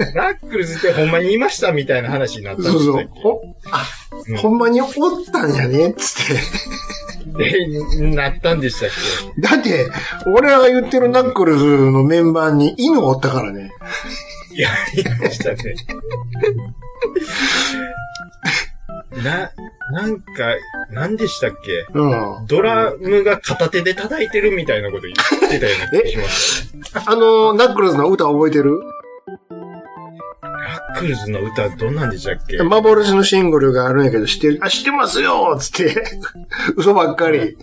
B: けナックルズってほんまにいましたみたいな話になったんで
A: そ
B: す
A: う
B: よ
A: そう。ほ、
B: うん
A: あ、ほんまにおったんやね、つって。
B: で、なったんでしたっ
A: だって、俺らが言ってるナックルズのメンバーに犬おったからね。
B: け (laughs) いや、いましたね。な、なんか、なんでしたっけ
A: うん。あ
B: ドラムが片手で叩いてるみたいなこと言ってたような気がしましたね。
A: の、ナックルズの歌覚えてる
B: ナックルーズの歌どんなんでしたっけ
A: 幻のシングルがあるんやけど、知ってる、あ、知ってますよつって、 (laughs) 嘘ばっかり。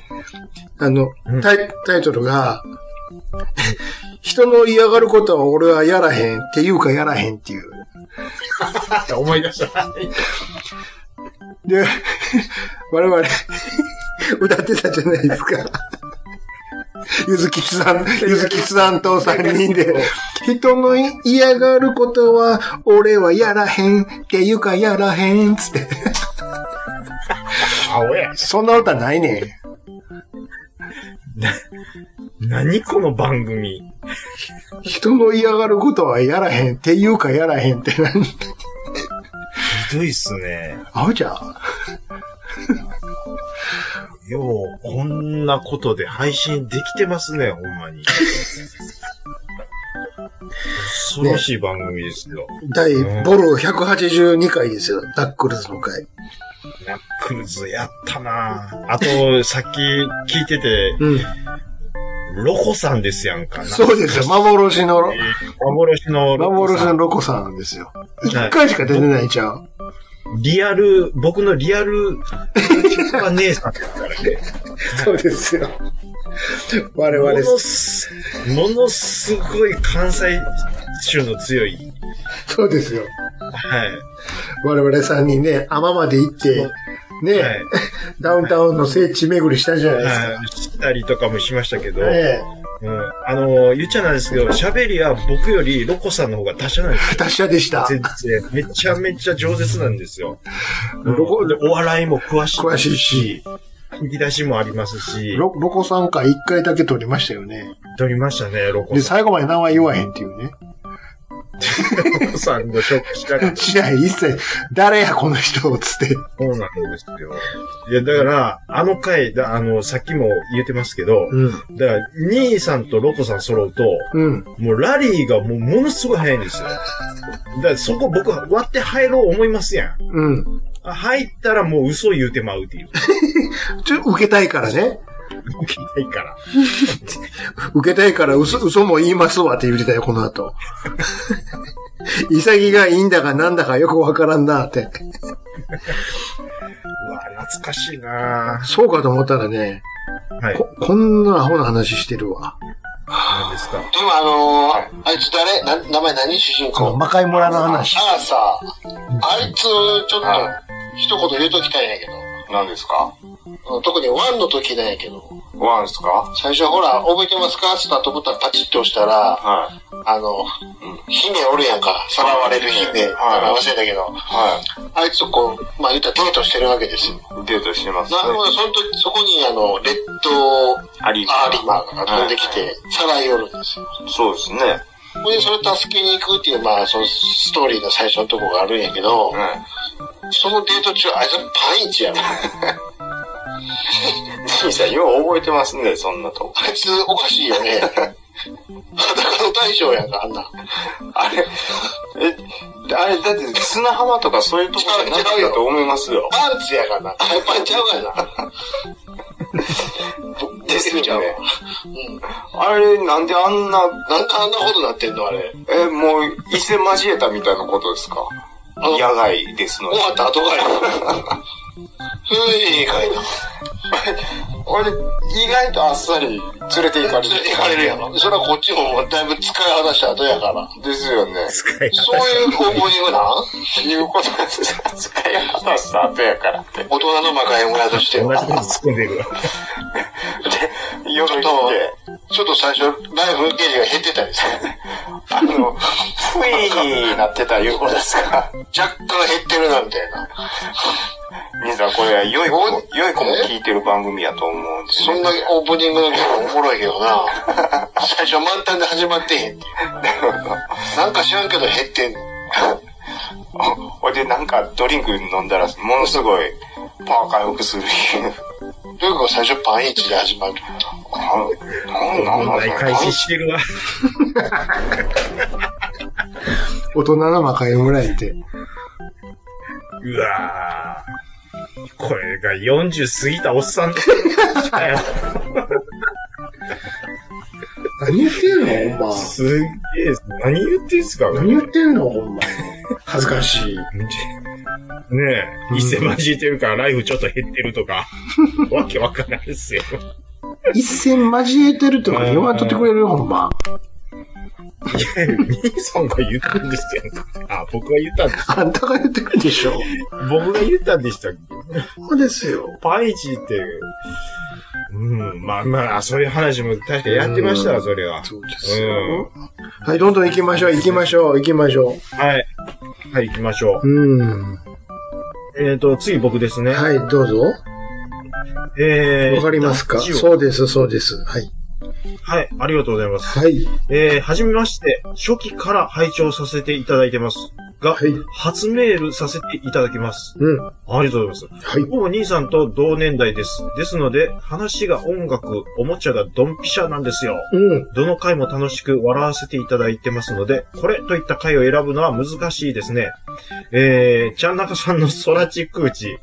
A: あの、タイタイトルが、 (laughs) 人の嫌がることは俺はやらへんっていうかやらへんっていう。
B: 思い出した。
A: で、 (laughs) 我々、 (laughs) 歌ってたじゃないですか。 (laughs) ゆずきちさん、ゆずきちさんと3人で、 (laughs) 人の嫌がることは、俺はやらへんっていうかやらへんっつって。そんな歌ないねん。
B: 何この番組。
A: 人の嫌がることはやらへんっていうかやらへんって何
B: ひどいっすね。
A: あうじゃん。
B: よう、こんなことで配信できてますね、ほんまに。恐ろしい番組ですよ。
A: 第
B: うん
A: ボル182回ですよ。ダックルズの回。
B: ナックルズやったなぁあと、さっき聞いてて、ロコさんですやんか。
A: そうですよ。幻の、
B: 幻のロコ
A: 幻
B: さん
A: のロコさんなんですよ。一回しか出てないじゃん。
B: リアル、僕のリアル、は姉
A: (laughs)
B: さんですからね。
A: そうですよ。我
B: 々ものす。ものすごい関西州の強い。
A: そうですよ。
B: はい。
A: 我々3人ね、浜まで行って、ね、 (laughs) ダウンタウンの聖地巡りしたじゃないですか。
B: はいしたりとかもしましたけど、
A: え
B: うん、あの言っちゃなんですけど、喋りは僕よりロコさんの方が達者なんですよ。
A: 達者でした。
B: 全然。めちゃめちゃ饒舌なんですよ。うんでお笑いも詳しい。
A: 詳しいし。
B: 引き出しもありますし、
A: ロロコさん回1回だけ撮りましたよね。
B: 撮りましたね、ロコ
A: で、
B: さん。
A: 最後まで名前言わへんっていうね。
B: ロコさんのショックしなかった
A: し (laughs) ない、一切、誰やこの人をつって。
B: そうなんですよ。いや、だから、あの回、だあの、さっきも言ってますけど、だから、兄さんとロコさん揃うと、
A: うん。
B: もうラリーがもうものすごい早いんですよ。だからそこ僕は割って入ろう思いますやん。
A: うん。
B: あ入ったらもう嘘言うてまうっていう。
A: ちょ、受けたいからね。
B: 受けたいから。
A: 受けたいから嘘、嘘も言いますわって言ってたよ、この後。 (laughs) 潔がいいんだかなんだかよくわからんなって。
B: うわ、懐かしいなぁ。
A: そうかと思ったらね、
B: はい。
A: こ、こんなアホな話してるわ。
B: 何ですか
G: 今あのー、あいつ誰な名前何主人
A: こ
G: 公
A: の魔界村の話。
G: ああさ、あいつ、ちょっと、一言言うときたいんやけど。何ですか特にワンの時なんやけど。ワンですか最初ほら、覚えてますかスタートボタンパチッと押したら、あの、姫おるやんか。さらわれる姫。はい、忘れたけど。あいつとこう、まあ言ったらデートしてるわけですよ。デートしてます、なるほど、その時、そこにあの、レッドアリマーが飛んできて、さらいおるんですよ。そうですね。ほんで、それ助けに行くっていう、まあ、そのストーリーの最初のとこがあるんやけど、そのデート中、あいつパンイチやろ。
K: 兄さん、よう覚えてますね、そんなとこ。
G: あいつおかしいよね。裸の大将やんか、あんな。
K: あれ、え、あれ、だって砂浜とかそういうとこじゃなかったと思いますよ。
G: パンツやからな。ハイパンちゃうからな。
K: ですよね。あれ、なんであんな、
G: なんであんなことなってんのあれ。
K: え、もう、伊勢交えたみたいなことですか野外ですので。
G: 終わった後がや。
K: (laughs)
G: ふい、かいな。
K: 俺、意外とあっさり連れて行
G: 連
K: かれる。
G: れて行かれる
K: (laughs)
G: やろ。それはこっちももうだいぶ使い果たした後やから。
K: ですよね。
G: そういう思い出なん
K: いうことです。使い果たした後やからって。
G: 大人の魔界村としては。
B: 突っ込んでいくわ。
G: ちょっと、ちょっと最初、ライフゲージが減ってたりする。
K: あの、不意になってたいうことですか。
G: 若干減ってるな、みたいな。
K: 兄さん、これ、良い子も、良い子も聞いてる番組やと思うんです
G: そんなオープニングの曲おもろいけどな。 (laughs) 最初満タンで始まってへんってなんか知らんけど減ってんの。
K: ほいで、なんか、ドリンク飲んだら、ものすごい、パワー回復するいう。
G: というか最初パンイチで始まる。
K: なんなんなん
B: 大開始してるわ。
A: 大人の魔界村いて。
B: うわぁ。これが40過ぎたおっさんだよ。
A: 何言ってんのほんま。
B: すっげえ、何言ってんすか
A: 何言ってんのほんま。恥ずかしい。
B: (laughs) ねえ、一世交えてるからライフちょっと減ってると (laughs) か、わけわからんですよ。
A: 一戦交えてるとか弱っとってくれるほんま。
B: いや、兄さんが言ったんですよ。あ、僕が言ったんです
A: あんたが言ってるでしょ。
B: 僕が言ったんでしたっけ
A: そうですよ。
B: パンイチって、うん、まあまあ、そういう話も確かにやってましたわ、それは。そうですよ。
A: はい、どんどん行きましょう、行きましょう、行きましょ
B: はい。はい、行きましょ
A: う。うん。
B: う。えっ、と、次僕ですね。
A: はい、どうぞ。
B: えー、
A: わかりますか
B: ジオ
A: そうです、そうです。はい。
B: はい、ありがとうございます。
A: はい。
B: えー、はじめまして、初期から拝聴させていただいてますが、初メールさせていただきます。
A: うん。
B: ありがとうございます。
A: はい。
B: 僕も兄さんと同年代です。ですので、話が音楽、おもちゃがドンピシャなんですよ。
A: うん。
B: どの回も楽しく笑わせていただいてますので、これといった回を選ぶのは難しいですね。えー、ちゃんなかさんの空地空地、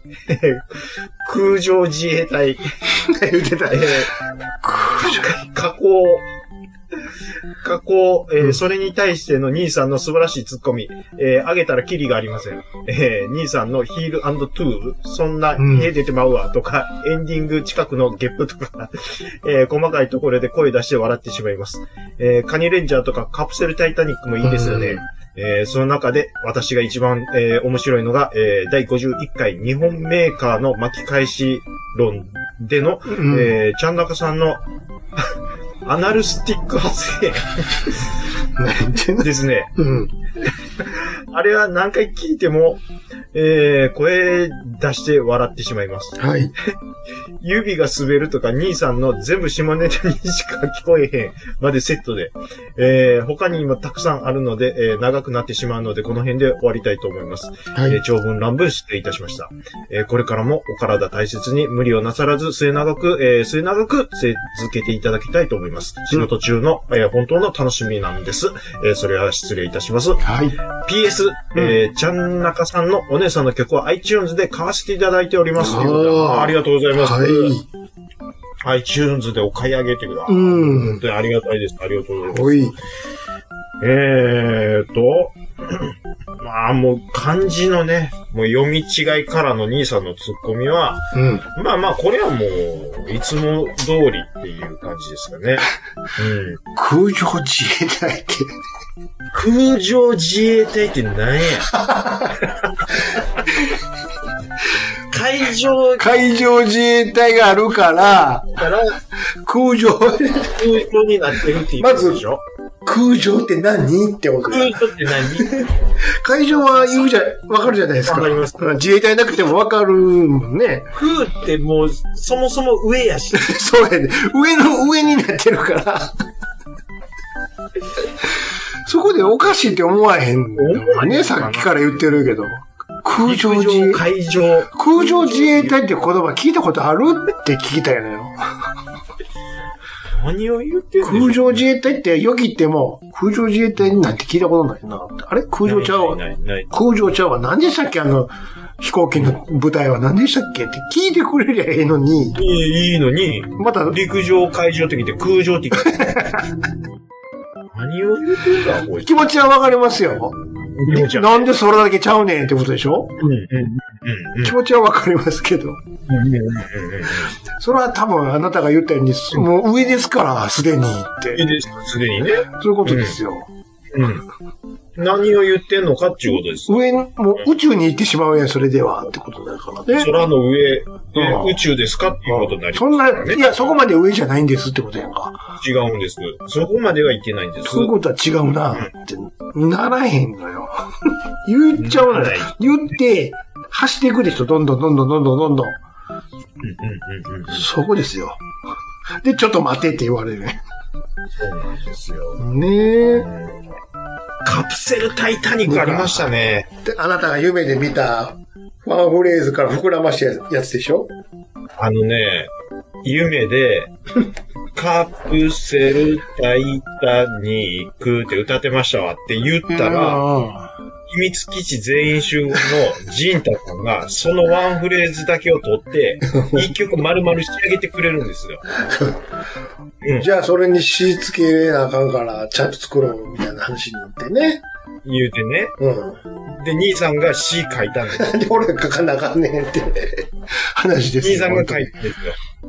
B: (laughs) 空上自衛隊。
A: 言ってた。
B: えー、加工。加工、えーそれに対しての兄さんの素晴らしいツッコミ、えー、あげたらキリがありません。えー、兄さんのヒールトゥー、そんな、
D: うん
B: 家出てまうわ、とか、エンディング近くのゲップとか、えー、細かいところで声出して笑ってしまいます。えー、カニレンジャーとかカプセルタイタニックもいいですよね。えーその中で私が一番、えー面白いのが、えー第51回日本メーカーの巻き返し論での、
D: うん
B: えー、ちゃんなかさんの (laughs) アナルスティック発言 (laughs) ですね。
A: うん。
B: あれは何回聞いても、えー声出して笑ってしまいます。
A: はい。
B: 指が滑るとか、兄さんの全部下ネタにしか聞こえへん (laughs) までセットで、えー他にもたくさんあるので、えー長くなってしまうので、この辺で終わりたいと思います。
A: はい
B: えー長文乱文失礼いたしました。えーこれからもお体大切に無理をなさらず、末長く、えー末長く続けていただきたいと思います。仕事中の、えー本当の楽しみなんです。えーそれは失礼いたします。
A: はい。
B: PS、えーちゃんなかさんのお姉さんの曲は iTunes で買わせていただいております。ということで
A: あー
B: ありがとうございます。
A: はい。
B: iTunes でお買い上げてください。
A: うん
B: 本当にありがたいです。ありがとうございます。
A: おい。
B: えーと、 (clears throat) まあもう漢字のね、もう読み違いからの兄さんのツッコミは、
A: うん。
B: まあまあこれはもう、いつも通りっていう感じですか
A: (laughs)
B: ね。うん。
A: 空上自衛隊 (laughs) って。
B: 空上自衛隊っ
A: (laughs)
B: て何や海上、
A: 海上自衛隊があるから、
B: から
A: 空上、
B: 空上になってるっていうことでしょ、
A: 空上って何ってこと
B: 空上って何
A: 海上は言うじゃ、わかるじゃないですか。
B: わかります
A: うん自衛隊なくてもわかるもんね。
B: 空ってもう、そもそも上やし。
A: そうやね。上の上になってるから。そこでおかしいって思わへん。ね、さっきから言ってるけど。空上自衛
B: 海上。
A: 空上自衛隊って言葉聞いたことあるって聞きたいのよ。
B: 何を言ってんの
A: 空上自衛隊ってよぎっても、空上自衛隊になんて聞いたことないな。あれ空上ちゃうわ
B: ないない
A: 空上ちゃうわ。なんでしたっけあの、飛行機の舞台は何でしたっけって聞いてくれりゃええのに。
B: いいいいのに、
A: また、
B: 陸上、海上ってきて空上ってきて。何を言ってんだ、こいつ。
A: 気持ちはわかりますよ。
B: 気持ちは。
A: なんでそれだけちゃうねんってことでしょ
B: うん、うん、うん、うん
A: 気。持ちはわかりますけど。それは多分あなたが言ったように、もう上ですから、すでにって。
B: いいです、すでにね。
A: そういうことですよ。
B: うん。何を言ってんのかっていうことです。
A: 上、もう宇宙に行ってしまうやん、それでは、ってことだからね。
B: 空の上、え
A: うん
B: 宇宙ですかっていうことになり
A: そん
B: ま
A: な、
B: すからね。
A: いや、そこまで上じゃないんですってことやんか。
B: 違うんです。そこまではいけないんです。
A: そういうことは違うな、って、ならへんの
B: (laughs)
A: よ。言っちゃうのよ。言って、走っていくでしょ、どんどんどんどんどんどんどんどん。
B: うんうんうんうん。
A: そこですよ。で、ちょっと待てって言われるね。
B: そうなんですよ。
A: ねえ。
B: カプセルタイタニックありましたね。
A: であなたが夢で見た、ワンフレーズから膨らましたやつでしょ
B: あのね、夢で、カプセルタイタニックって歌ってましたわって言ったら、
A: ら、
B: 秘密基地全員集合のジンタさんが、そのワンフレーズだけを取って、一曲丸々仕上げてくれるんですよ。うん
A: じゃあそれにしつけなあかんから、ちゃんと作ろうみたいな話になってね。
B: 言うてね。
A: うん。 (laughs)
B: で、兄さんが C 書いたんです。
A: なんで俺が書かなあかんねんって話です
B: 兄さんが書いたんですよ。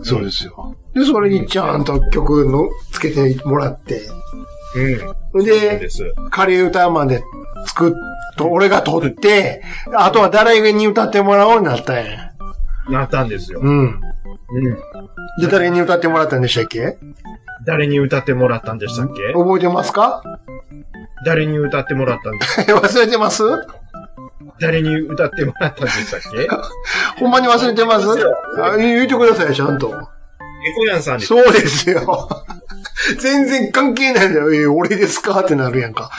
A: そうですよ。で、それにちゃんと曲のつけてもらって。。
B: うん
A: で、仮歌まで作っと、俺が撮って、あとは誰に歌ってもらおうようになったんや。
B: なったんですよ。
A: う。
B: うん
A: で、誰に歌ってもらったんでしたっけ
B: 誰に歌ってもらったんでしたっけ
A: 覚えてますか (laughs)
B: 誰に歌ってもらったんです
A: 忘れてます
B: 誰に歌ってもらったんでしたっけ
A: ほんまに忘れてますあ言うてください、ちゃんと。
B: エコヤンさんに。
A: そうですよ。 (laughs) 全然関係ないだよ。え俺ですかってなるやんか。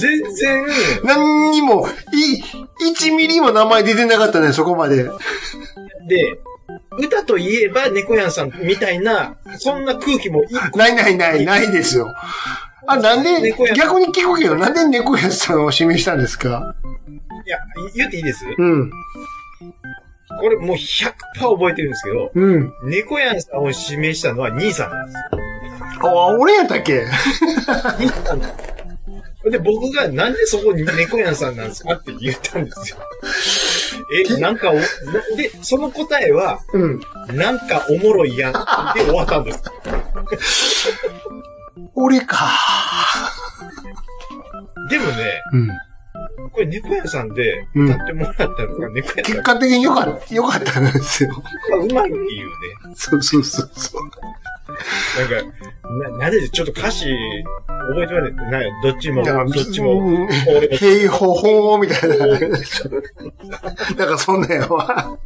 B: 全然。
A: 何にも、い、1ミリも名前出てなかったね、そこまで。
B: で、歌といえば猫やんさんみたいな、そんな空気も
A: ないないない、ないですよ。あ、なんで、逆に聞くけど、なんで猫屋さんを示したんですか
B: いや、言っていいです
A: うん。
B: これもう100%覚えてるんですけど、
A: うん。
B: 猫やんさんを指名したのは兄さんな
A: (laughs)
B: んです。
A: あ、俺やったっけ
B: で、僕がなんでそこに猫やんさんなんですかって言ったんですよ。
A: (laughs)
B: え、なんかお、なで、その答えは、
A: うん。
B: なんかおもろいやんって終わったんです。
A: 俺か。
B: でもね、
A: うん。
B: これ猫屋さんで
A: うん
B: 歌ってもらったのが猫屋さん。
A: 結果的に良かった、良かったんですよ。
B: うまいっていうね。
A: そうそうそうそう。
B: なんか、な、なんでちょっと歌詞覚えてないなんかどっちも、
A: だから
B: どっちも、
A: うん
B: 俺も
A: 平方法みたいな。なんかそんなんやわ。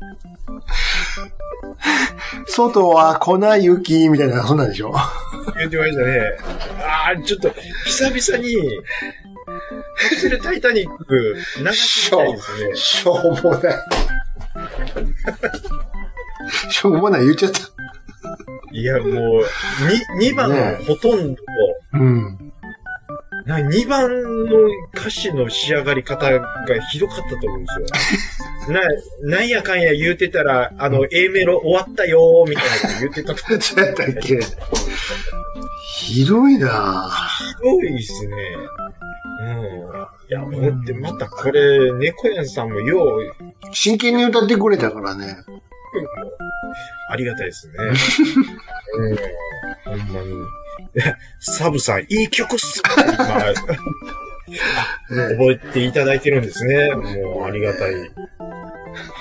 A: 外は粉雪みたいな、そんなんでしょ
B: 言ってましたね。ああ、ちょっと、久々に、カプセルタイタニック、流してみたいですね。
A: しょうもない。しょうもない言っちゃった。
B: いや、もう、に、2番
A: ね
B: ほとんど、
A: うん。
B: な2番の歌詞の仕上がり方がひどかったと思うんです (laughs) よ。な、なんやかんや言うてたら、あの、A メロ終わったよー、みたいなこと言ってた。
A: ちょっとけひどいな
B: ひどいですね。うん。いや、ほんで、またこれ、猫やんさんもよう、
A: 真剣に歌ってくれたからね。
B: ありがたいですね。うん、ほんまに。いやサブさん、いい曲っすね今覚えていただいてるんですね。もう、ありがたい。い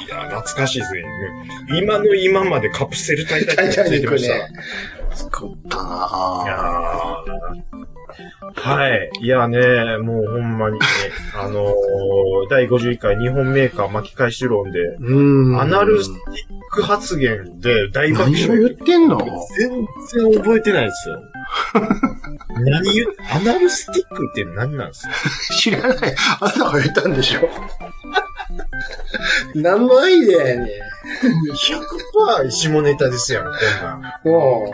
B: や、懐かしいですね。今の今までカプセルタイタニックついてました。
A: タイタ作ったない
B: やーはい。いやね、もうほんまにね、あのー第51回日本メーカー巻き返し論で、
A: うん。
B: アナルスティック発言で大爆
A: 何を
B: 笑。
A: 言ってんの
B: 全然覚えてないです (laughs) よ。何言う、アナルスティックって何なんですか
A: 知らない。あなたが言ったんでしょ (laughs) 何のアイデアやねん。
B: 100%下ネタですやん、こんなん。
A: も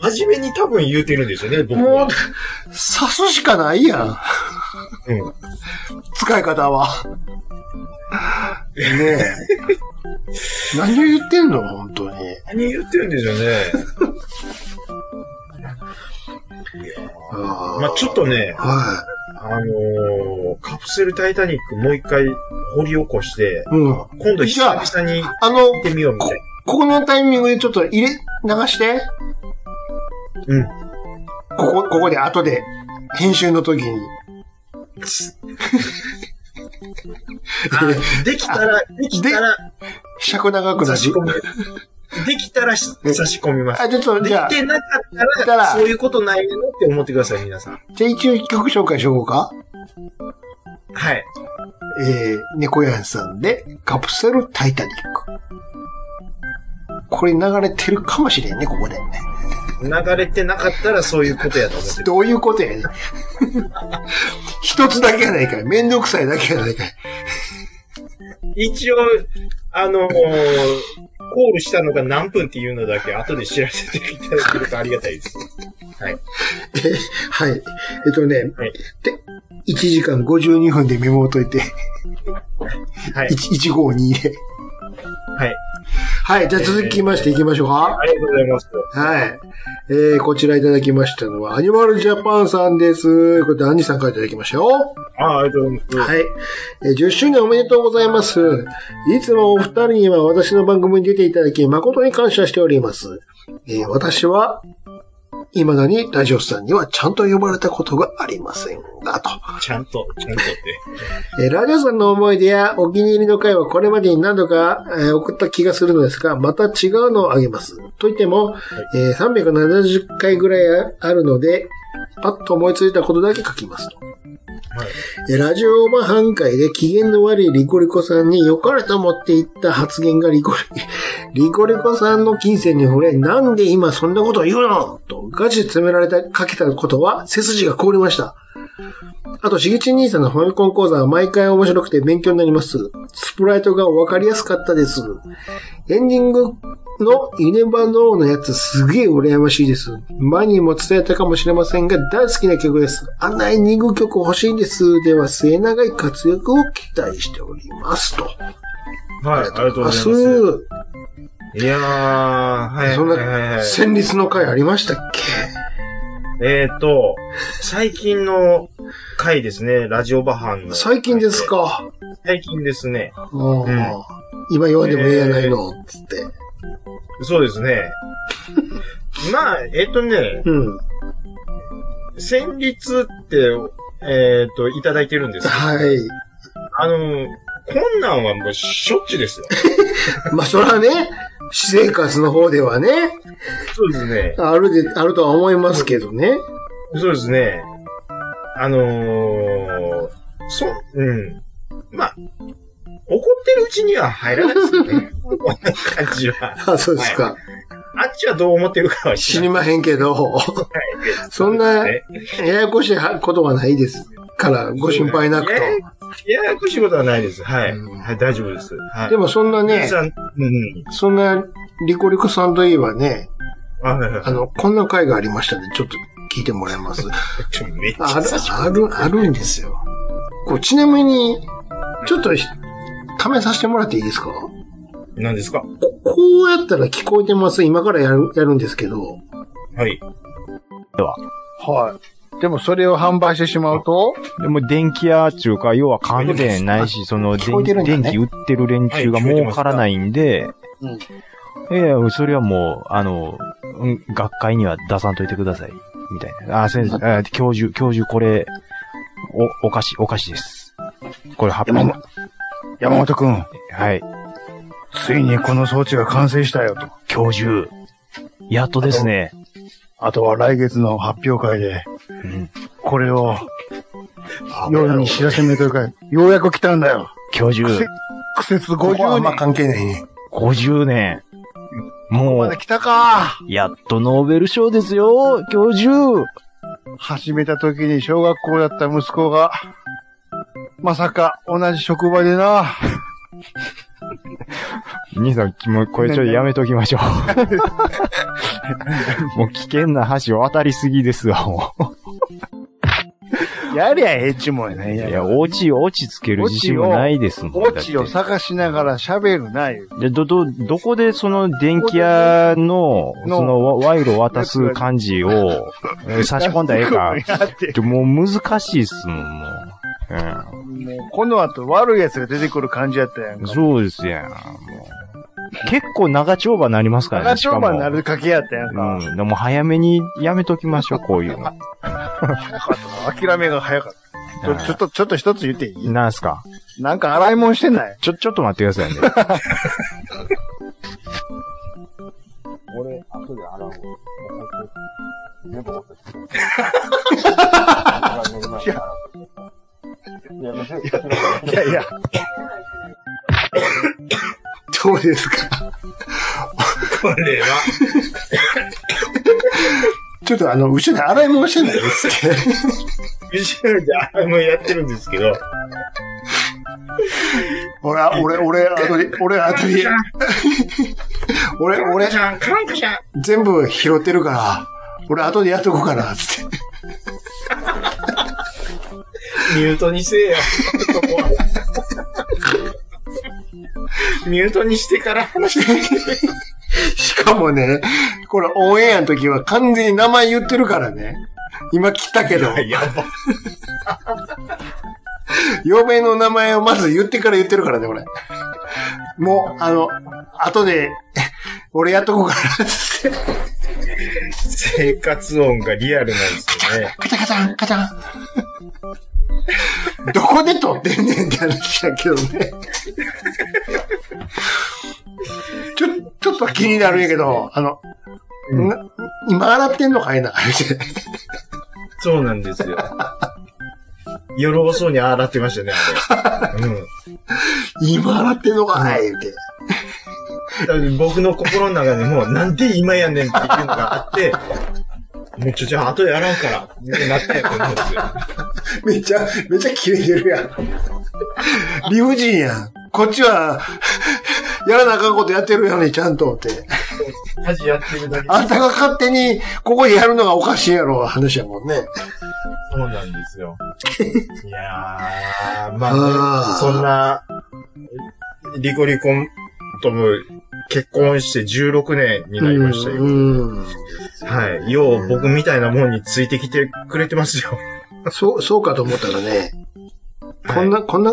B: 真面目に多分言うてるんですよね、
A: う、
B: 僕
A: もう
B: は。、
A: 刺すしかないやん。
B: うん。
A: 使い方は。ねえ。何を言ってんの本当に。
B: 何言ってるんでしょうね。まあちょっとね、あのーカプセルタイタニックもう一回掘り起こして、
A: うん。
B: 今度久々に
A: あの、
B: 行ってみようみたいな。
A: ここのタイミングでちょっと入れ、流して。
B: うん。
A: ここ、ここで後で、編集の時
B: (laughs)
A: に。 (laughs)
B: (laughs) できたら、できたら、
A: 尺長くな
B: 差
A: る
B: し込み。 (laughs) できたらし差し込みます。
A: あちょっとじゃあ
B: できてなかっ
A: だ
B: た、
A: からら
B: そういうことないよって思ってください、皆さん。
A: じゃあ一応一曲紹介しようか。
B: はい。
A: えー、猫やんさんで、カプセルタイタニック。これ流れてるかもしれんね、ここで。
B: 流れてなかったらそういうことやと思ってる。
A: どういうことやねん (laughs) 一つだけやないかい。めんどくさいだけやないかい。
B: 一応、あのーコールしたのが何分っていうのだけ後で知らせていただけるとありがたいです。はい。
A: はい。えっとね、で、1時間52分でメモを解いて、
B: はい。
A: 152で。
B: はい。
A: はい、じゃあ続きまして行きましょうか。
B: ありがとうございます。
A: はい。えー、こちらいただきましたのは、アニマルジャパンさんです。これ、ダンニさんからいただきましたよ。
B: ああ、ありがとうございます。
A: はい。えー10周年おめでとうございます。いつもお二人には私の番組に出ていただき、誠に感謝しております。えー私は、未だにラジオスさんにはちゃんと呼ばれたことがありませんが、と。
B: ちゃんと、ちゃんとって。
A: えーラジオさんの思い出やお気に入りの回はこれまでに何度か、えー送った気がするのですが、また違うのをあげます。といっても、えー370回ぐらいあるので、パッと思いついたことだけ書きますと。えーラジオオーバー半会で機嫌の悪いリコリコさんに良かれと思って言った発言がリ (laughs) コリ、リコリコさんの金銭に触れ、なんで今そんなことを言うのとガチで詰められた、かけたことは背筋が凍りました。あと、しげち兄さんのファミコン講座は毎回面白くて勉強になります。スプライトが分かりやすかったです。エンディングのユネバノーのやつすげえ羨ましいです。前にも伝えたかもしれませんが、大好きな曲です。あんなエンディング曲欲しいです。では、末長い活躍を期待しております。と。
B: はい、ありがとうございます。いやー、はい。
A: そん
B: はいはいは
A: な、
B: い
A: 戦慄の回ありましたっけ
B: えっ、ー、と、最近の回ですね、ラジオバハンの。
A: 最近ですか。
B: 最近ですね。
A: うん
B: うん
A: 今読んでもええやないの。つって。
B: そうですね。 (laughs) まあ、えっ、とね、
A: うん。
B: 戦律って、えっ、と、いただいてるんです
A: はい。
B: あの、こんなんはもうしょっちゅうですよ。
A: まあ、そらね、私生活の方ではね、
B: そうですね。
A: あるで、あるとは思いますけどね。
B: そうですね。あのー、そう、うん。まあ、怒ってるうちには入らないですよね。こんな感じは。
A: あ、そうです
B: はい
A: か。
B: あっちはどう思ってるかは知
A: 知
B: らな
A: り
B: い。
A: まへんけど、そんな、ややこしいことはないですから、ご心配なく
B: い
A: と。
B: やややこしいことはないです。はい。はい、大丈夫です。はい。
A: でもそんなね
B: 皆さんうん。
A: そんな、リコリコさんといえばね、
B: あはいはい
A: あの、こんな回がありましたね。ちょっと聞いてもらえます。
B: ちょめっちゃ
A: ある
B: (laughs) 久し、
A: ある、あるんですよ。こうちなみに、ちょっとひ、試させてもらっていいですか
B: ぶりなんですか
A: こうやったら聞こえてます。今からやる、やるんですけど。
B: はい。
D: では。
A: はい。でもそれを販売してしまうと
D: でも電気屋っていうか、要は関電ないし、その
A: 聞こえてるんだね
D: 電気売ってる連中が儲からないんで、
A: うん。
D: ええ、それはもう、あの、うん学会には出さんといてください。みたいな。あ、先生、あ教授、教授、これ、お、お菓子、お菓子です。これ、発表。
L: 山本くん、
D: はい。
L: ついにこの装置が完成したよと。
D: 教授、やっとですね。
L: あとは来月の発表会で、これを、夜に知らせめとるから、ようやく来たんだよ。
D: 教授、
L: 苦節50年。あんま関係ないね。
D: 50年。もう、
L: 来たか
D: やっとノーベル賞ですよ、教授。
L: 始めた時に小学校だった息子が、まさか同じ職場でな、
D: 兄さん、もうこれちょっとやめときましょう。もう危険な橋渡りすぎですわ、も
L: やりゃええっちゅうもんや
D: う。
L: ね。
D: いや、落ち、落ちつける自信もないですもん。
L: オチを探しながら喋るなよ。
D: で、ど、ど、どこでその電気屋の、
L: の
D: そのわ賄賂渡す感じを
L: (laughs)
D: えー差し込んだらええ
L: や
D: か
L: っ。て
D: でもう難しいっすもん、もう。
L: もうこの後悪い奴が出てくる感じやったやん
D: う
L: か。
D: ん、そうですやん。もう結構長丁場になりますから
L: 長
D: ね、しか
L: 丁
D: も。
L: 場になる賭けやったやんか。
D: うん。でも早めにやめときましょう、こういうの。
L: 諦めが早かった。ちょちょっと、ちょっと一つ言っていい
D: なんすか
L: なんか洗い物してない
D: ちょ、ちょっと待ってくださいね。
M: 俺、後で洗うわ。全部持ってきて。いや、いや、
L: いやいや。
A: どうですか
B: これは。
A: ちょっとあの、後ろで洗い物してないですって。
B: 後ろであもうやってるんですけど。
L: 俺、俺、俺、後で、俺、後で、
A: 俺、俺、全部拾ってるから、俺後でやっとこうかな、つって。
B: ミュートにせえよ。ミュートにしてから話して
A: しかもね、これオンエアの時は完全に名前言ってるからね。今来たけど。
B: やば。
A: 嫁の名前をまず言ってから言ってるからね、俺。もう、あの、後で、俺やっとこうからっつって。
B: 生活音がリアルなんですよね。
A: カチャカチャン、カチャン。どこで撮ってんねんって話だけどね。ちょ、ちょっとは気になるんやけど、あの、な今洗ってんのかいな、みたいな
B: そうなんですよ。夜遅うに洗ってましたね、あれ。うん。
A: 今洗ってんのかいって。
B: だから僕の心の中でも、なんで今やねんっていうのがあって、もうちょ、じゃあ後で洗うから、ってなったんやと思うんですよ。
A: めっちゃ、めっちゃ切れてるやん。理不尽やん。こっちは、やらなあかんことやってるやんね、ちゃんとって。
B: 恥やってるだけ。
A: あんたが勝手に、ここでやるのがおかしいやろ、話やもんね。
B: そうなんですよ。いやー、まあ、ね、そんな、リコリコンとも結婚して16年になりましたよ。はい。よう僕みたいなもんについてきてくれてます (laughs) よ。
A: そう、そうかと思ったらね、こんな、こん
N: (laughs)
A: な、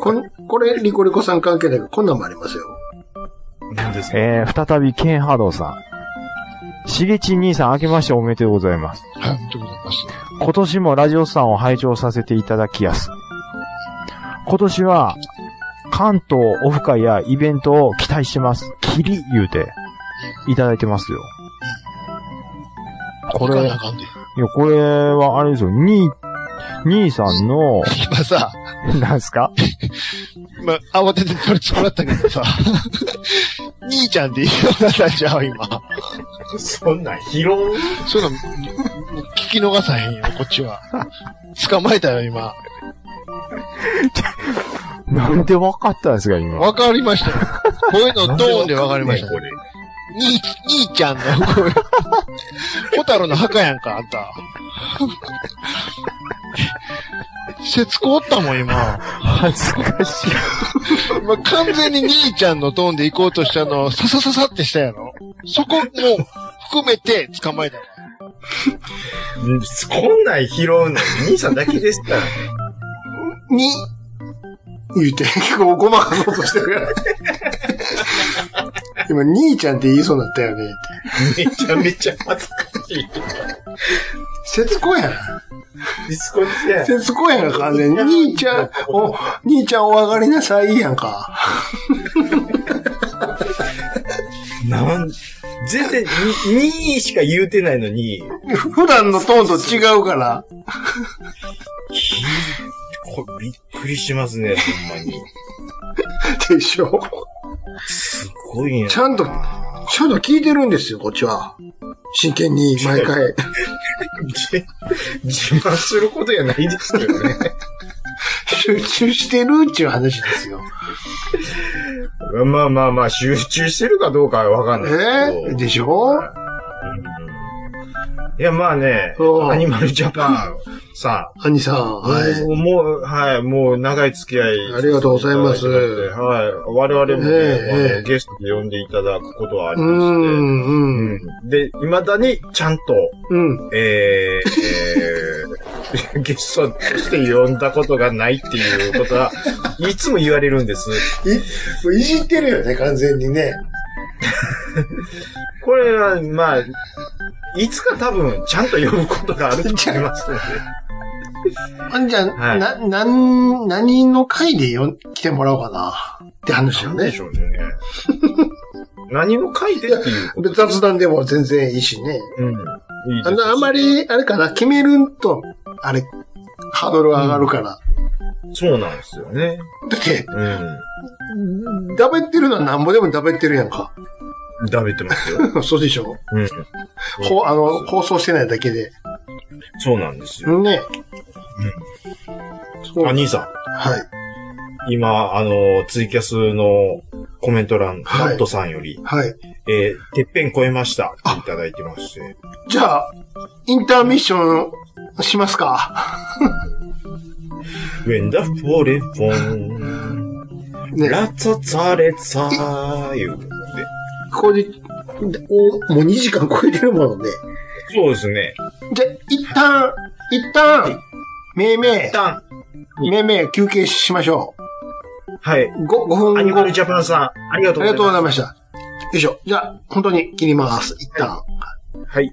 A: こんこれ、リコリコさん関係だけど、こんなんもありますよ。
C: えー、再び、ケンハドウさん。しげち兄さん、明けましておめでとうございます。
N: はい、ありがとうございます。
C: 今年もラジオさんを拝聴させていただきやす。今年は、関東オフ会やイベントを期待してます。キリ言うて、いただいてますよ。これ、いや、これはあれですよ、兄、兄さんの、 (laughs)
N: 今さ、
C: なんすか
N: 今、慌てて取りつもらったけどさ、兄ちゃんって言いようになったんちゃう今。
B: そんなん拾う
N: そういうの、もう聞き逃さへんよ、こっちは。捕まえたよ、今。
C: なんでわかったんですか、今。
N: わかりましたよ。声のトーンでわかりましたね。兄、兄ちゃんの声。ホタルの墓やんか、あんた。節子おったもん、今。恥
C: ずかしい。
N: 今、完全に兄ちゃんのトーンで行こうとしたのを、ささささってしたやろ。そこも含めて捕まえたよ。
B: こんなん拾うの、兄さんだけでした。
A: に、言って、 (laughs) 結構ごまかそうとしてるから。今、兄ちゃんって言いそうになったよね。
B: めちゃめちゃ恥ずかしい。
A: 節子やん。
B: 節子ですね。
A: 節子やんか、完全に。兄ちゃん、お、兄ちゃんお上がりなさいやんか。
B: なん、全然、に、にしか言うてないのに、
A: 普段のトーンと違うから。
B: こびっくりしますね、ほんまに。
A: でしょ
B: すごいね。
A: ちゃんと、ちゃんと聞いてるんですよ、こっちは。真剣に、毎回。
B: 自自慢することやないですけどね。
A: 集中してるっていう話ですよ。
B: (laughs) まあまあまあ、集中してるかどうかはわかんない
A: えーでしょ
B: いや、まあね、アニマルジャパンさ
A: 兄さん、はい。
B: もう、もうはい、もう長い付き合い。
A: ありがとうございます
B: はい。我々もね、
A: ええ
B: あのゲストで呼んでいただくことはあり
A: う
B: まして、
A: ん、うん。
B: で、未だにちゃんと、
A: うん。
B: えー、えー、 (laughs) ゲストとして呼んだことがないっていうことは、いつも言われるんです。
A: い、いじってるよね、完全にね。
B: これは、まあ、いつか多分、ちゃんと呼ぶことがあると思いますので。
A: あんじゃん、
B: はい
A: な、なん、何の回でよ来てもらおうかなって話よね。
B: でしょうね。何を書いてっていう。
A: 別雑談でも全然いいしね。
B: うん。いい
A: あ
B: です
A: の、あまり、あれかな、決めると、あれ、ハードルが上がるから。
B: そうなんですよね。
A: だって、
B: う
A: ダベってるのはなんぼでもダベってるやんか。
B: ん。ダメってますよ。
A: そうでしょ
B: (laughs) うん。
A: ほ、あの、放送してないだけで。
B: そうなんですよ。
A: ね。
B: あ、兄さ
A: はい。
B: ん、今、あの、ツイキャスのコメント欄、
A: はい
B: ナットさんより、
A: はい。
B: えーてっぺん超えました。いただいてまして。
A: じゃあ、インターミッションしますか。
B: When the f o r e f o n ラッツァツァレツァーいうことで。
A: これで、おもう2時間超えてるものね。
B: そうですね。
A: じゃ、一旦、一旦、めいめい。一
B: 旦、
A: めいめい休憩しましょ
B: う。はい。5、
A: 5分。
B: アニマルジャパンさん、ありがとうございます。ありが
A: とうございました。よいしょ。じゃあ、本当に切ります。一旦。
B: はい。